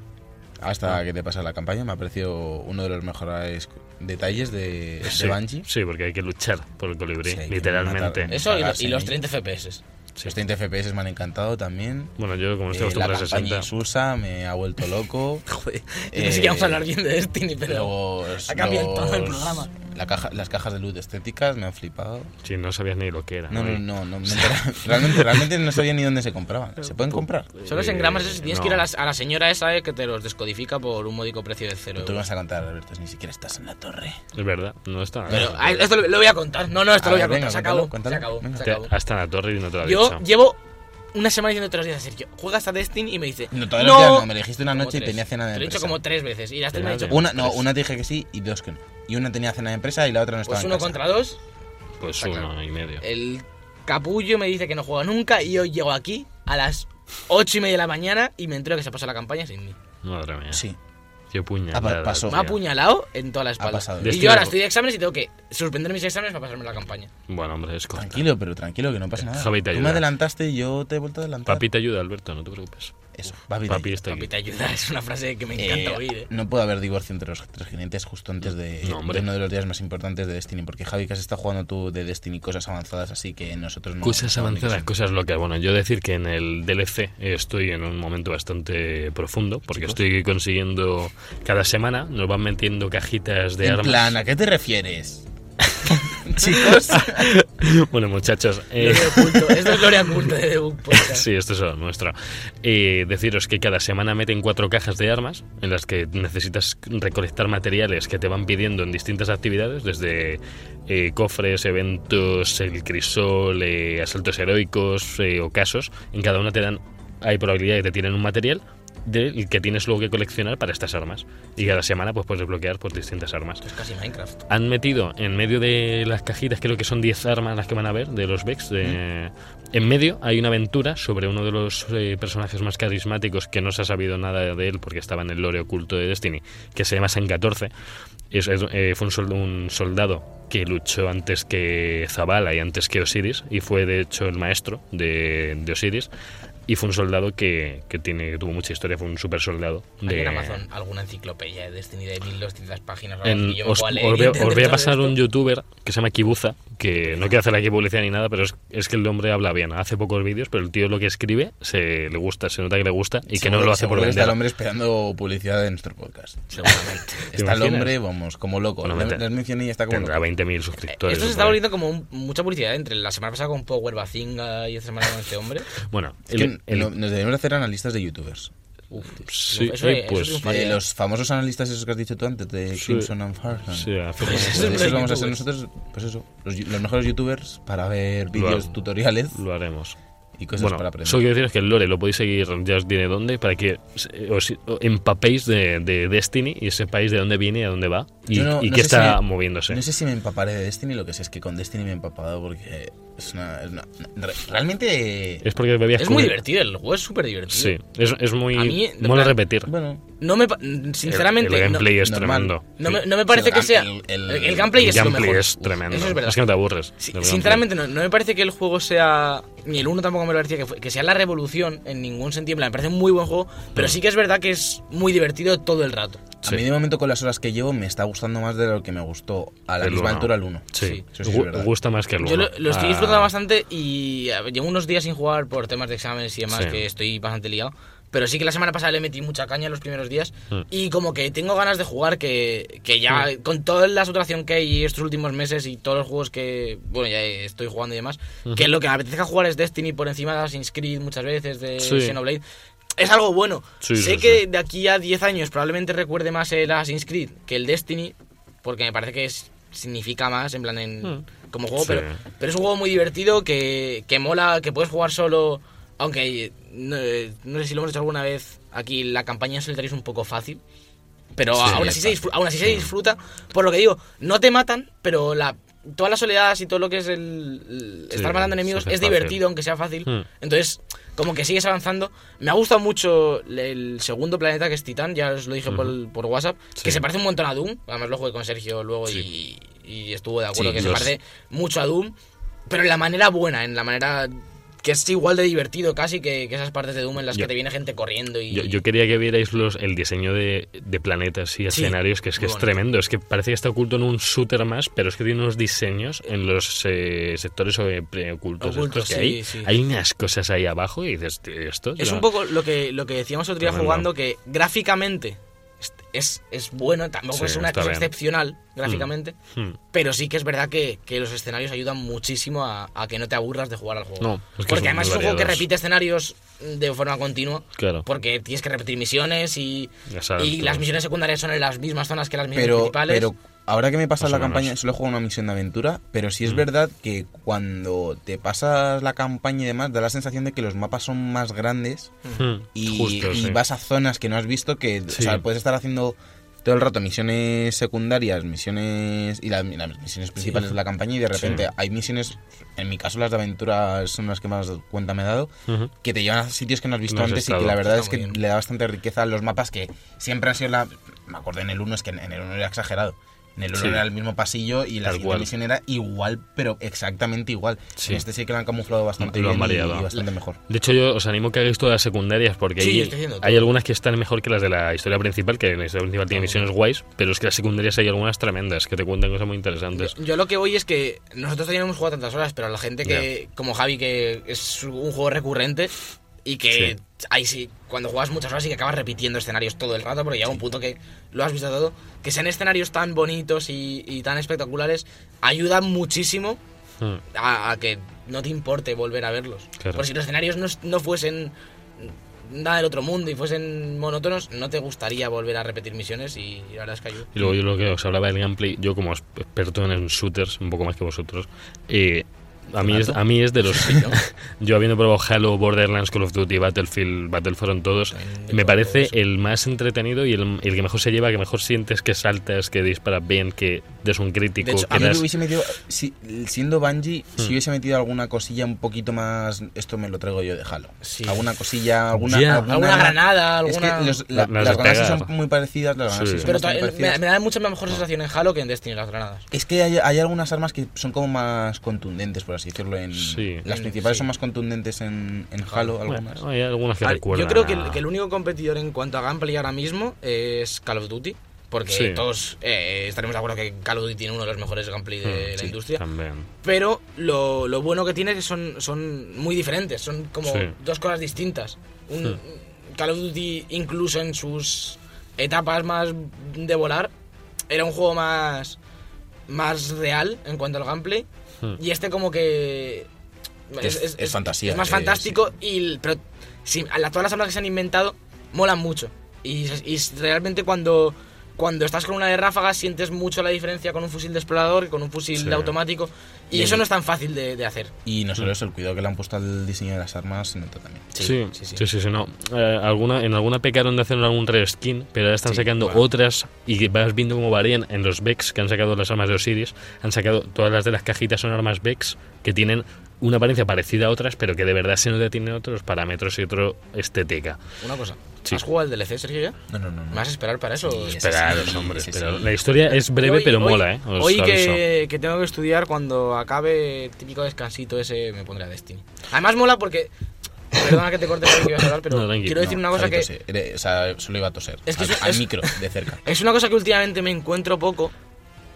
[SPEAKER 3] hasta que te pasa la campaña. Me ha parecido uno de los mejores detalles de, de
[SPEAKER 2] Sí,
[SPEAKER 3] Bungie.
[SPEAKER 2] sí, porque hay que luchar por el colibrí,
[SPEAKER 3] Sí, hay que
[SPEAKER 2] literalmente.
[SPEAKER 3] matar-
[SPEAKER 4] Eso y, lo- y los
[SPEAKER 3] Sí.
[SPEAKER 4] 30 FPS.
[SPEAKER 2] Sí.
[SPEAKER 3] Los 30 FPS me han encantado también.
[SPEAKER 2] Bueno, yo como este no estoy
[SPEAKER 3] Eh, la
[SPEAKER 2] acostumbrado a
[SPEAKER 3] campaña
[SPEAKER 2] 60...
[SPEAKER 3] Susa me ha vuelto loco. Joder.
[SPEAKER 4] Yo pensé que íbamos a
[SPEAKER 3] Eh,
[SPEAKER 4] hablar bien de Destiny, pero.
[SPEAKER 3] Los,
[SPEAKER 4] ha cambiado
[SPEAKER 3] los-
[SPEAKER 4] todo el programa.
[SPEAKER 3] la caja- las cajas de luz estéticas me han flipado.
[SPEAKER 2] Sí, no sabías ni lo que era.
[SPEAKER 3] No,
[SPEAKER 2] ¿no?
[SPEAKER 3] no,
[SPEAKER 2] Y-
[SPEAKER 3] no, no, me enteraba. realmente, realmente no sabía ni dónde se compraban. ¿Se pueden comprar?
[SPEAKER 4] Solo es en
[SPEAKER 2] Eh,
[SPEAKER 4] gramas esos, tienes
[SPEAKER 2] no.
[SPEAKER 4] que ir a la, a la señora esa eh, que te los descodifica por un módico precio de cero.
[SPEAKER 3] Tú me vas a contar, Alberto, ni siquiera estás en la torre.
[SPEAKER 2] Es verdad, no está.
[SPEAKER 4] Pero ah, esto lo, lo voy a contar. No, no, esto
[SPEAKER 3] A
[SPEAKER 4] lo voy a
[SPEAKER 3] ver,
[SPEAKER 4] contar. se
[SPEAKER 3] venga,
[SPEAKER 4] acabó.
[SPEAKER 3] cuéntalo,
[SPEAKER 4] se acabó.
[SPEAKER 3] cuéntalo,
[SPEAKER 4] se
[SPEAKER 2] Te-
[SPEAKER 4] acabó.
[SPEAKER 2] hasta en la torre y no te lo ha
[SPEAKER 4] Yo
[SPEAKER 2] dicho.
[SPEAKER 4] llevo una semana diciendo todos los días a Sergio, juegas a Destiny y me dice.
[SPEAKER 3] No, todos los días no, me lo dijiste una
[SPEAKER 4] Como
[SPEAKER 3] noche y
[SPEAKER 4] tres.
[SPEAKER 3] tenía cena de
[SPEAKER 4] Te lo he dicho
[SPEAKER 3] empresa.
[SPEAKER 4] como tres veces y las tres me han
[SPEAKER 2] Cena
[SPEAKER 4] dicho.
[SPEAKER 2] de-
[SPEAKER 3] Una, no,
[SPEAKER 2] Tres.
[SPEAKER 3] una te dije que sí y dos que no. Y una tenía cena de empresa y la otra no estaba
[SPEAKER 4] Pues
[SPEAKER 3] en
[SPEAKER 4] uno
[SPEAKER 3] casa.
[SPEAKER 4] contra dos.
[SPEAKER 2] Pues
[SPEAKER 4] Está
[SPEAKER 2] uno
[SPEAKER 4] claro.
[SPEAKER 2] y medio.
[SPEAKER 3] Eh,
[SPEAKER 4] El capullo me dice que no juega nunca y yo llego aquí a las ocho y media de la mañana y me entero que se pasa la campaña sin mí.
[SPEAKER 2] Madre mía.
[SPEAKER 3] Sí.
[SPEAKER 2] Qué
[SPEAKER 3] Ah,
[SPEAKER 2] puñalada.
[SPEAKER 3] pa- pasó.
[SPEAKER 4] Me
[SPEAKER 2] tío.
[SPEAKER 4] ha apuñalado en toda la espalda.
[SPEAKER 3] pasado.
[SPEAKER 4] Y
[SPEAKER 2] Destino-
[SPEAKER 4] yo ahora estoy de exámenes y tengo que suspender mis exámenes para pasarme la campaña.
[SPEAKER 2] Bueno, hombre, es corta.
[SPEAKER 3] Tranquilo, pero tranquilo, que no pasa nada.
[SPEAKER 2] Javi te
[SPEAKER 3] Tú
[SPEAKER 2] ayuda.
[SPEAKER 3] me adelantaste y yo te he vuelto a adelantar.
[SPEAKER 2] Papi te ayuda, Alberto, no te preocupes.
[SPEAKER 3] Eso, papi. te-
[SPEAKER 2] Papi está aquí.
[SPEAKER 4] Papi, te ayuda. Es una frase que me
[SPEAKER 3] Eh,
[SPEAKER 4] encanta oír. eh.
[SPEAKER 3] No puede haber divorcio entre los tres clientes justo antes de,
[SPEAKER 2] No, hombre.
[SPEAKER 3] de uno de los días más importantes de Destiny. Porque Javi, que has estado jugando tú de Destiny cosas avanzadas, así que nosotros no.
[SPEAKER 2] Cosas
[SPEAKER 3] no-
[SPEAKER 2] avanzadas, cosas locas. Bueno, yo decir que en el DLC estoy en un momento bastante profundo porque estoy consiguiendo cada semana, nos van metiendo cajitas de
[SPEAKER 3] En
[SPEAKER 2] armas.
[SPEAKER 3] plan, ¿a qué te refieres? Chicos,
[SPEAKER 2] Bueno, muchachos, eh,
[SPEAKER 4] Gloria oculto. Esto es gloria oculta de Book Podcast.
[SPEAKER 2] Sí, esto es lo nuestro. Eh, deciros que cada semana meten cuatro cajas de armas en las que necesitas recolectar materiales que te van pidiendo en distintas actividades, desde eh, cofres, eventos, el crisol, eh, asaltos heroicos eh, o casos. En cada una te dan, hay probabilidad de que te tienen un material del que tienes luego que coleccionar para estas armas. Y cada semana pues puedes desbloquear pues, distintas armas.
[SPEAKER 4] Es casi Minecraft.
[SPEAKER 2] Han metido en medio de las cajitas, creo que son 10 armas las que van a ver, de los Vex. de- En medio hay una aventura sobre uno de los eh, personajes más carismáticos que no se ha sabido nada de él porque estaba en el lore oculto de Destiny, que se llama San 14. Es, es- eh, fue un, sol- un soldado que luchó antes que Zavala y antes que Osiris, y fue de hecho el maestro de, de Osiris. Y fue un soldado que, que tiene, que tuvo mucha historia, fue un super soldado.
[SPEAKER 4] Hay
[SPEAKER 2] De,
[SPEAKER 4] en Amazon alguna enciclopedia de Destiny de 1200 páginas. o algo
[SPEAKER 2] en-
[SPEAKER 4] así, yo me
[SPEAKER 2] os,
[SPEAKER 4] puedo
[SPEAKER 2] os
[SPEAKER 4] leer y
[SPEAKER 2] voy, a- os
[SPEAKER 4] entender
[SPEAKER 2] voy a
[SPEAKER 4] todo
[SPEAKER 2] pasar
[SPEAKER 4] esto.
[SPEAKER 2] un youtuber que se llama Kibuza, que no quiero hacer aquí publicidad ni nada, pero es, es que el hombre habla bien. Hace pocos vídeos, pero el tío lo que escribe se le gusta, se nota que le gusta y que no
[SPEAKER 3] Seguro-
[SPEAKER 2] lo hace
[SPEAKER 3] seguro
[SPEAKER 2] por
[SPEAKER 3] que Está
[SPEAKER 2] vender.
[SPEAKER 3] el hombre esperando publicidad de nuestro podcast.
[SPEAKER 4] Seguramente.
[SPEAKER 3] Está el
[SPEAKER 2] imaginas?
[SPEAKER 3] hombre, vamos, como loco.
[SPEAKER 2] Bueno,
[SPEAKER 3] Le-
[SPEAKER 2] vente.
[SPEAKER 3] les mencioné y está como
[SPEAKER 2] Tendrá
[SPEAKER 3] loco.
[SPEAKER 2] 20.000
[SPEAKER 4] Eh,
[SPEAKER 2] suscriptores.
[SPEAKER 4] Esto se
[SPEAKER 2] o
[SPEAKER 4] está
[SPEAKER 2] por ahí.
[SPEAKER 4] volviendo como un- mucha publicidad entre la semana pasada con Power Bazinga y esta semana con este hombre.
[SPEAKER 2] Bueno,
[SPEAKER 3] Es que
[SPEAKER 2] el- el-
[SPEAKER 3] no- nos debemos hacer analistas de youtubers.
[SPEAKER 2] sí,
[SPEAKER 4] eso-
[SPEAKER 2] eh,
[SPEAKER 4] eso
[SPEAKER 2] pues.
[SPEAKER 4] triunfa.
[SPEAKER 3] De
[SPEAKER 4] Vale.
[SPEAKER 3] los famosos analistas esos que has dicho tú antes, de
[SPEAKER 2] Sí.
[SPEAKER 3] Crimson and Farhan.
[SPEAKER 2] sí, hace-
[SPEAKER 3] Pues
[SPEAKER 4] Eso es
[SPEAKER 3] esos
[SPEAKER 4] los
[SPEAKER 3] vamos a ser
[SPEAKER 4] youtubers.
[SPEAKER 3] nosotros, pues eso, los, los mejores youtubers para ver vídeos,
[SPEAKER 2] hago.
[SPEAKER 3] tutoriales
[SPEAKER 2] lo haremos.
[SPEAKER 3] y cosas
[SPEAKER 2] bueno,
[SPEAKER 3] para aprender.
[SPEAKER 2] solo quiero deciros que el lore lo podéis seguir, ya os diré dónde, para que eh, os o- empapéis de, de Destiny y sepáis de dónde viene y a dónde va y,
[SPEAKER 3] Yo no-
[SPEAKER 2] y
[SPEAKER 3] no
[SPEAKER 2] qué
[SPEAKER 3] sé si
[SPEAKER 2] está
[SPEAKER 3] me-
[SPEAKER 2] moviéndose.
[SPEAKER 3] No sé si me empaparé de Destiny, lo que sé es que con Destiny me he empapado porque es una... es una- re- realmente...
[SPEAKER 2] Es porque bebías
[SPEAKER 4] Es
[SPEAKER 2] con-
[SPEAKER 4] muy divertido, el juego es súper divertido.
[SPEAKER 2] Sí, es, es muy.
[SPEAKER 4] A mí, de
[SPEAKER 2] mola
[SPEAKER 4] plan,
[SPEAKER 2] repetir.
[SPEAKER 3] Bueno,
[SPEAKER 4] No me, pa-
[SPEAKER 2] El-
[SPEAKER 4] sinceramente,
[SPEAKER 2] el,
[SPEAKER 4] no-
[SPEAKER 2] gameplay es
[SPEAKER 3] normal.
[SPEAKER 2] tremendo.
[SPEAKER 4] no, me,
[SPEAKER 2] Sí.
[SPEAKER 4] no me parece
[SPEAKER 3] El
[SPEAKER 4] que
[SPEAKER 3] gam-
[SPEAKER 4] sea.
[SPEAKER 3] el-
[SPEAKER 4] El,
[SPEAKER 3] el-
[SPEAKER 4] el gameplay
[SPEAKER 2] el
[SPEAKER 4] es lo
[SPEAKER 2] gameplay
[SPEAKER 4] mejor.
[SPEAKER 2] es tremendo.
[SPEAKER 4] Eso es
[SPEAKER 2] es,
[SPEAKER 4] verdad.
[SPEAKER 2] que no te aburres.
[SPEAKER 4] Sí,
[SPEAKER 2] del gameplay.
[SPEAKER 4] sinceramente, no, no me parece que el juego sea. Ni el 1 tampoco me lo parecía que, fue- que sea la revolución en ningún sentido. en plan, Me parece un muy buen juego, pero sí que es verdad que es muy divertido todo el rato.
[SPEAKER 3] a
[SPEAKER 2] Sí.
[SPEAKER 3] mí de momento con las horas que llevo me está gustando más de lo que me gustó a la
[SPEAKER 2] El
[SPEAKER 3] misma
[SPEAKER 2] uno.
[SPEAKER 3] altura al 1.
[SPEAKER 2] Sí,
[SPEAKER 3] Eso sí es
[SPEAKER 2] Gu-
[SPEAKER 3] verdad.
[SPEAKER 2] gusta más que el
[SPEAKER 4] Yo
[SPEAKER 2] uno.
[SPEAKER 4] lo, lo estoy
[SPEAKER 2] Ah,
[SPEAKER 4] disfrutando bastante y a ver, llevo unos días sin jugar por temas de exámenes y demás,
[SPEAKER 2] Sí.
[SPEAKER 4] que estoy bastante liado. Pero sí que la semana pasada le metí mucha caña los primeros días
[SPEAKER 2] Mm.
[SPEAKER 4] y como que tengo ganas de jugar, que, que ya con toda la saturación que hay estos últimos meses y todos los juegos que, bueno, ya estoy jugando y demás, que lo que me apetezca jugar es Destiny por encima de Assassin's Creed muchas veces, de
[SPEAKER 2] Sí.
[SPEAKER 4] Xenoblade. Es algo bueno.
[SPEAKER 2] Sí,
[SPEAKER 4] sé
[SPEAKER 2] sí,
[SPEAKER 4] que
[SPEAKER 2] sí.
[SPEAKER 4] de aquí a 10 años probablemente recuerde más el Assassin's Creed que el Destiny, porque me parece que es- significa más en plan en,
[SPEAKER 2] Mm.
[SPEAKER 4] como juego,
[SPEAKER 2] Sí.
[SPEAKER 4] pero, pero es un juego muy divertido que, que mola, que puedes jugar solo. Aunque eh, no, eh, no sé si lo hemos hecho alguna vez aquí, la campaña en solitario es un poco fácil. Pero
[SPEAKER 3] Sí,
[SPEAKER 4] aún, así se
[SPEAKER 3] está.
[SPEAKER 4] disfru- aún así se
[SPEAKER 2] Hmm.
[SPEAKER 4] disfruta. Por lo que digo, no te matan, pero la, todas las soledades y todo lo que es el, el
[SPEAKER 2] Sí,
[SPEAKER 4] estar matando
[SPEAKER 2] se
[SPEAKER 4] enemigos
[SPEAKER 2] hace
[SPEAKER 4] es
[SPEAKER 2] fácil.
[SPEAKER 4] divertido, aunque sea fácil.
[SPEAKER 2] Hmm.
[SPEAKER 4] Entonces, como que sigues avanzando. Me ha gustado mucho el segundo planeta que es Titán, ya os lo dije por, por WhatsApp,
[SPEAKER 2] Sí.
[SPEAKER 4] que se parece un montón a Doom. Además lo jugué con Sergio luego y, y estuvo de acuerdo
[SPEAKER 3] Sí,
[SPEAKER 4] que se
[SPEAKER 2] los-
[SPEAKER 4] parece mucho a Doom, pero en la manera buena, en la manera que es igual de divertido casi que, que esas partes de Doom en las
[SPEAKER 2] Yo-
[SPEAKER 4] que te viene gente corriendo y...
[SPEAKER 2] Yo, yo quería que vierais los, el diseño de, de planetas y escenarios, que es que
[SPEAKER 4] muy
[SPEAKER 2] es
[SPEAKER 4] bonito.
[SPEAKER 2] tremendo. Es que parece que está oculto en un shooter más, pero es que tiene unos diseños en los eh, sectores eh, pre- ocultos.
[SPEAKER 4] Ocultos,
[SPEAKER 2] estos que
[SPEAKER 4] sí,
[SPEAKER 2] hay.
[SPEAKER 4] sí.
[SPEAKER 2] hay unas cosas ahí abajo y dices, "Tío, esto
[SPEAKER 4] Es
[SPEAKER 2] yo-
[SPEAKER 4] un poco lo que, lo que decíamos otro día
[SPEAKER 2] Tremendo.
[SPEAKER 4] jugando, que gráficamente es, es, es bueno, tampoco
[SPEAKER 2] Sí,
[SPEAKER 4] es una
[SPEAKER 2] está
[SPEAKER 4] cosa
[SPEAKER 2] bien.
[SPEAKER 4] excepcional gráficamente,
[SPEAKER 2] Hmm.
[SPEAKER 4] pero sí que es verdad que, que los escenarios ayudan muchísimo a, a que no te aburras de jugar al juego.
[SPEAKER 2] No, es que son
[SPEAKER 4] porque además es un juego que
[SPEAKER 2] variados.
[SPEAKER 4] repite escenarios de forma continua.
[SPEAKER 2] Claro.
[SPEAKER 4] Porque tienes que repetir misiones y,
[SPEAKER 2] Ya sabes,
[SPEAKER 4] y
[SPEAKER 2] claro.
[SPEAKER 4] las misiones secundarias son en las mismas zonas que las misiones
[SPEAKER 3] pero,
[SPEAKER 4] principales.
[SPEAKER 3] pero ahora que me pasa
[SPEAKER 2] Más o
[SPEAKER 3] la
[SPEAKER 2] menos. Mm.
[SPEAKER 3] campaña, solo he jugado una misión de aventura, pero sí es verdad que cuando te pasas la campaña y demás, da la sensación de que los mapas son más grandes
[SPEAKER 2] Hmm.
[SPEAKER 3] y,
[SPEAKER 2] Justo,
[SPEAKER 3] y
[SPEAKER 2] sí.
[SPEAKER 3] vas a zonas que no has visto que o
[SPEAKER 2] Sí.
[SPEAKER 3] sea, puedes estar haciendo todo el rato misiones secundarias, misiones y la- y las misiones principales de la campaña y de repente
[SPEAKER 2] Sí.
[SPEAKER 3] hay misiones, en mi caso las de aventura son las que más cuenta me he dado,
[SPEAKER 2] Ujú.
[SPEAKER 3] que te llevan a sitios que no has visto
[SPEAKER 2] No has
[SPEAKER 3] antes
[SPEAKER 2] estado.
[SPEAKER 3] y que la verdad
[SPEAKER 4] Está
[SPEAKER 3] es que
[SPEAKER 4] muy bien.
[SPEAKER 3] le da bastante riqueza a los mapas que siempre han sido la... Me acordé en el 1, es que en en el 1 era exagerado. En el 1
[SPEAKER 2] Sí.
[SPEAKER 3] era el mismo pasillo y la
[SPEAKER 2] Tal
[SPEAKER 3] siguiente
[SPEAKER 2] cual.
[SPEAKER 3] misión era igual, pero exactamente igual.
[SPEAKER 2] Sí.
[SPEAKER 3] En este sí que lo han camuflado bastante
[SPEAKER 2] Lo han
[SPEAKER 3] bien y-
[SPEAKER 2] variado.
[SPEAKER 3] y bastante mejor.
[SPEAKER 2] De hecho, yo os animo que hagáis todas las secundarias porque
[SPEAKER 4] Sí,
[SPEAKER 2] hay,
[SPEAKER 4] estoy haciendo
[SPEAKER 2] hay
[SPEAKER 4] todo.
[SPEAKER 2] algunas que están mejor que las de la historia principal, que la historia principal tiene misiones guays, pero es que las secundarias hay algunas tremendas que te cuentan cosas muy interesantes.
[SPEAKER 4] Yo, yo lo que voy es que nosotros también hemos jugado tantas horas, pero la gente que, como Javi, que es un juego recurrente y que ahí sí, cuando juegas muchas horas y que acabas repitiendo escenarios todo el rato, porque llega un punto que lo has visto todo, que sean escenarios tan bonitos y, y tan espectaculares, ayuda muchísimo
[SPEAKER 2] Hmm.
[SPEAKER 4] a, a que no te importe volver a verlos.
[SPEAKER 2] Claro.
[SPEAKER 4] Porque si los escenarios no, es- no fuesen nada del otro mundo y fuesen monótonos, no te gustaría volver a repetir misiones y la verdad es que ayuda.
[SPEAKER 2] Y luego yo lo que os hablaba del gameplay, yo como experto en shooters, un poco más que vosotros, eh, A mí, es, a mí es de los. yo habiendo probado Halo, Borderlands, Call of Duty, Battlefield, Battlefront, todos, me parece el más entretenido y el, el que mejor se lleva, que mejor sientes que saltas, que disparas bien, que des un crítico.
[SPEAKER 3] De hecho,
[SPEAKER 2] que
[SPEAKER 3] a mí me
[SPEAKER 2] das-
[SPEAKER 3] hubiese metido, si- siendo Bungie,
[SPEAKER 2] Mm.
[SPEAKER 3] si hubiese metido alguna cosilla un poquito más, esto me lo traigo yo de Halo.
[SPEAKER 4] Sí.
[SPEAKER 3] Alguna cosilla, alguna,
[SPEAKER 2] Ya.
[SPEAKER 3] alguna,
[SPEAKER 4] Alguna granada, alguna-
[SPEAKER 3] Es que los- la-
[SPEAKER 2] Las de
[SPEAKER 3] las granadas
[SPEAKER 2] pegar.
[SPEAKER 3] son muy parecidas, las granadas
[SPEAKER 2] Sí.
[SPEAKER 3] sí son
[SPEAKER 4] Pero
[SPEAKER 3] bastante
[SPEAKER 4] todavía- me,
[SPEAKER 3] parecidas.
[SPEAKER 4] me da mucha mejor sensación en Halo que en Destiny las granadas.
[SPEAKER 3] Es que hay, hay algunas armas que son como más contundentes, por así decirlo. En,
[SPEAKER 2] Sí.
[SPEAKER 3] Las
[SPEAKER 4] En-
[SPEAKER 3] principales
[SPEAKER 4] sí.
[SPEAKER 3] son más contundentes en, en Halo, algunas.
[SPEAKER 2] Bueno, hay algunas que
[SPEAKER 4] Ah,
[SPEAKER 5] A ver,
[SPEAKER 2] recuerdan.
[SPEAKER 5] Yo creo que
[SPEAKER 2] a-
[SPEAKER 5] el, que el único competidor en cuanto a gameplay ahora mismo es Call of Duty. Porque
[SPEAKER 2] Sí.
[SPEAKER 4] Todos eh, estaremos de acuerdo que Call of Duty tiene uno de los mejores gameplay de la
[SPEAKER 2] Mm, Hmm, Sí,
[SPEAKER 4] industria.
[SPEAKER 2] También.
[SPEAKER 4] Pero lo, lo bueno que tiene es que son, son muy diferentes, son como
[SPEAKER 2] Sí.
[SPEAKER 4] dos cosas distintas. Un,
[SPEAKER 2] Sí.
[SPEAKER 4] Call of Duty, incluso en sus etapas más de volar, era un juego más, más real en cuanto al gameplay.
[SPEAKER 2] Sí.
[SPEAKER 4] Y este como que...
[SPEAKER 3] Es- es fantasía,
[SPEAKER 4] Es más
[SPEAKER 3] eh,
[SPEAKER 4] fantástico, y, pero sí, a la- todas las armas que se han inventado molan mucho. Y, y realmente cuando, cuando estás con una de ráfagas sientes mucho la diferencia con un fusil de explorador, que con un fusil
[SPEAKER 2] Sí.
[SPEAKER 4] de automático. Y
[SPEAKER 3] Y
[SPEAKER 4] eso
[SPEAKER 3] el-
[SPEAKER 4] no es tan fácil de, de hacer.
[SPEAKER 3] Y no solo
[SPEAKER 2] Mm.
[SPEAKER 3] eso, el cuidado que le han puesto al diseño de las armas se nota también.
[SPEAKER 2] Sí, sí, sí, sí, no. Eh, alguna, en alguna pecaron de hacer algún reskin, pero ahora están
[SPEAKER 3] Sí,
[SPEAKER 2] sacando
[SPEAKER 3] bueno.
[SPEAKER 2] otras y que vas viendo cómo varían en los Vex que han sacado las armas de Osiris. Han sacado todas las de las cajitas son armas Vex que tienen una apariencia parecida a otras, pero que de verdad se nota tienen otros parámetros y otro estética.
[SPEAKER 4] Una cosa.
[SPEAKER 2] Sí.
[SPEAKER 4] ¿Has jugado al DLC, Sergio, ya?
[SPEAKER 3] No, no, no. no.
[SPEAKER 4] ¿Me vas a esperar para eso?
[SPEAKER 3] Sí, es-
[SPEAKER 2] Esperaros,
[SPEAKER 3] sí,
[SPEAKER 2] hombre,
[SPEAKER 3] sí,
[SPEAKER 2] esperaros.
[SPEAKER 3] sí.
[SPEAKER 2] La historia es breve,
[SPEAKER 4] Hoy-
[SPEAKER 2] pero
[SPEAKER 4] hoy-
[SPEAKER 2] mola, ¿eh? Os
[SPEAKER 4] hoy
[SPEAKER 2] aviso.
[SPEAKER 4] que, que tengo que estudiar, cuando acabe el típico descansito ese, me pondré a Destiny. Además mola porque... Perdona que te corte lo que ibas a hablar, pero
[SPEAKER 2] No, tranqui,
[SPEAKER 4] quiero decir
[SPEAKER 3] No,
[SPEAKER 4] una cosa
[SPEAKER 3] Javi
[SPEAKER 4] que...
[SPEAKER 3] tose. Era- O sea, solo iba a toser.
[SPEAKER 4] Es que
[SPEAKER 3] al,
[SPEAKER 4] eso-
[SPEAKER 3] al
[SPEAKER 4] es-
[SPEAKER 3] micro, de cerca.
[SPEAKER 4] Es una cosa que últimamente me encuentro poco.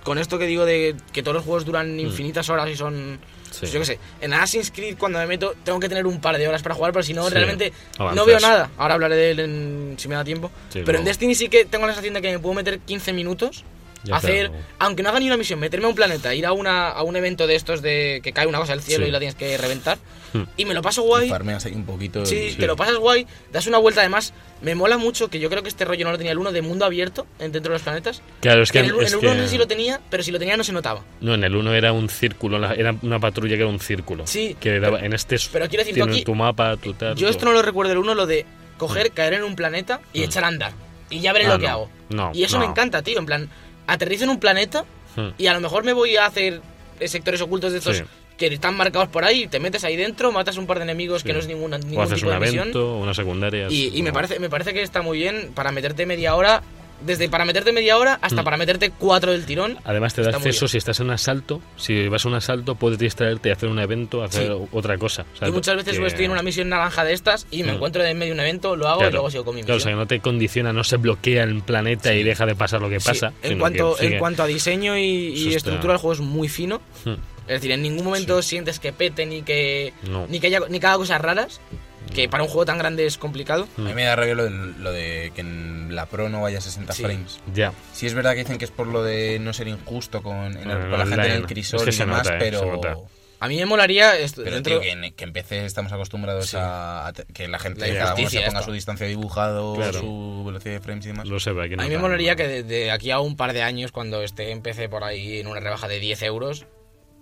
[SPEAKER 4] Con esto que digo de que todos los juegos duran infinitas horas y son.
[SPEAKER 2] Mm. Sí.
[SPEAKER 4] pues yo qué sé. En Assassin's Creed, cuando me meto, tengo que tener un par de horas para jugar, pero si no,
[SPEAKER 2] Sí,
[SPEAKER 4] realmente no
[SPEAKER 2] avanzas.
[SPEAKER 4] veo nada. Ahora hablaré de él en- si me da tiempo.
[SPEAKER 2] Sí,
[SPEAKER 4] pero en
[SPEAKER 2] no.
[SPEAKER 4] Destiny sí que tengo la sensación de que me puedo meter 15 minutos.
[SPEAKER 2] Ya,
[SPEAKER 4] hacer,
[SPEAKER 2] claro.
[SPEAKER 4] aunque no haga ni una misión, meterme a un planeta, ir a, una, a un evento de estos de que cae una cosa del cielo
[SPEAKER 2] Sí.
[SPEAKER 4] y la tienes que reventar.
[SPEAKER 2] Hmm.
[SPEAKER 4] Y me lo paso
[SPEAKER 3] Y
[SPEAKER 4] guay.
[SPEAKER 3] farmeas ahí un poquito.
[SPEAKER 4] Sí,
[SPEAKER 3] y-
[SPEAKER 4] te lo pasas guay, das una vuelta además. Me mola mucho que yo creo que este rollo no lo tenía el uno de mundo abierto en- dentro de los planetas.
[SPEAKER 2] Claro, es que,
[SPEAKER 4] En el,
[SPEAKER 2] es
[SPEAKER 4] en el uno
[SPEAKER 2] que-
[SPEAKER 4] no sé si lo tenía, pero si lo tenía no se notaba.
[SPEAKER 2] No, en el 1 era un círculo, la- era una patrulla que era un círculo.
[SPEAKER 4] Sí,
[SPEAKER 2] Que daba- en este es-
[SPEAKER 4] pero quiero decir,
[SPEAKER 2] tiene
[SPEAKER 4] yo aquí-
[SPEAKER 2] tu mapa, tu tal.
[SPEAKER 4] Yo
[SPEAKER 2] tu-
[SPEAKER 4] esto no lo recuerdo el uno, lo de coger, caer en un planeta y echar a andar. Y ya
[SPEAKER 2] Mm.
[SPEAKER 4] veré
[SPEAKER 2] Ah,
[SPEAKER 4] lo que
[SPEAKER 2] no.
[SPEAKER 4] hago.
[SPEAKER 2] No,
[SPEAKER 4] y eso me
[SPEAKER 2] no.
[SPEAKER 4] encanta, tío. En plan, aterrizo en un planeta
[SPEAKER 2] Hmm.
[SPEAKER 4] y a lo mejor me voy a hacer eh, sectores ocultos de estos
[SPEAKER 2] Sí.
[SPEAKER 4] que están marcados por ahí, te metes ahí dentro, matas un par de enemigos
[SPEAKER 2] Sí.
[SPEAKER 4] que no es ninguna, ningún
[SPEAKER 2] o haces
[SPEAKER 4] tipo
[SPEAKER 2] un
[SPEAKER 4] de misión.
[SPEAKER 2] evento, una secundaria.
[SPEAKER 4] Y, y me,
[SPEAKER 2] no.
[SPEAKER 4] parece, me parece que está muy bien para meterte media hora, desde para meterte media hora
[SPEAKER 2] Mm.
[SPEAKER 4] hasta para meterte cuatro del tirón.
[SPEAKER 2] Además te da
[SPEAKER 4] está muy
[SPEAKER 2] acceso
[SPEAKER 4] bien.
[SPEAKER 2] si estás en un asalto. Si vas a un asalto puedes distraerte, hacer un evento, hacer otra cosa. O sea,
[SPEAKER 4] Yo muchas veces pues,
[SPEAKER 2] que-
[SPEAKER 4] estoy en una misión naranja de estas y me
[SPEAKER 2] Mm.
[SPEAKER 4] encuentro en medio de un evento, lo hago
[SPEAKER 2] Claro,
[SPEAKER 4] y luego sigo con mi
[SPEAKER 2] claro, o sea,
[SPEAKER 4] misión.
[SPEAKER 2] que no te condiciona, no se bloquea el planeta y deja de pasar lo que
[SPEAKER 4] Sí,
[SPEAKER 2] pasa.
[SPEAKER 4] en,
[SPEAKER 2] sino
[SPEAKER 4] cuanto,
[SPEAKER 2] que sigue.
[SPEAKER 4] en cuanto a diseño y, y
[SPEAKER 2] Eso está-
[SPEAKER 4] estructura del juego es muy fino.
[SPEAKER 2] Hmm.
[SPEAKER 4] Es decir, en ningún momento sientes que pete ni que,
[SPEAKER 2] No.
[SPEAKER 4] ni que haya ni que haga cosas raras, que para un juego tan grande es complicado.
[SPEAKER 3] A mí me da rabia lo de, lo de que en la Pro no vaya a 60
[SPEAKER 4] Sí.
[SPEAKER 3] frames.
[SPEAKER 2] Ya.
[SPEAKER 3] Sí es verdad que dicen que es por lo de no ser injusto con, en el-
[SPEAKER 2] Bueno,
[SPEAKER 3] con la gente en
[SPEAKER 2] online.
[SPEAKER 3] el crisol
[SPEAKER 2] Es que
[SPEAKER 3] y
[SPEAKER 2] se
[SPEAKER 3] demás,
[SPEAKER 2] nota, eh, se
[SPEAKER 3] pero,
[SPEAKER 2] nota.
[SPEAKER 4] A mí me molaría esto-
[SPEAKER 3] pero
[SPEAKER 4] dentro-
[SPEAKER 3] tío, que, en, que en PC estamos acostumbrados a, a te- que la gente
[SPEAKER 4] La
[SPEAKER 3] cada uno se
[SPEAKER 4] injusticia
[SPEAKER 3] ponga
[SPEAKER 4] esta.
[SPEAKER 3] su distancia de dibujado,
[SPEAKER 2] Claro.
[SPEAKER 3] su velocidad de frames y demás.
[SPEAKER 2] Lo sepa. que no
[SPEAKER 4] A mí me
[SPEAKER 2] tal,
[SPEAKER 4] molaría
[SPEAKER 2] no.
[SPEAKER 4] que desde aquí a un par de años, cuando esté en PC por ahí en una rebaja de 10 euros,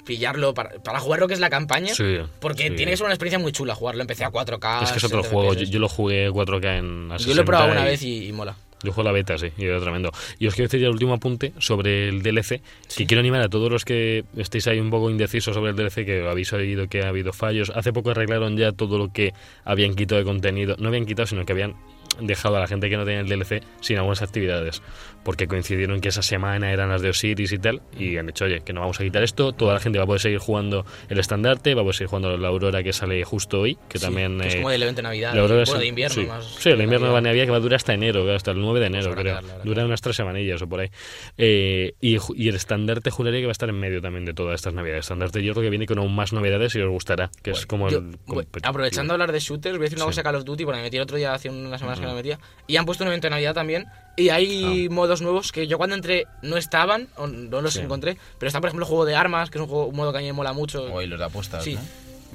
[SPEAKER 4] pillarlo para, para jugar lo que es la campaña.
[SPEAKER 2] Sí,
[SPEAKER 4] porque
[SPEAKER 2] sí.
[SPEAKER 4] tiene que ser una experiencia muy chula jugarlo. Empecé a 4K.
[SPEAKER 2] Es que es otro
[SPEAKER 4] 60
[SPEAKER 2] juego. Yo,
[SPEAKER 4] FPS.
[SPEAKER 2] yo lo jugué 4K en a
[SPEAKER 4] Yo lo he probado
[SPEAKER 2] 60
[SPEAKER 4] una
[SPEAKER 2] y-
[SPEAKER 4] vez y, y mola.
[SPEAKER 2] Yo juego la beta, sí, y era tremendo. Y os quiero decir ya el último apunte sobre el DLC, que quiero animar a todos los que estéis ahí un poco indecisos sobre el DLC, que habéis oído que ha habido fallos. Hace poco arreglaron ya todo lo que habían quitado de contenido. No habían quitado, sino que habían dejado a la gente que no tenía el DLC sin algunas actividades. Porque coincidieron que esa semana eran las de Osiris y tal, y han dicho, oye, que no vamos a quitar esto, toda la gente va a poder seguir jugando el estandarte, va a poder seguir jugando la Aurora que sale justo hoy, que
[SPEAKER 4] Sí,
[SPEAKER 2] también...
[SPEAKER 4] que es
[SPEAKER 2] eh,
[SPEAKER 4] como del evento de Navidad.
[SPEAKER 2] la aurora
[SPEAKER 4] bueno,
[SPEAKER 2] es-
[SPEAKER 4] de invierno
[SPEAKER 2] sí.
[SPEAKER 4] más.
[SPEAKER 2] Sí, el invierno de
[SPEAKER 4] Navidad.
[SPEAKER 2] Navidad que va a durar hasta enero, hasta el 9 de enero,
[SPEAKER 4] habrá que
[SPEAKER 2] creo.
[SPEAKER 4] darle, habrá que
[SPEAKER 2] Dura unas tres semanillas o por ahí. Eh, y, ju- y el estandarte juraría que va a estar en medio también de todas estas navidades. Estandarte yo creo que viene con aún más novedades y os gustará, que es como
[SPEAKER 4] Yo,
[SPEAKER 2] el
[SPEAKER 4] bueno,
[SPEAKER 2] competitivo.
[SPEAKER 4] aprovechando de hablar de shooters, voy a decir una
[SPEAKER 2] Sí.
[SPEAKER 4] cosa de Call of Duty, porque me metí el otro día hace unas semanas que no me metía. Y han puesto un evento de Navidad también. Y
[SPEAKER 3] Ah.
[SPEAKER 4] hay modos nuevos que yo cuando entré no estaban, o no los
[SPEAKER 2] Sí.
[SPEAKER 4] encontré. Pero está, por ejemplo, el juego de armas, que es un, juego, un modo que a mí me mola mucho.
[SPEAKER 3] Hoy los de apuestas,
[SPEAKER 4] Sí.
[SPEAKER 3] ¿no?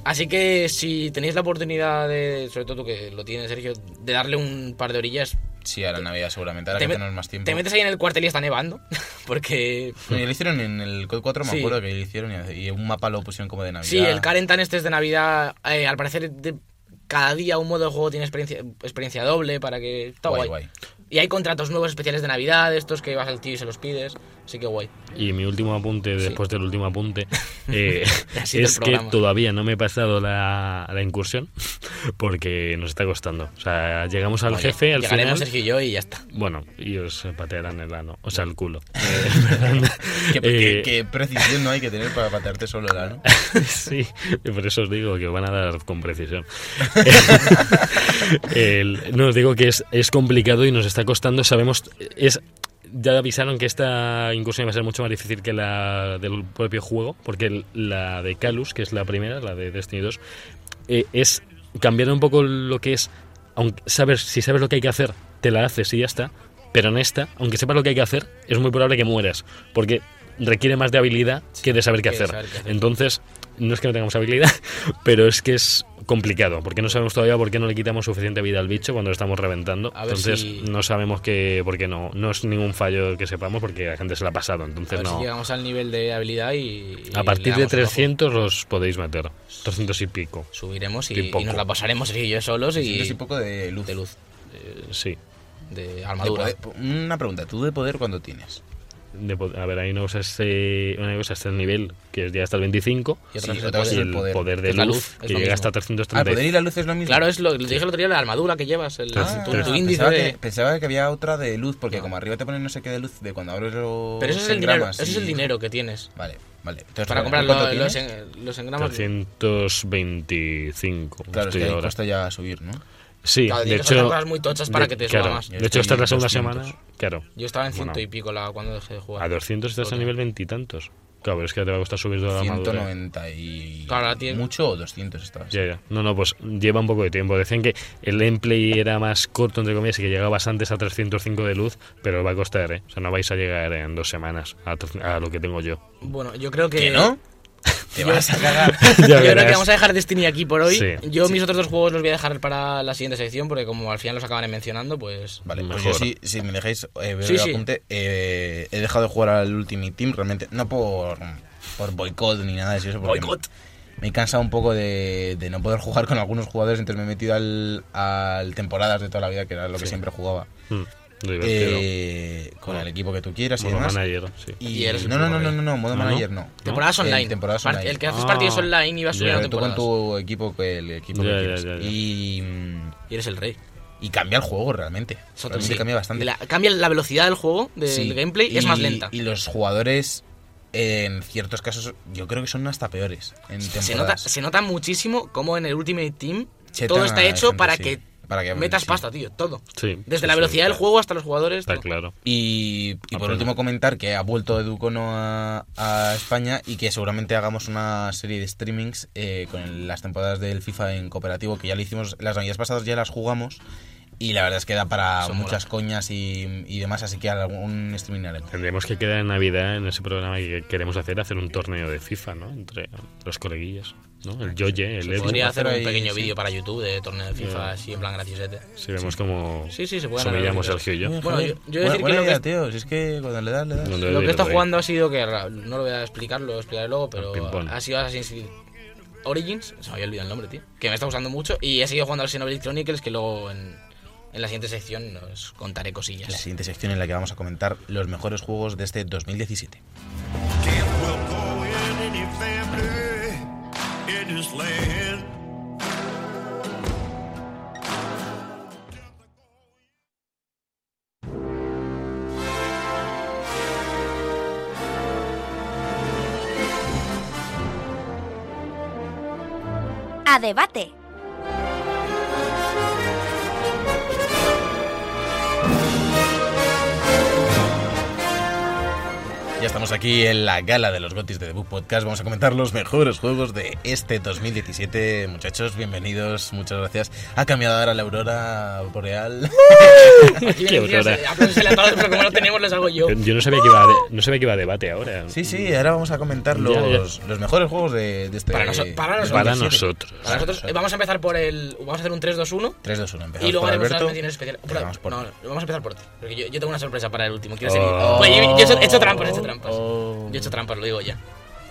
[SPEAKER 4] Así que si tenéis la oportunidad de, sobre todo tú que lo tienes, Sergio, de darle un par de orillas,
[SPEAKER 3] Sí, ahora en Navidad seguramente, ahora
[SPEAKER 4] te
[SPEAKER 3] que
[SPEAKER 4] met-
[SPEAKER 3] tenemos más tiempo.
[SPEAKER 4] Te metes ahí en el cuartel y está nevando. Porque.
[SPEAKER 3] No, y lo hicieron en el Code 4, me
[SPEAKER 4] Sí.
[SPEAKER 3] acuerdo que lo hicieron y, y un mapa lo pusieron como de Navidad.
[SPEAKER 4] Sí, el Carentan este es de Navidad. eh, al parecer, de- cada día un modo de juego tiene experiencia, experiencia doble para que. Está
[SPEAKER 3] Guay,
[SPEAKER 4] guay.
[SPEAKER 3] guay.
[SPEAKER 4] Y hay contratos nuevos especiales de Navidad, estos que vas al tío y se los pides. Así que guay.
[SPEAKER 2] Y mi último apunte, después del último apunte, eh,
[SPEAKER 4] Ha sido el
[SPEAKER 2] es que
[SPEAKER 4] programa.
[SPEAKER 2] todavía no me he pasado la, la incursión porque nos está costando. O sea, llegamos al
[SPEAKER 4] Oye,
[SPEAKER 2] jefe, al
[SPEAKER 4] Llegaremos
[SPEAKER 2] final...
[SPEAKER 4] Sergio y yo y ya está.
[SPEAKER 2] Bueno, y os patearán el ano, o sea, el culo.
[SPEAKER 3] Qué,
[SPEAKER 2] Eh,
[SPEAKER 3] qué- qué precisión no hay que tener para patearte solo el ano.
[SPEAKER 2] sí, por eso os digo que van a dar con precisión. El- no os digo que es, es complicado y nos está costando. Sabemos, es ya avisaron que esta incursión va a ser mucho más difícil que la del propio juego, porque el- la de Calus, que es la primera, la de Destiny 2, eh, es cambiar un poco lo que es. Aunque sabes, si sabes lo que hay que hacer, te la haces y ya está. Pero en esta, aunque sepas lo que hay que hacer, es muy probable que mueras, porque requiere más de habilidad que de saber qué
[SPEAKER 4] que de
[SPEAKER 2] hacer.
[SPEAKER 4] saber qué hacer.
[SPEAKER 2] Entonces, no es que no tengamos habilidad, pero es que es complicado, porque no sabemos todavía por qué no le quitamos suficiente vida al bicho cuando lo estamos reventando.
[SPEAKER 4] A ver
[SPEAKER 2] entonces,
[SPEAKER 4] si-
[SPEAKER 2] no sabemos que, por qué no. No es ningún fallo que sepamos, porque la gente se la ha pasado, entonces
[SPEAKER 4] A ver
[SPEAKER 2] no.
[SPEAKER 4] si llegamos al nivel de habilidad y. y
[SPEAKER 2] a partir
[SPEAKER 4] le
[SPEAKER 2] de
[SPEAKER 4] damos otro
[SPEAKER 2] 300 los podéis meter, 300 y pico.
[SPEAKER 4] juego. Subiremos y,
[SPEAKER 2] Bien
[SPEAKER 4] y
[SPEAKER 2] poco.
[SPEAKER 4] nos la pasaremos Sergio y yo solos
[SPEAKER 3] Y...
[SPEAKER 4] y.
[SPEAKER 3] un poco de luz.
[SPEAKER 4] De luz,
[SPEAKER 2] Eh, sí.
[SPEAKER 4] de
[SPEAKER 3] De
[SPEAKER 4] armadura.
[SPEAKER 3] poder- una pregunta, ¿tú de poder cuándo tienes?
[SPEAKER 2] De po- a ver, hay una cosa, es, eh, una cosa hasta el nivel, que es ya hasta el 25,
[SPEAKER 4] Y otra
[SPEAKER 3] Sí,
[SPEAKER 4] es el
[SPEAKER 3] otra
[SPEAKER 4] poder.
[SPEAKER 3] es
[SPEAKER 2] y el poder,
[SPEAKER 4] que
[SPEAKER 2] de
[SPEAKER 4] es la
[SPEAKER 2] luz,
[SPEAKER 4] luz, es
[SPEAKER 2] que
[SPEAKER 4] lo
[SPEAKER 2] llega
[SPEAKER 4] mismo.
[SPEAKER 2] hasta
[SPEAKER 3] Ah, ¿el
[SPEAKER 2] 330.
[SPEAKER 3] poder y la luz es lo mismo.
[SPEAKER 4] Claro, es lo, lo dije el otro día, la armadura que llevas, el,
[SPEAKER 2] Ah,
[SPEAKER 4] tu,
[SPEAKER 2] tres-
[SPEAKER 4] tu índice
[SPEAKER 3] pensaba,
[SPEAKER 4] de...
[SPEAKER 3] que, pensaba que había otra de luz, porque
[SPEAKER 4] No.
[SPEAKER 3] como arriba te ponen no sé qué de luz de cuando abres los.
[SPEAKER 4] Pero eso es el dinero,
[SPEAKER 3] engramas
[SPEAKER 4] eso es
[SPEAKER 3] y-
[SPEAKER 4] el dinero que tienes.
[SPEAKER 3] Vale, vale. Entonces,
[SPEAKER 4] Para
[SPEAKER 3] ¿tú
[SPEAKER 4] comprar
[SPEAKER 3] cuánto
[SPEAKER 4] lo- los,
[SPEAKER 3] tienes?
[SPEAKER 4] en- los engramas.
[SPEAKER 2] 325.
[SPEAKER 3] Pues Claro, es
[SPEAKER 2] estoy
[SPEAKER 3] que ahí
[SPEAKER 2] ahora.
[SPEAKER 3] cuesta ya subir, ¿no?
[SPEAKER 2] Sí,
[SPEAKER 4] Claro,
[SPEAKER 2] de
[SPEAKER 4] tienes que hacer
[SPEAKER 2] hecho.
[SPEAKER 4] cosas muy tochas para que te suba
[SPEAKER 2] claro,
[SPEAKER 4] más.
[SPEAKER 2] De hecho, esta es la segunda
[SPEAKER 3] 200.
[SPEAKER 2] semana. Claro.
[SPEAKER 4] Yo estaba en ciento
[SPEAKER 2] Bueno.
[SPEAKER 4] y pico la, cuando dejé de
[SPEAKER 2] A
[SPEAKER 4] jugar.
[SPEAKER 2] 200 estás a nivel veintitantos. Claro, pero es que te va a costar subir toda la armadura.
[SPEAKER 3] 190 y.
[SPEAKER 4] Claro, ahora tiene-
[SPEAKER 3] Mucho o 200 estabas.
[SPEAKER 2] Ya, ya. No, no, pues lleva un poco de tiempo. Decían que el gameplay era más corto, entre comillas, y que llegabas antes a 305 de luz, pero va a costar, ¿eh? O sea, no vais a llegar en dos semanas a, tre- a lo que tengo yo.
[SPEAKER 4] Bueno, yo creo que...
[SPEAKER 3] ¿Que no? Te vas a cagar.
[SPEAKER 2] Ya
[SPEAKER 4] Yo creo
[SPEAKER 2] verás.
[SPEAKER 4] que vamos a dejar Destiny aquí por hoy.
[SPEAKER 2] Sí.
[SPEAKER 4] yo mis otros dos juegos los voy a dejar para la siguiente sección, porque como al final los acaban mencionando, pues...
[SPEAKER 3] Vale, pues yo
[SPEAKER 2] Mejor.
[SPEAKER 3] sí, si me dejáis eh, ver
[SPEAKER 4] Sí,
[SPEAKER 3] el
[SPEAKER 4] sí.
[SPEAKER 3] apunte, eh, he dejado de jugar al Ultimate Team realmente, no por, por boicot ni nada de eso. porque
[SPEAKER 4] Boicot.
[SPEAKER 3] Me he cansado un poco de, de no poder jugar con algunos jugadores, entonces me he metido al, al temporadas de toda la vida, que era lo que
[SPEAKER 2] Sí.
[SPEAKER 3] siempre jugaba.
[SPEAKER 2] Mm, divertido.
[SPEAKER 3] Eh, con el equipo que tú quieras
[SPEAKER 2] Mono
[SPEAKER 3] y demás.
[SPEAKER 2] manager, sí.
[SPEAKER 3] Y
[SPEAKER 4] Y eres el
[SPEAKER 3] no, no, no,
[SPEAKER 4] mejor
[SPEAKER 3] no,
[SPEAKER 4] ahí.
[SPEAKER 3] no, no, modo
[SPEAKER 2] ¿No?
[SPEAKER 3] manager no.
[SPEAKER 4] Temporadas
[SPEAKER 3] Eh,
[SPEAKER 4] online.
[SPEAKER 3] temporadas
[SPEAKER 4] Part-
[SPEAKER 3] online.
[SPEAKER 4] El que haces
[SPEAKER 2] Ah.
[SPEAKER 4] partidos online y vas subiendo
[SPEAKER 2] Ya,
[SPEAKER 3] Pero tú con
[SPEAKER 4] temporadas.
[SPEAKER 3] tu equipo, que- el equipo
[SPEAKER 2] Ya,
[SPEAKER 3] que
[SPEAKER 2] ya,
[SPEAKER 3] quieres.
[SPEAKER 2] ya, ya.
[SPEAKER 3] Y, mm,
[SPEAKER 4] Y eres el rey.
[SPEAKER 3] y cambia el juego realmente.
[SPEAKER 4] Eso
[SPEAKER 3] realmente
[SPEAKER 4] sí.
[SPEAKER 3] cambia bastante.
[SPEAKER 4] La- cambia la velocidad del juego, del
[SPEAKER 3] Sí,
[SPEAKER 4] gameplay, y es más
[SPEAKER 3] y-
[SPEAKER 4] lenta.
[SPEAKER 3] Y los jugadores, eh, en ciertos casos, yo creo que son hasta peores. En
[SPEAKER 4] se, nota,
[SPEAKER 3] temporadas.
[SPEAKER 4] se nota muchísimo cómo en el Ultimate Team
[SPEAKER 3] Chetan
[SPEAKER 4] todo
[SPEAKER 3] a
[SPEAKER 4] está hecho
[SPEAKER 3] gente,
[SPEAKER 4] para,
[SPEAKER 3] sí.
[SPEAKER 4] que
[SPEAKER 3] Para que-
[SPEAKER 4] metas
[SPEAKER 3] sí.
[SPEAKER 4] pasta, tío. Todo.
[SPEAKER 2] Sí,
[SPEAKER 4] Desde
[SPEAKER 2] sí,
[SPEAKER 4] la
[SPEAKER 2] sí,
[SPEAKER 4] velocidad del
[SPEAKER 2] está-
[SPEAKER 4] juego hasta los jugadores.
[SPEAKER 2] Está
[SPEAKER 4] todo.
[SPEAKER 2] claro.
[SPEAKER 3] Y, y por
[SPEAKER 2] Aprende.
[SPEAKER 3] último comentar que ha vuelto Educono a, a España y que seguramente hagamos una serie de streamings eh, con las temporadas del FIFA en cooperativo, que ya lo hicimos, las navidades pasadas ya las jugamos y la verdad es que da para
[SPEAKER 4] Eso mola.
[SPEAKER 3] muchas coñas y, y demás, así que algún streaming haremos.
[SPEAKER 2] Tendremos que quedar en Navidad en ese programa que queremos hacer, hacer un torneo de FIFA, ¿no? Entre los coleguillas, ¿no? El Yoye, el Edu.
[SPEAKER 4] Podría
[SPEAKER 3] Sí,
[SPEAKER 4] hacer
[SPEAKER 3] hacer
[SPEAKER 4] un
[SPEAKER 3] ahí,
[SPEAKER 4] pequeño
[SPEAKER 3] sí.
[SPEAKER 4] vídeo para YouTube de torneo de FIFA,
[SPEAKER 2] Ya.
[SPEAKER 4] así en plan graciosete.
[SPEAKER 2] Si vemos cómo
[SPEAKER 4] Sí, sí, se pueden
[SPEAKER 2] humillamos
[SPEAKER 4] analizar.
[SPEAKER 2] Sergio y yo.
[SPEAKER 4] Bueno, yo- yo
[SPEAKER 3] Buena-
[SPEAKER 4] decir que
[SPEAKER 3] buena
[SPEAKER 4] lo que-
[SPEAKER 3] idea, tío, si es que cuando le das, le das.
[SPEAKER 2] Donde
[SPEAKER 4] Lo
[SPEAKER 2] doy,
[SPEAKER 4] que está
[SPEAKER 2] doy.
[SPEAKER 4] jugando ha sido que no lo voy a explicar, lo explicaré luego, pero
[SPEAKER 2] Al ping-pong.
[SPEAKER 4] ha sido Assassin's Creed Origins, se me había olvidado el nombre, tío, que me está gustando mucho y he seguido jugando al Xenoblade Chronicles que luego en, en la siguiente sección os contaré
[SPEAKER 3] La
[SPEAKER 4] cosillas.
[SPEAKER 3] siguiente sección en la que vamos a comentar los mejores juegos de este 2017.
[SPEAKER 6] Can't well go in any family in this land.
[SPEAKER 1] A debate.
[SPEAKER 3] Ya estamos aquí en la gala de los GOTIS de The Book Podcast. Vamos a comentar los mejores juegos de este 2017. Muchachos, bienvenidos. Muchas gracias. Ha cambiado ahora la aurora boreal.
[SPEAKER 4] Aquí
[SPEAKER 2] Qué
[SPEAKER 4] me decías,
[SPEAKER 2] horror.
[SPEAKER 4] eh, apláudensela a todos, pero como no tenemos, les hago yo.
[SPEAKER 2] Yo no sabía que iba a, de- no sabía que iba a debate ahora.
[SPEAKER 3] Sí, sí, ahora vamos a comentar
[SPEAKER 2] Ya,
[SPEAKER 3] los,
[SPEAKER 2] ya.
[SPEAKER 3] los mejores juegos de, de este
[SPEAKER 4] Para noso- para
[SPEAKER 3] del
[SPEAKER 4] nosotros.
[SPEAKER 2] Para
[SPEAKER 3] 2017.
[SPEAKER 2] nosotros.
[SPEAKER 4] Para nosotros, eh, vamos a empezar por el. Vamos a hacer un 3-2-1.
[SPEAKER 3] 3, 2, 1. Empezamos
[SPEAKER 4] Y luego
[SPEAKER 3] por
[SPEAKER 4] haremos unas
[SPEAKER 3] Alberto.
[SPEAKER 4] menciones especiales. Pero-
[SPEAKER 3] Empezamos por-
[SPEAKER 4] no, no, vamos a empezar por ti. Porque yo, yo tengo una sorpresa para el último. Quiero
[SPEAKER 2] Oh.
[SPEAKER 4] seguir. Pues yo, yo he hecho- he hecho trampas, he hecho trampas.
[SPEAKER 3] Oh.
[SPEAKER 4] Yo he hecho trampas, lo digo ya.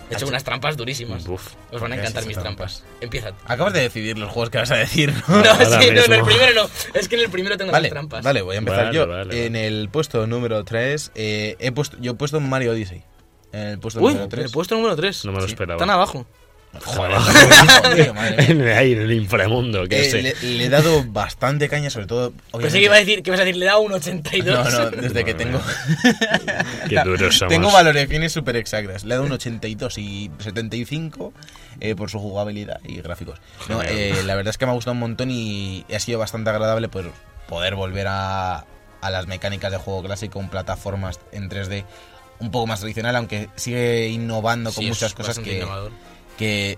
[SPEAKER 4] He hecho unas trampas durísimas.
[SPEAKER 2] Buf.
[SPEAKER 4] Os van a
[SPEAKER 3] ¿Por qué has
[SPEAKER 4] encantar
[SPEAKER 3] hecho
[SPEAKER 4] mis
[SPEAKER 3] trampas?
[SPEAKER 4] trampas. Empieza.
[SPEAKER 3] Acabas de decidir los juegos que vas a decir. ¿no?
[SPEAKER 4] No,
[SPEAKER 2] Ahora
[SPEAKER 4] sí, no, en el
[SPEAKER 2] mismo.
[SPEAKER 4] primero no. Es que en el primero tengo
[SPEAKER 3] Vale,
[SPEAKER 4] las trampas.
[SPEAKER 3] vale, voy a empezar
[SPEAKER 2] Vale,
[SPEAKER 3] yo.
[SPEAKER 2] vale,
[SPEAKER 3] en el puesto número 3, he puesto, yo he puesto Mario Odyssey. En el puesto
[SPEAKER 5] Uy,
[SPEAKER 3] número 3.
[SPEAKER 5] el puesto número 3.
[SPEAKER 2] No me lo
[SPEAKER 3] Sí.
[SPEAKER 2] esperaba.
[SPEAKER 5] Están abajo.
[SPEAKER 3] Joder, hijo mío, madre mía.
[SPEAKER 2] en el aire, en el inframundo, que
[SPEAKER 3] Eh,
[SPEAKER 2] sé.
[SPEAKER 3] le, le he dado bastante caña, sobre todo.
[SPEAKER 4] Pensé que iba a decir, que ibas a decir, le da un 82.
[SPEAKER 3] No, no, desde
[SPEAKER 2] Madre
[SPEAKER 3] que tengo.
[SPEAKER 2] Qué duros somos.
[SPEAKER 3] tengo valoraciones súper exactas. Le he dado un 82 y 75 eh, por su jugabilidad y gráficos. No,
[SPEAKER 2] Genial.
[SPEAKER 3] eh, la verdad es que me ha gustado un montón y ha sido bastante agradable pues, poder volver a, a las mecánicas de juego clásico en plataformas en 3D un poco más tradicional, aunque sigue innovando con
[SPEAKER 4] Sí, es
[SPEAKER 3] muchas cosas
[SPEAKER 4] bastante
[SPEAKER 3] que,
[SPEAKER 4] innovador.
[SPEAKER 3] que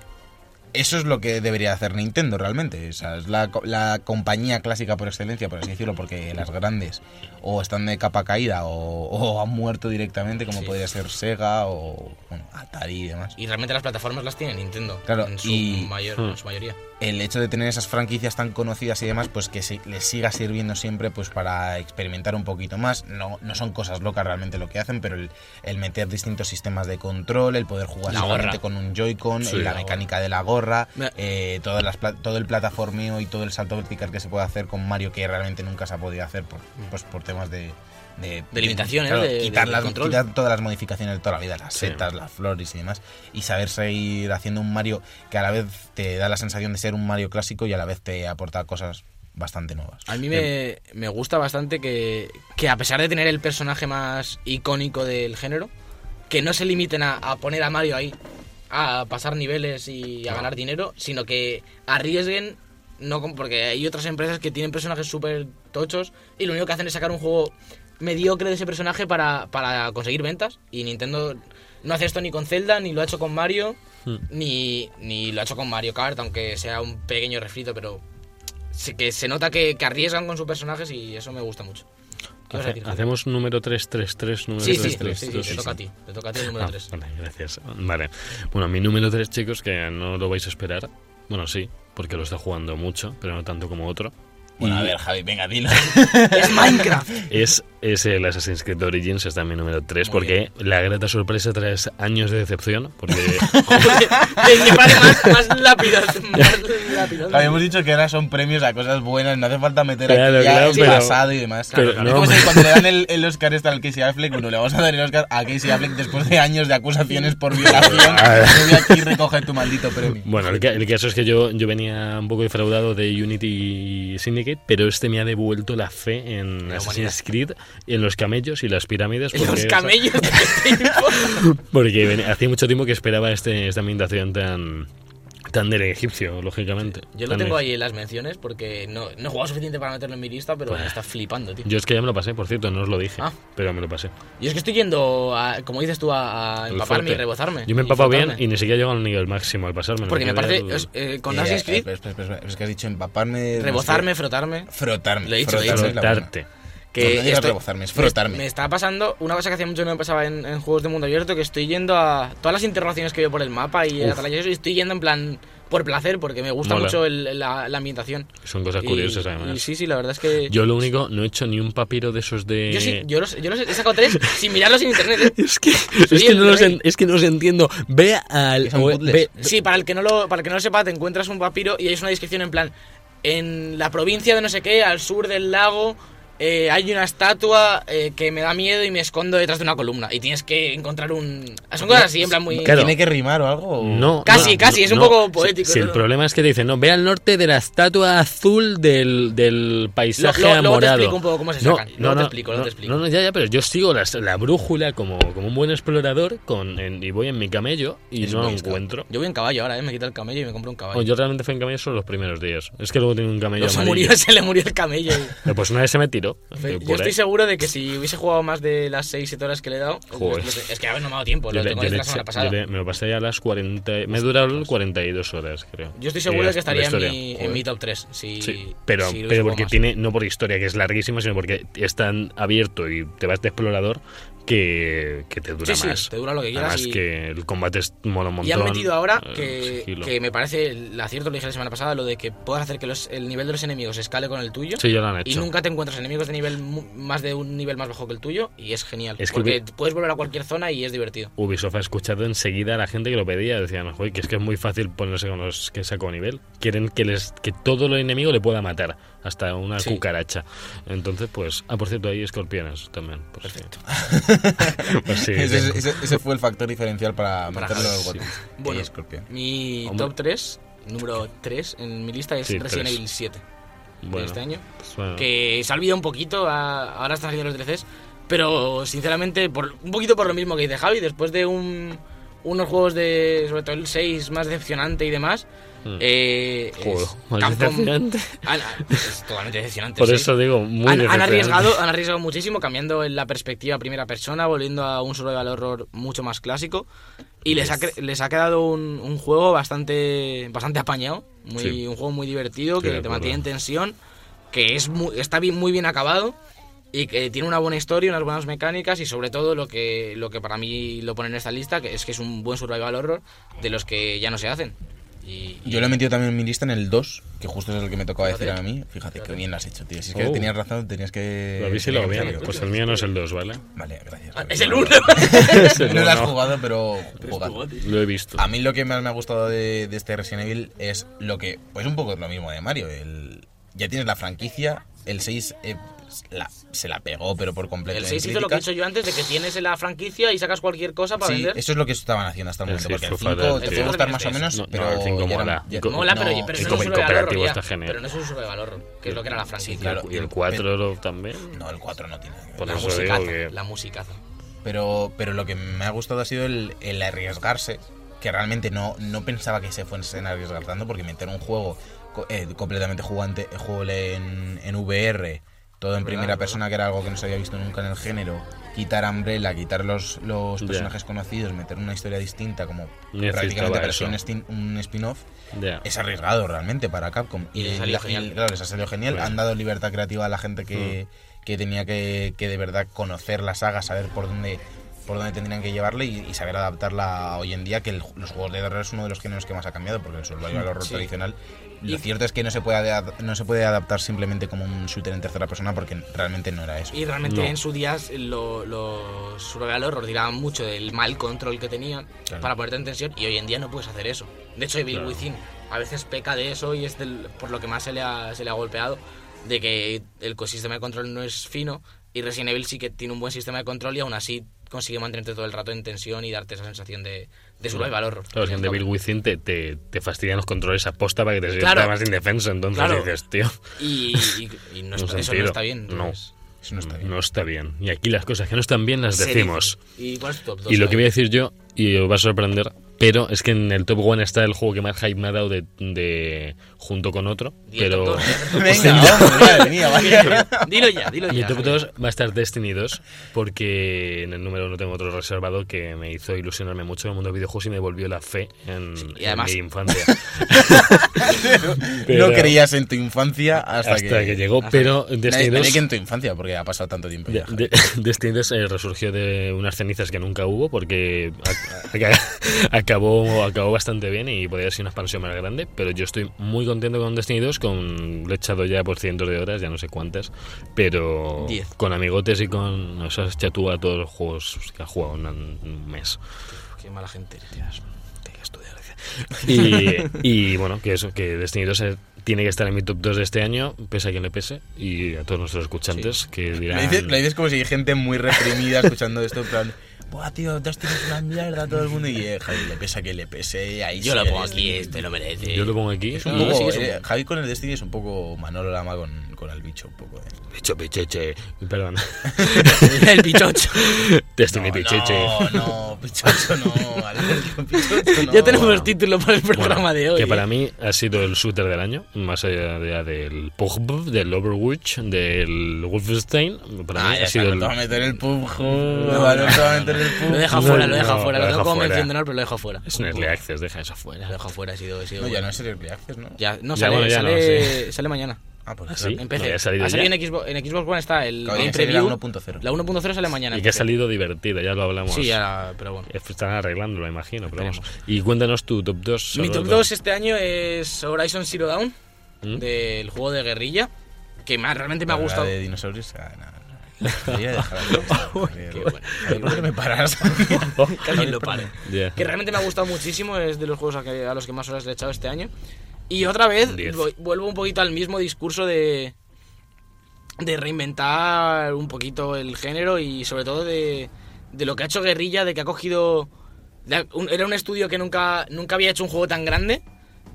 [SPEAKER 3] eso es lo que debería hacer Nintendo realmente. O sea, es la, co- la compañía clásica por excelencia, por así decirlo, porque las grandes o están de capa caída o, o han muerto directamente, como
[SPEAKER 4] Sí.
[SPEAKER 3] podría ser Sega o bueno, Atari y demás.
[SPEAKER 4] Y realmente las plataformas las tiene Nintendo.
[SPEAKER 3] Claro,
[SPEAKER 4] En su,
[SPEAKER 3] y-
[SPEAKER 4] mayor,
[SPEAKER 2] Hmm.
[SPEAKER 4] en su mayoría.
[SPEAKER 3] El hecho de tener esas franquicias tan conocidas y demás, pues que se, les siga sirviendo siempre pues para experimentar un poquito más. No, no son cosas locas realmente lo que hacen, pero el, el meter distintos sistemas de control, el poder jugar
[SPEAKER 4] La
[SPEAKER 3] solamente
[SPEAKER 4] gorra.
[SPEAKER 3] con un Joy-Con,
[SPEAKER 2] Sí,
[SPEAKER 3] la,
[SPEAKER 2] la
[SPEAKER 3] mecánica de la gorra,
[SPEAKER 4] Me-
[SPEAKER 3] eh, todas las pla- todo el plataformeo y todo el salto vertical que se puede hacer con Mario que realmente nunca se ha podido hacer por, pues, por temas de... De,
[SPEAKER 4] Mm. De limitaciones,
[SPEAKER 3] claro,
[SPEAKER 4] de-
[SPEAKER 3] quitar,
[SPEAKER 4] de
[SPEAKER 3] las-
[SPEAKER 4] control.
[SPEAKER 3] quitar todas las modificaciones de toda la vida, las
[SPEAKER 2] Sí.
[SPEAKER 3] setas, las flores y demás, y saber seguir haciendo un Mario que a la vez te da la sensación de ser un Mario clásico y a la vez te aporta cosas bastante nuevas.
[SPEAKER 5] A mí me, me gusta bastante que, que a pesar de tener el personaje más icónico del género, que no se limiten a, a poner a Mario ahí, a pasar niveles y a ganar dinero, sino que arriesguen, no con- porque hay otras empresas que tienen personajes súper tochos y lo único que hacen es sacar un juego mediocre de ese personaje para, para conseguir ventas. Y Nintendo no hace esto ni con Zelda, ni lo ha hecho con Mario, ni, ni lo ha hecho con Mario Kart, aunque sea un pequeño refrito, pero se- que se nota que, que arriesgan con sus personajes y eso me gusta mucho. ¿Qué vas a
[SPEAKER 2] Hace-
[SPEAKER 5] decir?
[SPEAKER 2] hacemos número 333, número
[SPEAKER 5] Sí, sí, sí,
[SPEAKER 2] 333.
[SPEAKER 5] sí, sí, te toca a ti, te toca a ti el número
[SPEAKER 2] Ah,
[SPEAKER 5] 3.
[SPEAKER 2] vale, gracias. Vale. Bueno, mi número 3, chicos, que no lo vais a esperar. Bueno, sí, porque lo está jugando mucho, pero no tanto como otro.
[SPEAKER 3] Bueno, a ver, Javi, venga, dilo.
[SPEAKER 5] ¡Es Minecraft!
[SPEAKER 2] Es, es el Assassin's Creed Origins, está en mi número 3,
[SPEAKER 4] Muy
[SPEAKER 2] porque la grata sorpresa tras años de decepción, porque
[SPEAKER 4] El que pare más, más lápidas. Más lápidas.
[SPEAKER 3] Habíamos dicho que ahora son premios a cosas buenas, no hace falta meter
[SPEAKER 2] Claro,
[SPEAKER 3] aquí ya
[SPEAKER 2] claro,
[SPEAKER 3] el
[SPEAKER 2] pero-
[SPEAKER 3] pasado y demás.
[SPEAKER 2] pero
[SPEAKER 3] Claro, claro.
[SPEAKER 2] no,
[SPEAKER 3] es como si
[SPEAKER 2] hombre.
[SPEAKER 3] cuando le dan el, el Oscar este al Casey Affleck, bueno, le vamos a dar el Oscar a Casey Affleck después de años de acusaciones por violación. Yo voy aquí y recoge tu maldito premio.
[SPEAKER 2] Bueno, el, ca- el caso es que yo, yo venía un poco defraudado de Unity Syndicate, pero este me ha devuelto la fe en Assassin's Creed, en los camellos y las pirámides.
[SPEAKER 4] Los
[SPEAKER 2] porque-
[SPEAKER 4] camellos. este
[SPEAKER 2] Porque ven- hacía mucho tiempo que esperaba este, esta ambientación tan, tan del egipcio, lógicamente.
[SPEAKER 4] Yo lo
[SPEAKER 2] Tan
[SPEAKER 4] tengo
[SPEAKER 2] egip-
[SPEAKER 4] ahí en las menciones porque no, no he jugado suficiente para meterlo en mi lista, pero
[SPEAKER 2] Pues.
[SPEAKER 4] me está flipando, tío.
[SPEAKER 2] Yo es que ya me lo pasé, por cierto, no os lo dije,
[SPEAKER 4] Ah.
[SPEAKER 2] pero me lo pasé.
[SPEAKER 4] Yo es que estoy yendo, a- como dices tú, a, a
[SPEAKER 2] El
[SPEAKER 4] empaparme
[SPEAKER 2] fuerte.
[SPEAKER 4] y rebozarme.
[SPEAKER 2] Yo me he empapado bien
[SPEAKER 4] frotarme.
[SPEAKER 2] y ni siquiera he llegado al nivel máximo al pasarme.
[SPEAKER 4] Porque me parece,
[SPEAKER 2] quedé-
[SPEAKER 4] es- eh, con
[SPEAKER 3] Eh,
[SPEAKER 4] Assassin's Creed,
[SPEAKER 3] espera, espera, espera, espera, es que has dicho empaparme.
[SPEAKER 4] rebozarme, frotarme,
[SPEAKER 3] Frotarme.
[SPEAKER 4] Lo he dicho, lo he
[SPEAKER 3] frotarme es la buena.
[SPEAKER 2] Frotarte.
[SPEAKER 3] No,
[SPEAKER 4] que
[SPEAKER 3] no digas
[SPEAKER 4] estoy-
[SPEAKER 3] rebozarme, es frotarme.
[SPEAKER 4] Me está pasando una cosa que hacía mucho que no me pasaba en, en juegos de mundo abierto, que estoy yendo a todas las interrogaciones que veo por el mapa y el
[SPEAKER 2] Uf.
[SPEAKER 4] atalaya y eso, y estoy yendo en plan por placer, porque me gusta
[SPEAKER 2] Mola.
[SPEAKER 4] mucho el- la, la ambientación.
[SPEAKER 2] Son cosas
[SPEAKER 4] Y-
[SPEAKER 2] curiosas,
[SPEAKER 4] y
[SPEAKER 2] además.
[SPEAKER 4] sí, sí, la verdad es que...
[SPEAKER 2] Yo eh, lo único, no he hecho ni un papiro de esos de...
[SPEAKER 4] Yo sí, yo los, yo los he sacado tres sin mirarlos en internet. ¿eh?
[SPEAKER 2] Es que,
[SPEAKER 4] Soy
[SPEAKER 2] es, que
[SPEAKER 4] el
[SPEAKER 2] no los
[SPEAKER 4] rey.
[SPEAKER 2] en- es que no los entiendo. Ve al.
[SPEAKER 3] son
[SPEAKER 2] o-
[SPEAKER 3] puzzles.
[SPEAKER 2] ve-
[SPEAKER 4] Sí, para el que no lo, para el que no lo sepa, te encuentras un papiro y hay una descripción en plan en la provincia de no sé qué, al sur del lago. eh, hay una estatua eh, que me da miedo y me escondo detrás de una columna. Y tienes que encontrar un. Son cosas así, en plan muy.
[SPEAKER 2] Claro.
[SPEAKER 3] ¿Tiene que rimar o algo? o-
[SPEAKER 2] no,
[SPEAKER 4] Casi,
[SPEAKER 2] no,
[SPEAKER 4] casi, es un
[SPEAKER 2] no.
[SPEAKER 4] poco
[SPEAKER 2] Si-
[SPEAKER 4] poético,
[SPEAKER 2] Si, el
[SPEAKER 4] ¿no?
[SPEAKER 2] problema es que te dicen, no, ve al norte de la estatua azul del, del paisaje
[SPEAKER 4] Lo- lo- luego te
[SPEAKER 2] amorado.
[SPEAKER 4] explico un poco cómo se sacan. Luego te explico, luego
[SPEAKER 2] no,
[SPEAKER 4] te explico.
[SPEAKER 2] no, no, ya, ya, pero yo sigo las- la brújula como, como un buen explorador con, en- y voy en mi camello y
[SPEAKER 3] Es
[SPEAKER 2] no lo
[SPEAKER 3] Boy Scout.
[SPEAKER 2] encuentro.
[SPEAKER 4] Yo voy en caballo ahora, ¿eh? me quita el camello y me compro un caballo.
[SPEAKER 2] Bueno, yo realmente fui en camello solo los primeros días. Es que luego tengo un camello
[SPEAKER 4] No, se
[SPEAKER 2] amarillo.
[SPEAKER 4] murió, se le murió el camello.
[SPEAKER 2] Eh, Pues una vez se me tiró. claro.
[SPEAKER 4] Fe-
[SPEAKER 2] por
[SPEAKER 4] yo estoy
[SPEAKER 2] ahí.
[SPEAKER 4] seguro de que si hubiese jugado más de las 6, 7 horas que le he dado,
[SPEAKER 2] Joder.
[SPEAKER 7] Es es que a ver, no me ha dado tiempo,
[SPEAKER 2] Yo
[SPEAKER 7] lo
[SPEAKER 2] le-
[SPEAKER 7] tengo
[SPEAKER 2] yo
[SPEAKER 7] desde
[SPEAKER 2] le
[SPEAKER 7] la semana
[SPEAKER 2] eché-
[SPEAKER 7] pasada.
[SPEAKER 2] yo le- me lo pasé a las 40. Me duraron 42 horas, creo.
[SPEAKER 4] yo estoy
[SPEAKER 2] Eh,
[SPEAKER 4] seguro de
[SPEAKER 2] la-
[SPEAKER 4] que estaría en
[SPEAKER 2] la
[SPEAKER 4] mi,
[SPEAKER 2] historia.
[SPEAKER 4] en mi top 3. Si,
[SPEAKER 2] Sí, pero,
[SPEAKER 4] si lo hubiese
[SPEAKER 2] pero
[SPEAKER 4] jugado
[SPEAKER 2] porque
[SPEAKER 4] más.
[SPEAKER 2] tiene, no por historia, que es larguísima, sino porque es tan abierto y te vas de explorador que, que te dura
[SPEAKER 4] Sí, sí,
[SPEAKER 2] más.
[SPEAKER 4] te dura lo que quieras
[SPEAKER 2] Además
[SPEAKER 4] y-
[SPEAKER 2] que el combate es mola un montón.
[SPEAKER 4] Y han metido ahora
[SPEAKER 2] eh,
[SPEAKER 4] que,
[SPEAKER 2] sigilo.
[SPEAKER 4] que me parece el acierto, lo dije la semana pasada, lo de que puedas hacer que los- el nivel de los enemigos escale con el tuyo.
[SPEAKER 2] Sí, ya lo han
[SPEAKER 4] Y
[SPEAKER 2] hecho.
[SPEAKER 4] nunca te encuentras enemigos de nivel mu- más de un nivel más bajo que el tuyo y es genial.
[SPEAKER 2] Es que
[SPEAKER 4] porque
[SPEAKER 2] hubi-
[SPEAKER 4] puedes volver a cualquier zona y es divertido.
[SPEAKER 2] Ubisoft ha escuchado enseguida a la gente que lo pedía. Decían, "Joder, que es que es muy fácil ponerse con los que sacó nivel. Quieren que les que todo el enemigo le pueda matar, hasta una
[SPEAKER 4] Sí.
[SPEAKER 2] cucaracha. Entonces, pues. Ah, por cierto, hay escorpiones también. por si- Pues sí,
[SPEAKER 3] ese,
[SPEAKER 2] sí.
[SPEAKER 3] ese- ese fue el factor diferencial para
[SPEAKER 4] Para
[SPEAKER 3] meterlo en los
[SPEAKER 2] Hades,
[SPEAKER 3] botes.
[SPEAKER 4] Bueno.
[SPEAKER 3] Y Scorpion.
[SPEAKER 4] Mi
[SPEAKER 2] Hombre.
[SPEAKER 4] top 3, número 3 en mi lista es
[SPEAKER 2] Sí,
[SPEAKER 4] Resident
[SPEAKER 2] tres.
[SPEAKER 4] Evil 7 de
[SPEAKER 2] Bueno,
[SPEAKER 4] este año.
[SPEAKER 2] pues bueno.
[SPEAKER 4] que se ha olvidado un poquito, a- ahora están saliendo los DLCs, pero sinceramente, por, un poquito por lo mismo que dice Javi, después de un- unos juegos de, sobre todo el 6, más decepcionante y demás,
[SPEAKER 2] Mm.
[SPEAKER 4] eh,
[SPEAKER 2] Joder,
[SPEAKER 4] es-
[SPEAKER 2] más
[SPEAKER 4] Capcom-
[SPEAKER 2] decepcionante.
[SPEAKER 4] Han- es totalmente decepcionante.
[SPEAKER 2] Por
[SPEAKER 4] sí.
[SPEAKER 2] eso digo, muy
[SPEAKER 4] han, han
[SPEAKER 2] decepcionante.
[SPEAKER 4] arriesgado, han arriesgado muchísimo, cambiando en la perspectiva primera persona, volviendo a un survival horror mucho más clásico. Y les ha, cre- les ha quedado un, un juego bastante, bastante apañado, muy,
[SPEAKER 2] Sí.
[SPEAKER 4] un juego muy divertido,
[SPEAKER 2] Estoy de
[SPEAKER 4] que te
[SPEAKER 2] acuerdo.
[SPEAKER 4] mantiene en tensión, que es mu- está bien, muy bien acabado y que tiene una buena historia, unas buenas mecánicas y sobre todo lo que, lo que para mí lo pone en esta lista, que es que es un buen survival horror de los que ya no se hacen. Y, y-
[SPEAKER 3] Yo lo he metido también en mi lista en el 2, que justo es el que me tocaba decir
[SPEAKER 4] Fíjate.
[SPEAKER 3] a mí. Fíjate que bien lo has hecho, tío. Si es que
[SPEAKER 2] Oh.
[SPEAKER 3] tenías razón, tenías que.
[SPEAKER 2] Lo habéis y
[SPEAKER 3] tenías
[SPEAKER 2] lo
[SPEAKER 3] que
[SPEAKER 2] bien.
[SPEAKER 3] hacerlo.
[SPEAKER 2] Pues el mío no es el 2, ¿vale?
[SPEAKER 3] Vale, gracias.
[SPEAKER 4] Ah, es el 1.
[SPEAKER 2] Ese
[SPEAKER 3] No lo has
[SPEAKER 2] no,
[SPEAKER 3] jugado, pero jugado.
[SPEAKER 2] Lo he visto.
[SPEAKER 4] Ah,
[SPEAKER 3] A mí lo que más me ha gustado de, de este Resident Evil es lo que. Pues un poco es lo mismo de Mario. el- ya tienes la franquicia. El 6 eh, la- se la pegó, pero por completo.
[SPEAKER 4] El
[SPEAKER 3] en
[SPEAKER 4] 6 hizo lo que he
[SPEAKER 3] críticas.
[SPEAKER 4] hecho yo antes de que tienes la franquicia y sacas cualquier cosa para
[SPEAKER 3] Sí,
[SPEAKER 4] vender.
[SPEAKER 3] eso es lo que estaban haciendo hasta el
[SPEAKER 2] El
[SPEAKER 3] momento.
[SPEAKER 2] seis
[SPEAKER 3] Porque el
[SPEAKER 2] fue
[SPEAKER 3] 5
[SPEAKER 2] fatal,
[SPEAKER 3] te
[SPEAKER 2] tío.
[SPEAKER 3] puede gustar más o
[SPEAKER 4] No,
[SPEAKER 3] menos,
[SPEAKER 2] no,
[SPEAKER 3] pero.
[SPEAKER 2] el cinco
[SPEAKER 3] ya era-
[SPEAKER 2] mola.
[SPEAKER 3] ya-
[SPEAKER 2] Y co-
[SPEAKER 4] Mola, pero,
[SPEAKER 3] no,
[SPEAKER 4] pero
[SPEAKER 2] y
[SPEAKER 4] eso no
[SPEAKER 2] como
[SPEAKER 4] es
[SPEAKER 2] el
[SPEAKER 4] un valor,
[SPEAKER 2] cooperativo
[SPEAKER 4] ya.
[SPEAKER 2] está genial.
[SPEAKER 4] Pero no es un sobrevalor, que es lo que era la franquicia.
[SPEAKER 3] Sí, claro.
[SPEAKER 2] Y el 4 también.
[SPEAKER 3] No, el 4 no tiene. que ver.
[SPEAKER 2] Por
[SPEAKER 4] La
[SPEAKER 2] eso
[SPEAKER 4] musicaza,
[SPEAKER 2] digo que-
[SPEAKER 4] la musicaza.
[SPEAKER 3] Pero, pero lo que me ha gustado ha sido el, el arriesgarse, que realmente no, no pensaba que se fuesen a arriesgar tanto, porque meter un juego co- eh, completamente jugante, jugable en, en VR, todo en primera persona, que era algo que no se había visto nunca en el género, quitar Umbrella, quitar los, los
[SPEAKER 2] Ya.
[SPEAKER 3] personajes conocidos, meter una historia distinta, como
[SPEAKER 2] Necesitaba
[SPEAKER 3] prácticamente parecía un
[SPEAKER 2] eso.
[SPEAKER 3] stin- un spin-off,
[SPEAKER 2] Ya.
[SPEAKER 3] es arriesgado realmente para Capcom.
[SPEAKER 4] Y les salió
[SPEAKER 3] la-
[SPEAKER 4] genial. Pues
[SPEAKER 3] claro, les ha salido genial.
[SPEAKER 2] Claro.
[SPEAKER 3] Han dado libertad creativa a la gente que,
[SPEAKER 4] Mm.
[SPEAKER 3] que tenía que, que de verdad conocer la saga, saber por dónde por dónde tendrían que llevarle y, y saber adaptarla a hoy en día, que el- los juegos de horror es uno de los géneros que más ha cambiado, porque el survival horror
[SPEAKER 4] Sí.
[SPEAKER 3] tradicional, lo cierto es que no se, puede ad- no se puede adaptar simplemente como un shooter en tercera persona, porque realmente no era eso.
[SPEAKER 4] Y realmente
[SPEAKER 2] No.
[SPEAKER 4] en su día lo- los survival horror tiraban mucho del mal control que tenían
[SPEAKER 3] Claro.
[SPEAKER 4] para ponerte en tensión y hoy en día no puedes hacer eso. De hecho, Evil
[SPEAKER 2] Claro.
[SPEAKER 4] Within a veces peca de eso y es del- por lo que más se le, ha, se le ha golpeado, de que el ecosistema de control no es fino y Resident Evil sí que tiene un buen sistema de control y aún así consigue mantenerte todo el rato en tensión y darte esa sensación de, de survival horror.
[SPEAKER 2] Claro, es que en Devil Within te, te, te fastidian los controles aposta para que te sientas
[SPEAKER 4] Claro.
[SPEAKER 2] más indefenso. Entonces
[SPEAKER 4] Claro.
[SPEAKER 2] dices, tío,
[SPEAKER 4] Y, y- y no
[SPEAKER 2] No
[SPEAKER 4] está-
[SPEAKER 2] se
[SPEAKER 4] eso no
[SPEAKER 2] entero.
[SPEAKER 4] está bien.
[SPEAKER 2] No.
[SPEAKER 4] entonces,
[SPEAKER 3] Eso no está bien.
[SPEAKER 2] Mm, no está bien. Y aquí las cosas que no están bien las
[SPEAKER 4] se dice.
[SPEAKER 2] decimos.
[SPEAKER 4] ¿Y cuál es tu top dos, eh?
[SPEAKER 2] Y lo
[SPEAKER 4] Javi?
[SPEAKER 2] que voy a decir yo, y os va a sorprender, pero es que en el top 1 está el juego que más hype me ha dado de, de- junto con otro.
[SPEAKER 4] Y el
[SPEAKER 2] Pero Pues
[SPEAKER 4] top dos.
[SPEAKER 3] Venga, vamos, madre mía, vaya.
[SPEAKER 4] Dilo ya, dilo ya.
[SPEAKER 2] mi top 2 va a estar Destiny 2, porque en el número 1 tengo otro reservado que me hizo ilusionarme mucho en el mundo de videojuegos y me volvió la fe en,
[SPEAKER 4] Sí, y
[SPEAKER 2] en
[SPEAKER 4] además-
[SPEAKER 2] mi infancia. Pero-
[SPEAKER 3] No creías en tu infancia hasta, que,
[SPEAKER 2] llegó, pero Destiny
[SPEAKER 3] Nadie- nadie
[SPEAKER 2] 2
[SPEAKER 3] que en tu infancia, porque ha pasado tanto tiempo. ya.
[SPEAKER 2] De- de- Destiny 2 eh, resurgió de unas cenizas que nunca hubo porque a- a- acabó, acabó bastante bien y podría ser una expansión más grande, pero yo estoy muy contento con Destiny 2, con, lo he echado ya por cientos de horas, ya no sé cuántas, pero
[SPEAKER 4] Diez.
[SPEAKER 2] con amigotes y con... O sea, chatúa a todos los juegos que ha jugado en un- un mes.
[SPEAKER 4] Qué mala gente.
[SPEAKER 2] Y, y, bueno, que eso, que Destiny 2 es- tiene que estar en mi top 2 de este año, pese a quien le pese, y a todos nuestros escuchantes que
[SPEAKER 3] Lo
[SPEAKER 2] dirán...
[SPEAKER 3] dices, lo dices como si hay gente muy reprimida escuchando esto, en plan, Buah, tío, Dustin es una mierda a todo el mundo. Y eh, Javi le pesa que le pese. Ahí
[SPEAKER 4] Yo
[SPEAKER 3] sí
[SPEAKER 4] lo pongo
[SPEAKER 3] eres-
[SPEAKER 4] aquí, este lo merece.
[SPEAKER 2] Yo lo pongo aquí.
[SPEAKER 3] Es un
[SPEAKER 2] y-
[SPEAKER 3] poco,
[SPEAKER 4] sí, es un-
[SPEAKER 3] eh, Javi con el Destiny es un poco Manolo Lama con, con el bicho. Un poco, eh.
[SPEAKER 4] Bicho, picheche.
[SPEAKER 2] Perdón. este
[SPEAKER 4] El bichocho.
[SPEAKER 2] Destiny
[SPEAKER 3] no,
[SPEAKER 2] Pichichi.
[SPEAKER 3] No, no, pichocho no, Alberto, pichocho no.
[SPEAKER 4] ya tenemos
[SPEAKER 3] Bueno,
[SPEAKER 4] el título para el programa
[SPEAKER 2] Bueno,
[SPEAKER 4] de hoy.
[SPEAKER 2] Que
[SPEAKER 4] eh.
[SPEAKER 2] para mí ha sido el shooter del año, más allá de- del Pogb, del Overwatch, del Wolfenstein. Para
[SPEAKER 3] Ah,
[SPEAKER 2] mí
[SPEAKER 3] ya
[SPEAKER 2] ha
[SPEAKER 3] está,
[SPEAKER 2] sido
[SPEAKER 3] no te va a
[SPEAKER 2] el.
[SPEAKER 3] meter el PUBG.
[SPEAKER 2] no,
[SPEAKER 3] No, no te va a meter el PUBG.
[SPEAKER 4] Lo deja
[SPEAKER 2] No,
[SPEAKER 4] fuera, lo deja
[SPEAKER 2] no,
[SPEAKER 4] fuera.
[SPEAKER 2] lo
[SPEAKER 4] Lo
[SPEAKER 2] deja
[SPEAKER 4] tengo como
[SPEAKER 2] fuera.
[SPEAKER 4] mencionar, pero lo deja fuera.
[SPEAKER 2] Es un early access, deja eso fuera.
[SPEAKER 4] Lo deja fuera, ha sido. ha sido
[SPEAKER 3] No, ya
[SPEAKER 4] bueno.
[SPEAKER 3] no es el Early Access, ¿no?
[SPEAKER 4] Ya, no
[SPEAKER 2] Ya,
[SPEAKER 4] sale,
[SPEAKER 2] bueno, ya no,
[SPEAKER 4] sale, sale mañana.
[SPEAKER 3] Ah, pues
[SPEAKER 2] ¿Ah,
[SPEAKER 3] claro.
[SPEAKER 2] sí?
[SPEAKER 4] En PC.
[SPEAKER 2] ¿No había salido
[SPEAKER 4] ha salido
[SPEAKER 2] ya?
[SPEAKER 4] en Xbox, en Xbox One está el
[SPEAKER 3] Claro, tiene
[SPEAKER 4] Game
[SPEAKER 3] que salir la
[SPEAKER 4] Preview.
[SPEAKER 3] 1.0.
[SPEAKER 4] La sale mañana.
[SPEAKER 2] Y
[SPEAKER 4] en
[SPEAKER 2] que ha
[SPEAKER 4] PC.
[SPEAKER 2] salido divertida, ya lo hablamos.
[SPEAKER 4] Sí, ya, pero bueno.
[SPEAKER 2] Están arreglándolo, imagino. Pero vamos. Y cuéntanos tu top 2.
[SPEAKER 4] Mi top 2 este año es Horizon Zero Dawn, del juego de guerrilla, que más, realmente me ha
[SPEAKER 3] La
[SPEAKER 4] gustado.
[SPEAKER 3] de dinosaurios. Ah, no, no. Debería dejarla, debería dejarla. ¿Por qué me paras?
[SPEAKER 2] Oh,
[SPEAKER 4] Que alguien lo pare.
[SPEAKER 2] Ya.
[SPEAKER 4] Que realmente me ha gustado muchísimo, es de los juegos a, que- a los que más horas le he echado este año. Y otra vez
[SPEAKER 2] Diez.
[SPEAKER 4] voy- vuelvo un poquito al mismo discurso de de reinventar un poquito el género y sobre todo de, de lo que ha hecho Guerrilla, de que ha cogido... de- un- era un estudio que nunca, nunca había hecho un juego tan grande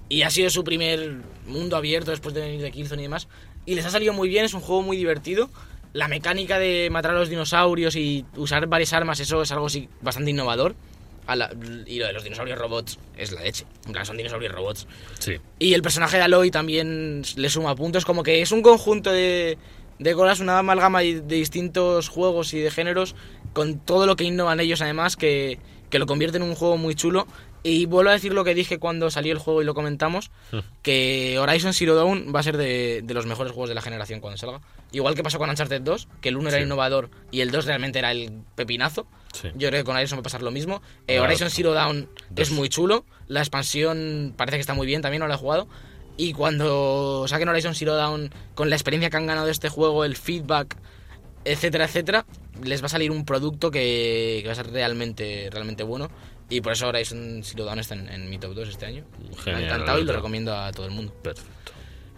[SPEAKER 4] y ha sido su primer mundo abierto después de venir de Killzone y demás. Y les ha salido muy bien, es un juego muy divertido. La mecánica de matar a los dinosaurios y usar varias armas, eso es algo sí, bastante innovador. A la- y lo de los dinosaurios robots es la leche. En plan, son dinosaurios robots.
[SPEAKER 2] Sí.
[SPEAKER 4] Y el personaje de Aloy también le suma puntos. Como que es un conjunto de, de cosas, una amalgama de de distintos juegos y de géneros, con todo lo que innovan ellos además, que, que lo convierte en un juego muy chulo. Y vuelvo a decir lo que dije cuando salió el juego y lo comentamos, que Horizon Zero Dawn va a ser de, de los mejores juegos de la generación cuando salga. Igual que pasó con Uncharted 2, que el 1
[SPEAKER 2] Sí.
[SPEAKER 4] era innovador y el 2 realmente era el pepinazo.
[SPEAKER 2] Sí.
[SPEAKER 4] Yo creo que con Horizon va a pasar lo mismo. Eh,
[SPEAKER 2] Claro.
[SPEAKER 4] Horizon Zero Dawn
[SPEAKER 2] Dos.
[SPEAKER 4] es muy chulo. La expansión parece que está muy bien, también no la he jugado. Y cuando saquen Horizon Zero Dawn, con la experiencia que han ganado de este juego, el feedback, etcétera, etcétera, les va a salir un producto que, que va a ser realmente, realmente bueno. Y por eso Horizon Zero Dawn está en, en mi top 2 este año.
[SPEAKER 2] Genial,
[SPEAKER 4] me ha encantado y lo
[SPEAKER 2] Alberto.
[SPEAKER 4] recomiendo a todo el mundo.
[SPEAKER 2] Perfecto.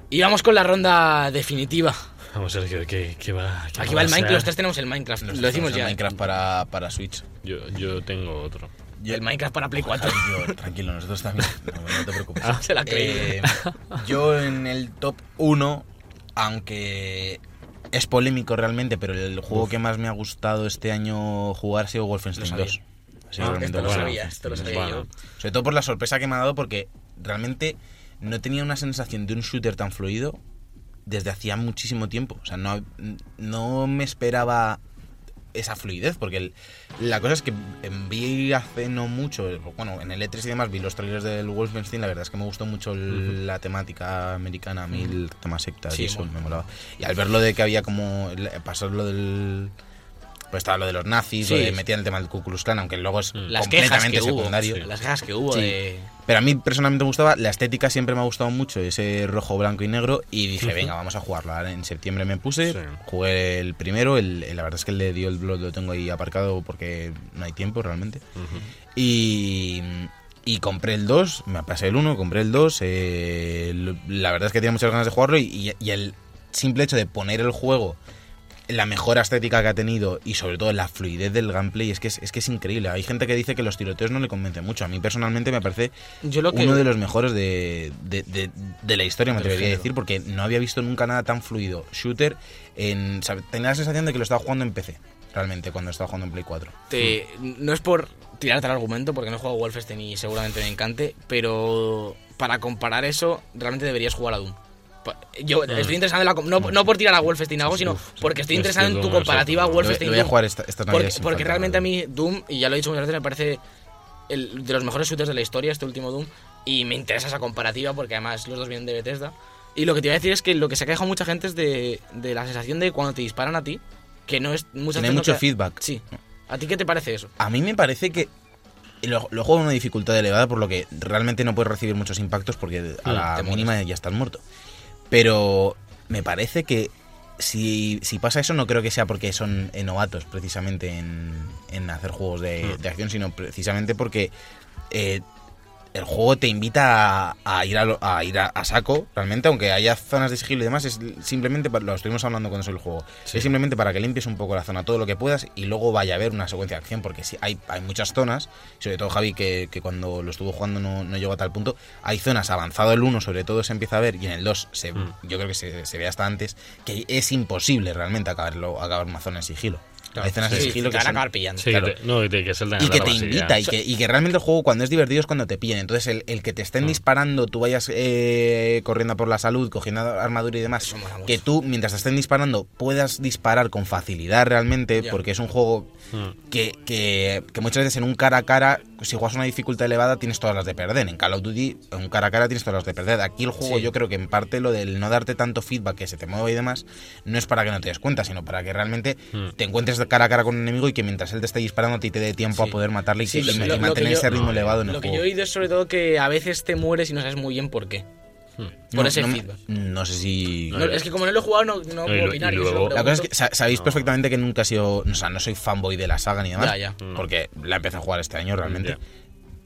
[SPEAKER 4] Y vamos con la ronda definitiva.
[SPEAKER 2] Vamos, Sergio, ¿qué, qué va? qué
[SPEAKER 4] Aquí
[SPEAKER 2] va
[SPEAKER 4] va
[SPEAKER 2] a
[SPEAKER 4] el Minecraft, este
[SPEAKER 2] ser?
[SPEAKER 4] los tres tenemos el Minecraft,
[SPEAKER 3] Nosotros
[SPEAKER 4] lo decimos
[SPEAKER 3] usamos
[SPEAKER 4] ya.
[SPEAKER 3] el Minecraft para, para Switch.
[SPEAKER 2] Yo, yo tengo otro.
[SPEAKER 3] Yo-
[SPEAKER 4] El Minecraft para Play 4.
[SPEAKER 3] Javi, yo- tranquilo, nosotros también. No, no te preocupes.
[SPEAKER 4] Se la creí.
[SPEAKER 3] Eh, yo en el top 1, aunque es polémico realmente, pero el juego que más me ha gustado este año jugar ha sido Wolfenstein 2. Ha sido
[SPEAKER 4] Ah,
[SPEAKER 3] realmente
[SPEAKER 4] esto lo
[SPEAKER 3] bueno.
[SPEAKER 4] sabía, esto lo sabía
[SPEAKER 2] Bueno.
[SPEAKER 3] Sobre todo por la sorpresa que me ha dado porque realmente no tenía una sensación de un shooter tan fluido desde hacía muchísimo tiempo. O sea, no, no me esperaba esa fluidez, porque el- la cosa es que vi hace no mucho, bueno, en el E3 y demás vi los trailers del Wolfenstein, la verdad es que me gustó mucho el- la temática americana, a mí el tema secta
[SPEAKER 4] Sí,
[SPEAKER 3] y eso
[SPEAKER 4] mola.
[SPEAKER 3] me molaba. Y al ver lo de que había como, el- pasar lo del... Pues estaba lo de los nazis,
[SPEAKER 4] Sí.
[SPEAKER 3] lo de metían el tema del Ku Klux Klan, aunque luego es
[SPEAKER 4] Las quejas
[SPEAKER 3] Mm. completamente
[SPEAKER 4] que hubo.
[SPEAKER 3] secundario.
[SPEAKER 4] Las quejas que hubo
[SPEAKER 3] Sí.
[SPEAKER 4] de...
[SPEAKER 3] Pero a mí personalmente me gustaba, la estética siempre me ha gustado mucho, ese rojo, blanco y negro, y dije, venga, vamos a jugarlo. Ahora en septiembre me puse,
[SPEAKER 2] Sí.
[SPEAKER 3] jugué el primero, el, el- la verdad es que el de Dio el Blood lo tengo ahí aparcado porque no hay tiempo realmente. Y, y compré el 2, me pasé el 1, compré el 2, eh, el- la verdad es que tenía muchas ganas de jugarlo y, y- y el simple hecho de poner el juego la mejor estética que ha tenido y sobre todo la fluidez del gameplay es que es, es que es increíble. Hay gente que dice que los tiroteos no le convence mucho. A mí personalmente me parece
[SPEAKER 4] Yo lo que...
[SPEAKER 3] uno de los mejores de, de- de- de la historia, me
[SPEAKER 4] Del
[SPEAKER 3] atrevería a
[SPEAKER 4] género.
[SPEAKER 3] decir, porque no había visto nunca nada tan fluido. Shooter, en, o sea, tenía la sensación de que lo estaba jugando en PC, realmente, cuando estaba jugando en Play 4.
[SPEAKER 4] te- no es por tirarte al argumento, porque no he jugado a Wolfenstein y seguramente me encante, pero para comparar eso, realmente deberías jugar a Doom. Pa- Yo estoy interesado en la... com- No, no por tirar a Wolfenstein o algo, sino porque
[SPEAKER 2] estoy
[SPEAKER 4] estoy interesado en tu
[SPEAKER 2] como
[SPEAKER 4] comparativa a
[SPEAKER 2] nosotros.
[SPEAKER 3] Lo, lo
[SPEAKER 4] Wolfenstein y
[SPEAKER 3] voy a
[SPEAKER 4] Doom.
[SPEAKER 3] jugar esta, estas
[SPEAKER 4] Porque,
[SPEAKER 3] navidades Pues sin
[SPEAKER 4] porque
[SPEAKER 3] falta,
[SPEAKER 4] realmente a
[SPEAKER 3] la verdad.
[SPEAKER 4] mí Doom, y ya lo he dicho muchas veces, me parece el, de los mejores shooters de la historia, este último Doom. Y me interesa esa comparativa porque además los dos vienen de Bethesda. Y lo que te iba a decir es que lo que se ha quejado mucha gente es de, de la sensación de cuando te disparan a ti, que no es...
[SPEAKER 3] Tiene
[SPEAKER 4] Muchas veces no
[SPEAKER 3] mucho
[SPEAKER 4] queda-
[SPEAKER 3] feedback.
[SPEAKER 4] Sí. ¿A ti qué te parece eso?
[SPEAKER 3] A mí me parece que lo, lo juego en una dificultad elevada, por lo que realmente no puedes recibir muchos impactos porque a
[SPEAKER 2] Mm,
[SPEAKER 3] la
[SPEAKER 4] te
[SPEAKER 3] mínima ya estás muerto. Pero me parece que si, si pasa eso, no creo que sea porque son eh, novatos precisamente en, en hacer juegos de, de acción, sino precisamente porque eh, el juego te invita a, a ir, a, lo- a ir a, a saco, realmente, aunque haya zonas de sigilo y demás, es simplemente, pa- lo estuvimos hablando cuando es el juego, es simplemente para que limpies un poco la zona, todo lo que puedas, y luego vaya a haber una secuencia de acción, porque sí, hay, hay muchas zonas, sobre todo Javi, que, que cuando lo estuvo jugando no, no llegó a tal punto, hay zonas, avanzado el 1 sobre todo se empieza a ver, y en el 2 se,
[SPEAKER 4] Mm.
[SPEAKER 3] yo creo que se, se ve hasta antes, que es imposible realmente acabarlo, acabar una zona en sigilo. hay zonas en
[SPEAKER 4] Sí,
[SPEAKER 3] sigilo que
[SPEAKER 4] te van a
[SPEAKER 3] son-
[SPEAKER 4] acabar pillando.
[SPEAKER 2] Sí,
[SPEAKER 3] claro.
[SPEAKER 2] que te- no, y te- que saltan
[SPEAKER 3] y
[SPEAKER 2] a
[SPEAKER 3] que
[SPEAKER 2] la
[SPEAKER 3] te
[SPEAKER 2] base ya.
[SPEAKER 3] invita y que, y que realmente el juego cuando es divertido es cuando te pillan. Entonces el, el que te estén disparando, tú vayas eh, corriendo a por la salud, cogiendo armadura y demás,
[SPEAKER 4] Eso mola mucho.
[SPEAKER 3] que tú mientras te estén disparando puedas disparar con facilidad realmente,
[SPEAKER 4] Ya.
[SPEAKER 3] porque es un juego
[SPEAKER 2] Mm.
[SPEAKER 3] que, que- que muchas veces en un cara a cara, si juegas una dificultad elevada, tienes todas las de perder. En Call of Duty, en un cara a cara tienes todas las de perder. Aquí el juego,
[SPEAKER 4] Sí.
[SPEAKER 3] yo creo que en parte lo del no darte tanto feedback que se te mueva y demás, no es para que no te des cuenta, sino para que realmente
[SPEAKER 4] Hmm.
[SPEAKER 2] Mm.
[SPEAKER 3] te encuentres de cara a cara con un enemigo y que mientras él te esté disparando a ti te dé tiempo a
[SPEAKER 4] Sí.
[SPEAKER 3] poder matarle y,
[SPEAKER 4] Sí,
[SPEAKER 3] que-
[SPEAKER 4] lo-
[SPEAKER 3] y
[SPEAKER 4] lo- lo que
[SPEAKER 3] mantener ese
[SPEAKER 4] yo-
[SPEAKER 3] ritmo elevado en el
[SPEAKER 4] Lo que
[SPEAKER 3] juego.
[SPEAKER 4] yo he oído es sobre todo que a veces te mueres y no sabes muy bien por qué.
[SPEAKER 3] No,
[SPEAKER 2] Hmm.
[SPEAKER 4] por ese
[SPEAKER 3] no me-
[SPEAKER 4] feedback.
[SPEAKER 3] No sé si.
[SPEAKER 4] No, es que como no lo he jugado, no, no
[SPEAKER 2] y
[SPEAKER 4] puedo
[SPEAKER 2] lo-
[SPEAKER 4] opinar.
[SPEAKER 2] y
[SPEAKER 4] yo solo
[SPEAKER 2] luego-
[SPEAKER 3] La cosa es
[SPEAKER 4] pregunto.
[SPEAKER 3] que sa- sabéis perfectamente que nunca he sido. O sea, no soy fanboy de la saga ni demás.
[SPEAKER 4] Ya, ya.
[SPEAKER 3] Porque la empecé a jugar este año realmente.
[SPEAKER 2] Mm. Ya.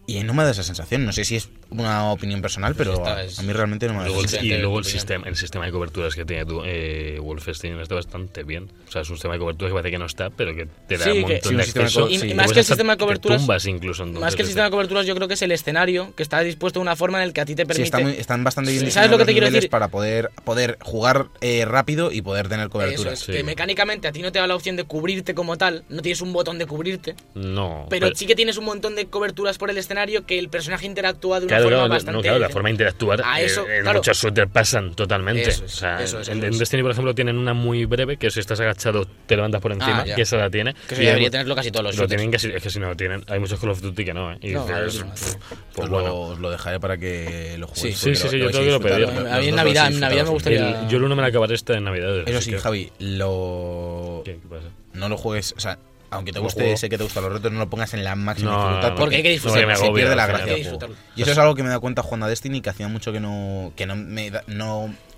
[SPEAKER 3] Y no me da esa sensación. No sé si es una opinión personal, pero
[SPEAKER 4] Pues esta
[SPEAKER 3] a,
[SPEAKER 4] es-
[SPEAKER 3] a mí realmente no me da esa
[SPEAKER 2] Luego el-
[SPEAKER 3] sensación.
[SPEAKER 2] y
[SPEAKER 4] Diferente
[SPEAKER 2] luego el
[SPEAKER 4] opinión.
[SPEAKER 2] sistema, el sistema de coberturas que tiene tu, eh, Wolfenstein está bastante bien. O sea, es un sistema de coberturas que parece que no está, pero que te da
[SPEAKER 4] Sí,
[SPEAKER 2] un
[SPEAKER 4] que-
[SPEAKER 2] montón
[SPEAKER 3] sí, un
[SPEAKER 2] de
[SPEAKER 3] sistema de
[SPEAKER 2] acceso.
[SPEAKER 3] co- Y- y
[SPEAKER 2] Te
[SPEAKER 4] más
[SPEAKER 2] puedes
[SPEAKER 4] que el
[SPEAKER 2] hasta-
[SPEAKER 4] sistema de
[SPEAKER 2] te
[SPEAKER 4] coberturas-
[SPEAKER 2] tumbas incluso.
[SPEAKER 4] Más que el sistema de coberturas, yo creo que es el escenario que está dispuesto de una forma en el que a ti te
[SPEAKER 3] Sí,
[SPEAKER 4] permite.
[SPEAKER 3] está muy- están bastante bien
[SPEAKER 4] Sí.
[SPEAKER 3] diseñados
[SPEAKER 4] ¿Sabes lo que
[SPEAKER 3] los
[SPEAKER 4] te quiero
[SPEAKER 3] niveles
[SPEAKER 4] decir?
[SPEAKER 3] para poder, poder jugar eh, rápido y poder tener
[SPEAKER 4] Eso
[SPEAKER 3] cobertura.
[SPEAKER 4] es,
[SPEAKER 2] Sí.
[SPEAKER 4] que mecánicamente a ti no te da la opción de cubrirte como tal, no tienes un botón de cubrirte,
[SPEAKER 2] No.
[SPEAKER 4] pero, sí que tienes un montón de coberturas por el escenario que el personaje interactúa de una
[SPEAKER 2] Claro,
[SPEAKER 4] forma
[SPEAKER 2] claro,
[SPEAKER 4] bastante.
[SPEAKER 2] no, claro, la forma de interactuar
[SPEAKER 4] A
[SPEAKER 2] eh,
[SPEAKER 4] eso,
[SPEAKER 2] en
[SPEAKER 4] claro.
[SPEAKER 2] muchos shooters pasan totalmente.
[SPEAKER 4] Eso es,
[SPEAKER 2] o sea,
[SPEAKER 4] eso es,
[SPEAKER 2] en,
[SPEAKER 4] eso
[SPEAKER 2] en
[SPEAKER 4] es.
[SPEAKER 2] Destiny, por ejemplo, tienen una muy breve que si estás agachado te levantas por encima,
[SPEAKER 4] Ah, ya.
[SPEAKER 2] que esa la tiene.
[SPEAKER 4] Que eso
[SPEAKER 2] Y hay-
[SPEAKER 4] debería tenerlo casi todos los
[SPEAKER 2] Lo
[SPEAKER 4] shooters.
[SPEAKER 2] tienen casi, es que si no lo tienen, hay muchos Call of Duty que no, ¿eh? Y
[SPEAKER 4] No,
[SPEAKER 2] dices,
[SPEAKER 4] claro,
[SPEAKER 2] pff, pues
[SPEAKER 3] Os
[SPEAKER 2] bueno.
[SPEAKER 3] lo, os lo dejaré para que lo juguéis.
[SPEAKER 4] Sí,
[SPEAKER 3] porque
[SPEAKER 2] sí,
[SPEAKER 3] lo-
[SPEAKER 2] sí, yo
[SPEAKER 3] vais
[SPEAKER 2] tengo que lo
[SPEAKER 3] disfrutar,
[SPEAKER 2] pedir.
[SPEAKER 3] los
[SPEAKER 4] A mí en
[SPEAKER 3] dos
[SPEAKER 4] Navidad-
[SPEAKER 3] vais a
[SPEAKER 4] en Navidad me
[SPEAKER 3] disfrutar
[SPEAKER 4] gustaría-
[SPEAKER 2] El- yo el uno me la acabaré esta en Navidad.
[SPEAKER 3] bastante. Eso
[SPEAKER 2] así
[SPEAKER 3] sí,
[SPEAKER 2] que-
[SPEAKER 3] Javi, lo...
[SPEAKER 2] ¿Qué, qué pasa?
[SPEAKER 3] no lo juegues, o sea, aunque te
[SPEAKER 2] Lo
[SPEAKER 3] guste,
[SPEAKER 2] juego.
[SPEAKER 3] sé que te gustan los retos, no lo pongas en la máxima
[SPEAKER 2] No, no,
[SPEAKER 3] dificultad
[SPEAKER 2] no,
[SPEAKER 4] porque hay que disfrutar,
[SPEAKER 2] no, me
[SPEAKER 3] se
[SPEAKER 2] agobia,
[SPEAKER 3] pierde la
[SPEAKER 2] al
[SPEAKER 3] gracia
[SPEAKER 2] final.
[SPEAKER 4] Hay
[SPEAKER 3] del
[SPEAKER 4] que
[SPEAKER 3] juego.
[SPEAKER 4] disfrutarlo.
[SPEAKER 3] Y eso es algo que me he dado cuenta jugando a Destiny, que hacía mucho que no, que no me, da- no
[SPEAKER 2] Que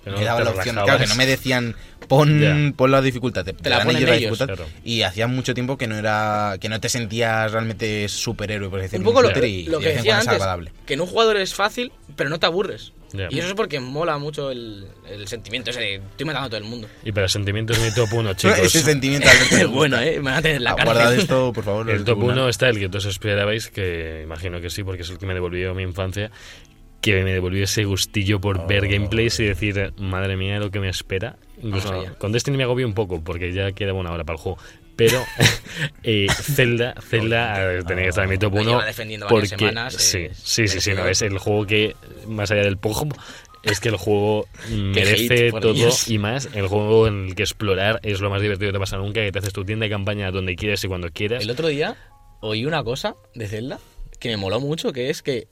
[SPEAKER 3] me
[SPEAKER 2] no
[SPEAKER 3] daba
[SPEAKER 2] te
[SPEAKER 3] la opción,
[SPEAKER 2] relajabas.
[SPEAKER 3] claro, que no me decían pon,
[SPEAKER 2] Ya.
[SPEAKER 3] pon la dificultad, te,
[SPEAKER 4] la
[SPEAKER 3] dan
[SPEAKER 4] ponen
[SPEAKER 3] ellos la
[SPEAKER 4] ellos.
[SPEAKER 3] dificultad.
[SPEAKER 2] Claro.
[SPEAKER 3] Y hacía mucho tiempo que no era que no te sentías realmente superhéroe, por así
[SPEAKER 4] Un
[SPEAKER 3] decirlo,
[SPEAKER 4] poco lo,
[SPEAKER 3] en Twitter y-
[SPEAKER 4] lo
[SPEAKER 3] y
[SPEAKER 4] que
[SPEAKER 3] de vez en
[SPEAKER 4] decía
[SPEAKER 3] cuando es
[SPEAKER 4] antes,
[SPEAKER 3] agradable.
[SPEAKER 4] que en un jugador es fácil, pero no te aburres.
[SPEAKER 2] Ya.
[SPEAKER 4] Y eso es porque mola mucho el, el sentimiento ese de estoy matando a todo el mundo.
[SPEAKER 2] Y para sentimientos mi top 1, chicos.
[SPEAKER 3] Ese sentimiento al verte
[SPEAKER 4] Es bueno, ¿eh? Me van a tener en la cara.
[SPEAKER 3] Guardad esto, por favor. los
[SPEAKER 2] El
[SPEAKER 3] del
[SPEAKER 2] top
[SPEAKER 3] tribunal.
[SPEAKER 2] 1 está el que todos esperabais, que imagino que sí, porque es el que me devolvió mi infancia, que me devolvió ese gustillo
[SPEAKER 4] Ah.
[SPEAKER 2] por ver gameplays y decir, madre mía, lo que me espera. Incluso
[SPEAKER 4] allá.
[SPEAKER 2] con Destiny me agobié un poco, porque ya quedaba una hora para el juego. Pero eh, Zelda, Zelda eh, tenía que estar en mi top
[SPEAKER 4] Ah. Lo
[SPEAKER 2] 1.
[SPEAKER 4] lleva defendiendo
[SPEAKER 2] Porque,
[SPEAKER 4] varias semanas,
[SPEAKER 2] sí,
[SPEAKER 4] eh,
[SPEAKER 2] sí, sí, sí, no,
[SPEAKER 4] merecido.
[SPEAKER 2] es el juego que, más allá del Pogom, es que el juego merece
[SPEAKER 4] hate, por
[SPEAKER 2] todo
[SPEAKER 4] Dios.
[SPEAKER 2] y más. El juego en el que explorar es lo más divertido que te pasa nunca, que te haces tu tienda de campaña donde quieras y cuando quieras.
[SPEAKER 4] El otro día oí una cosa de Zelda que me moló mucho, que es que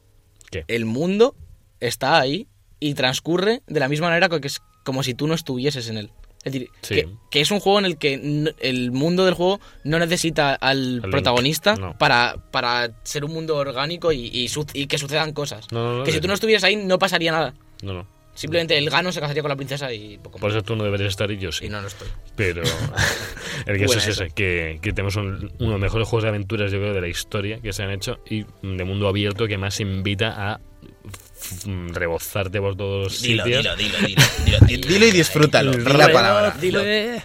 [SPEAKER 2] ¿Qué?
[SPEAKER 4] el mundo está ahí y transcurre de la misma manera que es como si tú no estuvieses en él. Es decir,
[SPEAKER 2] Sí.
[SPEAKER 4] que, que es un juego en el que n- el mundo del juego no necesita al
[SPEAKER 2] Link,
[SPEAKER 4] protagonista
[SPEAKER 2] no.
[SPEAKER 4] para, para ser un mundo orgánico y, y su- y que sucedan cosas.
[SPEAKER 2] No, no, no,
[SPEAKER 4] que si
[SPEAKER 2] no.
[SPEAKER 4] tú no estuvieras ahí no pasaría nada.
[SPEAKER 2] No, no.
[SPEAKER 4] Simplemente el gano se casaría con la princesa y poco
[SPEAKER 2] Por
[SPEAKER 4] más.
[SPEAKER 2] eso tú no deberías estar y yo sí.
[SPEAKER 4] Y no lo estoy.
[SPEAKER 2] Pero el caso
[SPEAKER 4] Buena
[SPEAKER 2] es
[SPEAKER 4] esa.
[SPEAKER 2] ese, que, que tenemos un- uno de los mejores juegos de aventuras, yo creo, de la historia que se han hecho y de mundo abierto que más invita a f- f- rebozarte por todos los
[SPEAKER 3] Dilo,
[SPEAKER 2] sitios.
[SPEAKER 3] dilo, dilo, dilo, dilo, dilo, dilo y disfrútalo. Di la palabra.
[SPEAKER 4] Dilo.
[SPEAKER 3] Dilo,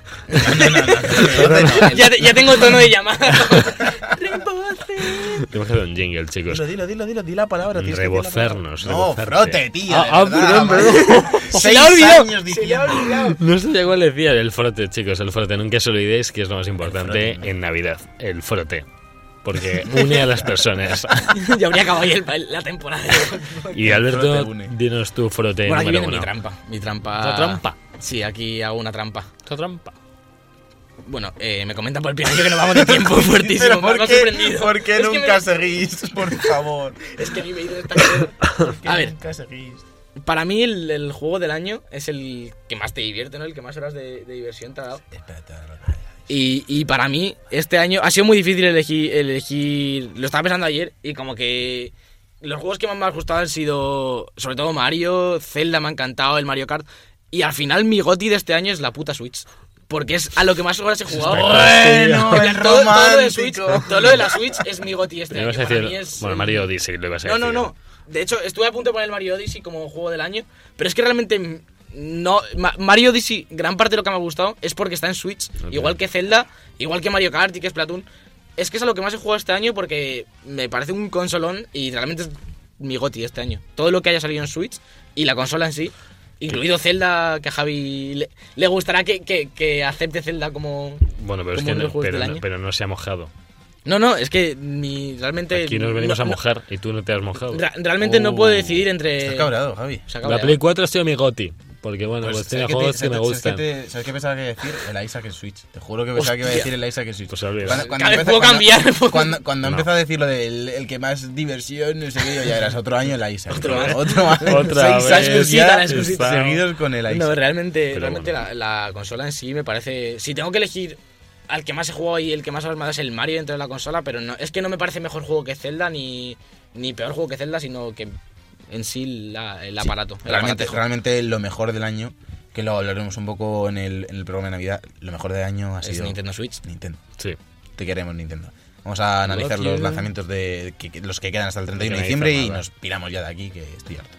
[SPEAKER 4] ya, te- ya tengo tono de llamada.
[SPEAKER 2] Tenemos que hacer un jingle, chicos.
[SPEAKER 3] Dilo, dilo, dilo, dilo, di la palabra. tienes que decir la
[SPEAKER 2] Rebozarnos,
[SPEAKER 3] palabra. No,
[SPEAKER 2] rebozarte.
[SPEAKER 3] frote, tío.
[SPEAKER 2] Ah,
[SPEAKER 3] de
[SPEAKER 2] ah,
[SPEAKER 3] verdad,
[SPEAKER 2] perdón,
[SPEAKER 3] madre.
[SPEAKER 2] perdón.
[SPEAKER 3] Seis
[SPEAKER 4] ha olvidado.
[SPEAKER 3] años diciendo.
[SPEAKER 2] No sabía cuál decía el frote, chicos, el frote. Nunca os olvidéis que es lo más importante
[SPEAKER 3] El frote.
[SPEAKER 2] en Navidad, el frote. Porque une a las personas.
[SPEAKER 4] ya habría acabado ahí el- la temporada.
[SPEAKER 2] Y
[SPEAKER 3] frote
[SPEAKER 2] Alberto,
[SPEAKER 3] une.
[SPEAKER 2] dinos tu frote
[SPEAKER 4] bueno, aquí
[SPEAKER 2] número
[SPEAKER 4] viene
[SPEAKER 2] uno.
[SPEAKER 4] mi trampa. Mi trampa.
[SPEAKER 2] ¿La trampa?
[SPEAKER 4] Sí, aquí hago una trampa.
[SPEAKER 2] Tu trampa.
[SPEAKER 4] Bueno, eh, me comentan por el pianillo que nos vamos de tiempo fuertísimo.
[SPEAKER 3] Pero
[SPEAKER 4] me
[SPEAKER 3] ¿por
[SPEAKER 4] ha
[SPEAKER 3] qué,
[SPEAKER 4] sorprendido.
[SPEAKER 3] ¿por qué
[SPEAKER 4] Es que
[SPEAKER 3] nunca
[SPEAKER 4] me-
[SPEAKER 3] seguís? Por favor.
[SPEAKER 4] Es que a mí me he ido de esta manera.
[SPEAKER 3] ¿Por qué
[SPEAKER 4] A ver,
[SPEAKER 3] nunca seguís?
[SPEAKER 4] para mí el, el juego del año es el que más te divierte, ¿no? El que más horas de, de diversión te ha dado.
[SPEAKER 3] Espérate,
[SPEAKER 4] Y, y para mí, este año ha sido muy difícil elegir, elegir. Lo estaba pensando ayer y como que. Los juegos que más me han gustado han sido. Sobre todo Mario, Zelda me ha encantado, el Mario Kart. Y al final, mi goti de este año es la puta Switch. Porque es a lo que más horas he jugado.
[SPEAKER 3] Bueno,
[SPEAKER 4] En plan,
[SPEAKER 3] el
[SPEAKER 4] todo, todo lo de Switch,
[SPEAKER 3] romántico.
[SPEAKER 4] todo lo de la Switch es mi goti este
[SPEAKER 2] Ibas
[SPEAKER 4] año.
[SPEAKER 2] a
[SPEAKER 4] Para
[SPEAKER 2] decir-
[SPEAKER 4] mí es
[SPEAKER 2] bueno,
[SPEAKER 4] el-
[SPEAKER 2] Mario Odyssey lo ibas a
[SPEAKER 4] No,
[SPEAKER 2] decir.
[SPEAKER 4] no, no. De hecho, estuve a punto de poner el Mario Odyssey como juego del año, pero es que realmente no Ma- Mario Odyssey, gran parte de lo que me ha gustado es porque está en Switch,
[SPEAKER 2] Ok.
[SPEAKER 4] igual que Zelda, igual que Mario Kart y que Splatoon. Es que es a lo que más he jugado este año porque me parece un consolón y realmente es mi goti este año. Todo lo que haya salido en Switch y la consola en sí, incluido Zelda, que a Javi le, le gustará que, que- que acepte Zelda como...
[SPEAKER 2] Bueno, pero es que
[SPEAKER 4] como uno de
[SPEAKER 2] no,
[SPEAKER 4] los juegos
[SPEAKER 2] pero,
[SPEAKER 4] del
[SPEAKER 2] no,
[SPEAKER 4] año.
[SPEAKER 2] pero no se ha mojado.
[SPEAKER 4] No, no, es que mi- realmente...
[SPEAKER 2] Aquí nos venimos
[SPEAKER 4] no-
[SPEAKER 2] a
[SPEAKER 4] no-
[SPEAKER 2] mojar y tú no te has mojado.
[SPEAKER 4] ra- realmente no
[SPEAKER 3] Oh.
[SPEAKER 4] puedo decidir entre...
[SPEAKER 3] Estás Uh. cabreado, Javi.
[SPEAKER 4] Se acaba
[SPEAKER 2] La
[SPEAKER 4] ya.
[SPEAKER 2] Play 4 ha sido mi goti. Porque bueno,
[SPEAKER 3] Pues,
[SPEAKER 2] pues, tiene
[SPEAKER 3] qué
[SPEAKER 2] juegos
[SPEAKER 3] te-
[SPEAKER 2] que me
[SPEAKER 3] ¿sabes qué
[SPEAKER 2] gustan.
[SPEAKER 3] te- ¿Sabes qué pensaba que iba a decir? El Isaac en Switch. Te juro que pensaba que iba a decir el Isaac en Switch.
[SPEAKER 2] Pues habría-
[SPEAKER 4] Cada vez puedo cambiar. pues.
[SPEAKER 3] Cuando, cuando, cuando
[SPEAKER 2] No.
[SPEAKER 3] empezó a decir lo del el que más diversión, no sé qué, yo ya eras otro año el Isaac.
[SPEAKER 4] Otro año.
[SPEAKER 3] Otro año.
[SPEAKER 2] Otra vez.
[SPEAKER 3] Seis años ya
[SPEAKER 4] Excusita, la excusita.
[SPEAKER 3] seguidos con el
[SPEAKER 4] No,
[SPEAKER 3] Isaac.
[SPEAKER 4] realmente,
[SPEAKER 2] Pero
[SPEAKER 4] realmente
[SPEAKER 2] bueno.
[SPEAKER 4] la, la consola en sí me parece. Si tengo que elegir al que más he jugado y el que más horas me ha dado es el Mario dentro de la consola, pero no, es que no me parece mejor juego que Zelda ni, ni peor juego que Zelda, sino que en sí la- el aparato. el
[SPEAKER 3] realmente,
[SPEAKER 4] aparatejo.
[SPEAKER 3] realmente lo mejor del año, que lo hablaremos un poco en el, en el programa de Navidad, lo mejor del año ha
[SPEAKER 4] Es
[SPEAKER 3] sido
[SPEAKER 4] Nintendo Switch.
[SPEAKER 3] Nintendo.
[SPEAKER 2] Sí.
[SPEAKER 3] Te queremos, Nintendo. Vamos a analizar
[SPEAKER 2] Love
[SPEAKER 3] los
[SPEAKER 2] you.
[SPEAKER 3] lanzamientos de que- que- los que quedan hasta el 31 de
[SPEAKER 2] No
[SPEAKER 3] diciembre y
[SPEAKER 2] nada.
[SPEAKER 3] nos piramos ya de aquí, que estoy harto.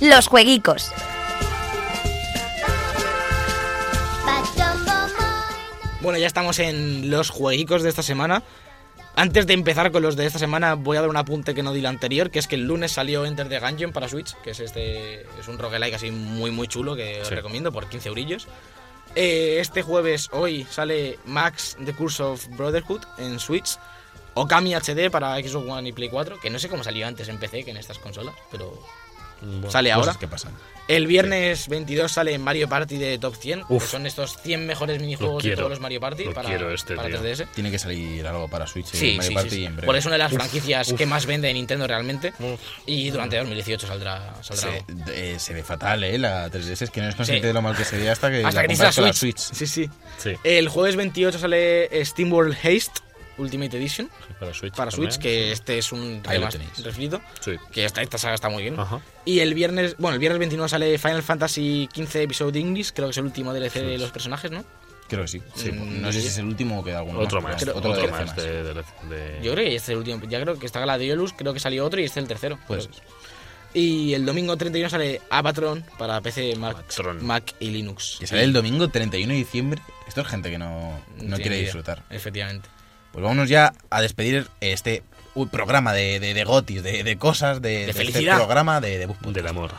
[SPEAKER 1] Los jueguicos.
[SPEAKER 4] Bueno, ya estamos en los jueguicos de esta semana. Antes de empezar con los de esta semana, voy a dar un apunte que no di la anterior, que es que el lunes salió Enter the Gungeon para Switch, que es este es un roguelike así muy muy chulo que os
[SPEAKER 2] Sí.
[SPEAKER 4] recomiendo por 15 eurillos. Eh, este jueves, hoy, sale Max The Curse of Brotherhood en Switch, Okami HD para Xbox One y Play 4, que no sé cómo salió antes en PC que en estas consolas, pero
[SPEAKER 2] Bueno, pues
[SPEAKER 4] sale ahora.
[SPEAKER 3] Cosas que pasan.
[SPEAKER 4] El viernes 22 sale Mario Party de Top 100,
[SPEAKER 2] Uf.
[SPEAKER 4] que son estos 100 mejores minijuegos de
[SPEAKER 2] quiero.
[SPEAKER 4] todos los Mario Party
[SPEAKER 2] Lo
[SPEAKER 4] para,
[SPEAKER 2] quiero este,
[SPEAKER 4] para
[SPEAKER 2] tío.
[SPEAKER 4] 3DS.
[SPEAKER 3] Tiene que salir algo para Switch y
[SPEAKER 4] Sí,
[SPEAKER 3] Mario
[SPEAKER 4] sí,
[SPEAKER 3] Party
[SPEAKER 4] sí, sí.
[SPEAKER 3] en breve.
[SPEAKER 4] Cuál es una de las franquicias que más vende de Nintendo realmente.
[SPEAKER 2] Uf.
[SPEAKER 4] Y durante 2018 saldrá. saldrá
[SPEAKER 3] se, eh, se ve fatal, ¿eh? La 3DS es que no es consciente
[SPEAKER 4] Sí.
[SPEAKER 3] de lo mal que se ve hasta que la
[SPEAKER 4] Hasta que
[SPEAKER 3] compras
[SPEAKER 4] necesitas
[SPEAKER 3] con la
[SPEAKER 4] Switch.
[SPEAKER 3] Switch.
[SPEAKER 4] Sí, sí.
[SPEAKER 2] Sí,
[SPEAKER 4] El jueves 28 sale Steam World Haste Ultimate Edition
[SPEAKER 2] para Switch.
[SPEAKER 4] para
[SPEAKER 2] también.
[SPEAKER 4] Switch, que este es un
[SPEAKER 3] Ahí lo
[SPEAKER 4] remas-
[SPEAKER 3] tenéis.
[SPEAKER 4] refrito.
[SPEAKER 2] Sí.
[SPEAKER 4] Que esta, esta saga está muy bien.
[SPEAKER 2] Ajá.
[SPEAKER 4] Y el viernes, bueno, el viernes 29 sale Final Fantasy XV Episode English, creo que es el último DLC de los personajes, ¿no?
[SPEAKER 3] Creo que sí.
[SPEAKER 4] Sí, pues.
[SPEAKER 3] no sé si es el último o queda alguno
[SPEAKER 2] Otro
[SPEAKER 3] más.
[SPEAKER 2] más.
[SPEAKER 3] pero
[SPEAKER 2] otro
[SPEAKER 3] DLC
[SPEAKER 2] más de, de, de-
[SPEAKER 4] Yo creo que este es el último. Ya creo que está Gladiolus, creo que salió otro y este es el tercero.
[SPEAKER 3] Puede
[SPEAKER 4] creo.
[SPEAKER 3] ser.
[SPEAKER 4] Y el domingo 31 sale Avatron para PC, Mac,
[SPEAKER 2] Avatron.
[SPEAKER 4] Mac y Linux.
[SPEAKER 3] Que sale el domingo 31 de diciembre. Esto es gente que no,
[SPEAKER 4] No
[SPEAKER 3] no
[SPEAKER 4] tiene
[SPEAKER 3] quiere
[SPEAKER 4] idea.
[SPEAKER 3] disfrutar.
[SPEAKER 4] Efectivamente.
[SPEAKER 3] Pues vámonos ya a despedir este uh, programa de, de, de gotis, de, de cosas, de, este
[SPEAKER 4] felicidad.
[SPEAKER 3] programa de, de Bus Podcast.
[SPEAKER 2] del amor.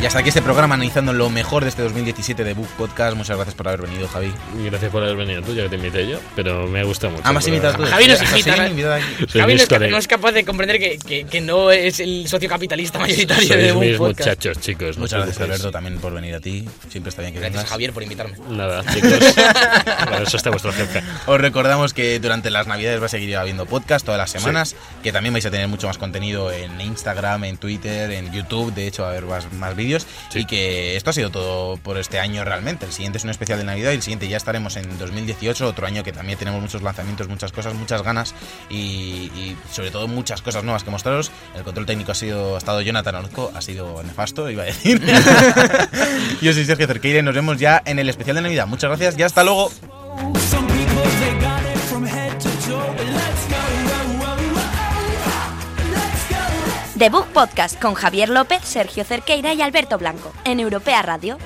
[SPEAKER 3] Y hasta aquí este programa analizando lo mejor de este 2017 de Book Podcast. Muchas gracias por haber venido, Javi.
[SPEAKER 2] Y Gracias por haber venido tú, ya que te invité yo, pero me gusta mucho.
[SPEAKER 3] Ah, más
[SPEAKER 2] pero-
[SPEAKER 3] invitados tú.
[SPEAKER 4] Javi nos
[SPEAKER 3] Sí,
[SPEAKER 4] invita.
[SPEAKER 3] me invita aquí.
[SPEAKER 2] Sois
[SPEAKER 4] Javi
[SPEAKER 2] mis
[SPEAKER 4] no es, ca-
[SPEAKER 2] cole-
[SPEAKER 4] no es capaz de comprender que, que- que no es el socio capitalista mayoritario de
[SPEAKER 2] sois
[SPEAKER 4] un
[SPEAKER 2] mis
[SPEAKER 4] podcast.
[SPEAKER 2] muchachos, chicos. no os
[SPEAKER 3] Muchas gracias,
[SPEAKER 2] preocupéis.
[SPEAKER 3] Alberto, también por venir a ti. Siempre está bien que
[SPEAKER 4] Gracias,
[SPEAKER 3] vengas.
[SPEAKER 4] Javier, por invitarme.
[SPEAKER 2] Nada, chicos. Para eso está vuestro jefe.
[SPEAKER 3] Os recordamos que durante las navidades va a seguir habiendo podcast todas las semanas, que también vais a tener mucho más contenido en Instagram, en Twitter, en YouTube, de hecho va a haber más, más vídeos,
[SPEAKER 2] Sí.
[SPEAKER 3] y que esto ha sido todo por este año realmente. El siguiente es un especial de Navidad y el siguiente ya estaremos en 2018, otro año que también tenemos muchos lanzamientos, muchas cosas, muchas ganas y, y sobre todo muchas cosas nuevas que mostraros. El control técnico ha sido ha estado Jonathan Orozco, ha sido nefasto, iba a decir. Yo soy Sergio Cerqueira y nos vemos ya en el especial de Navidad. Muchas gracias y hasta luego.
[SPEAKER 8] Some people they got it from head to toe. But let's go, whoa, whoa, whoa. let's go.
[SPEAKER 1] The Book Podcast con Javier López, Sergio Cerqueira y Alberto Blanco en Europea Radio.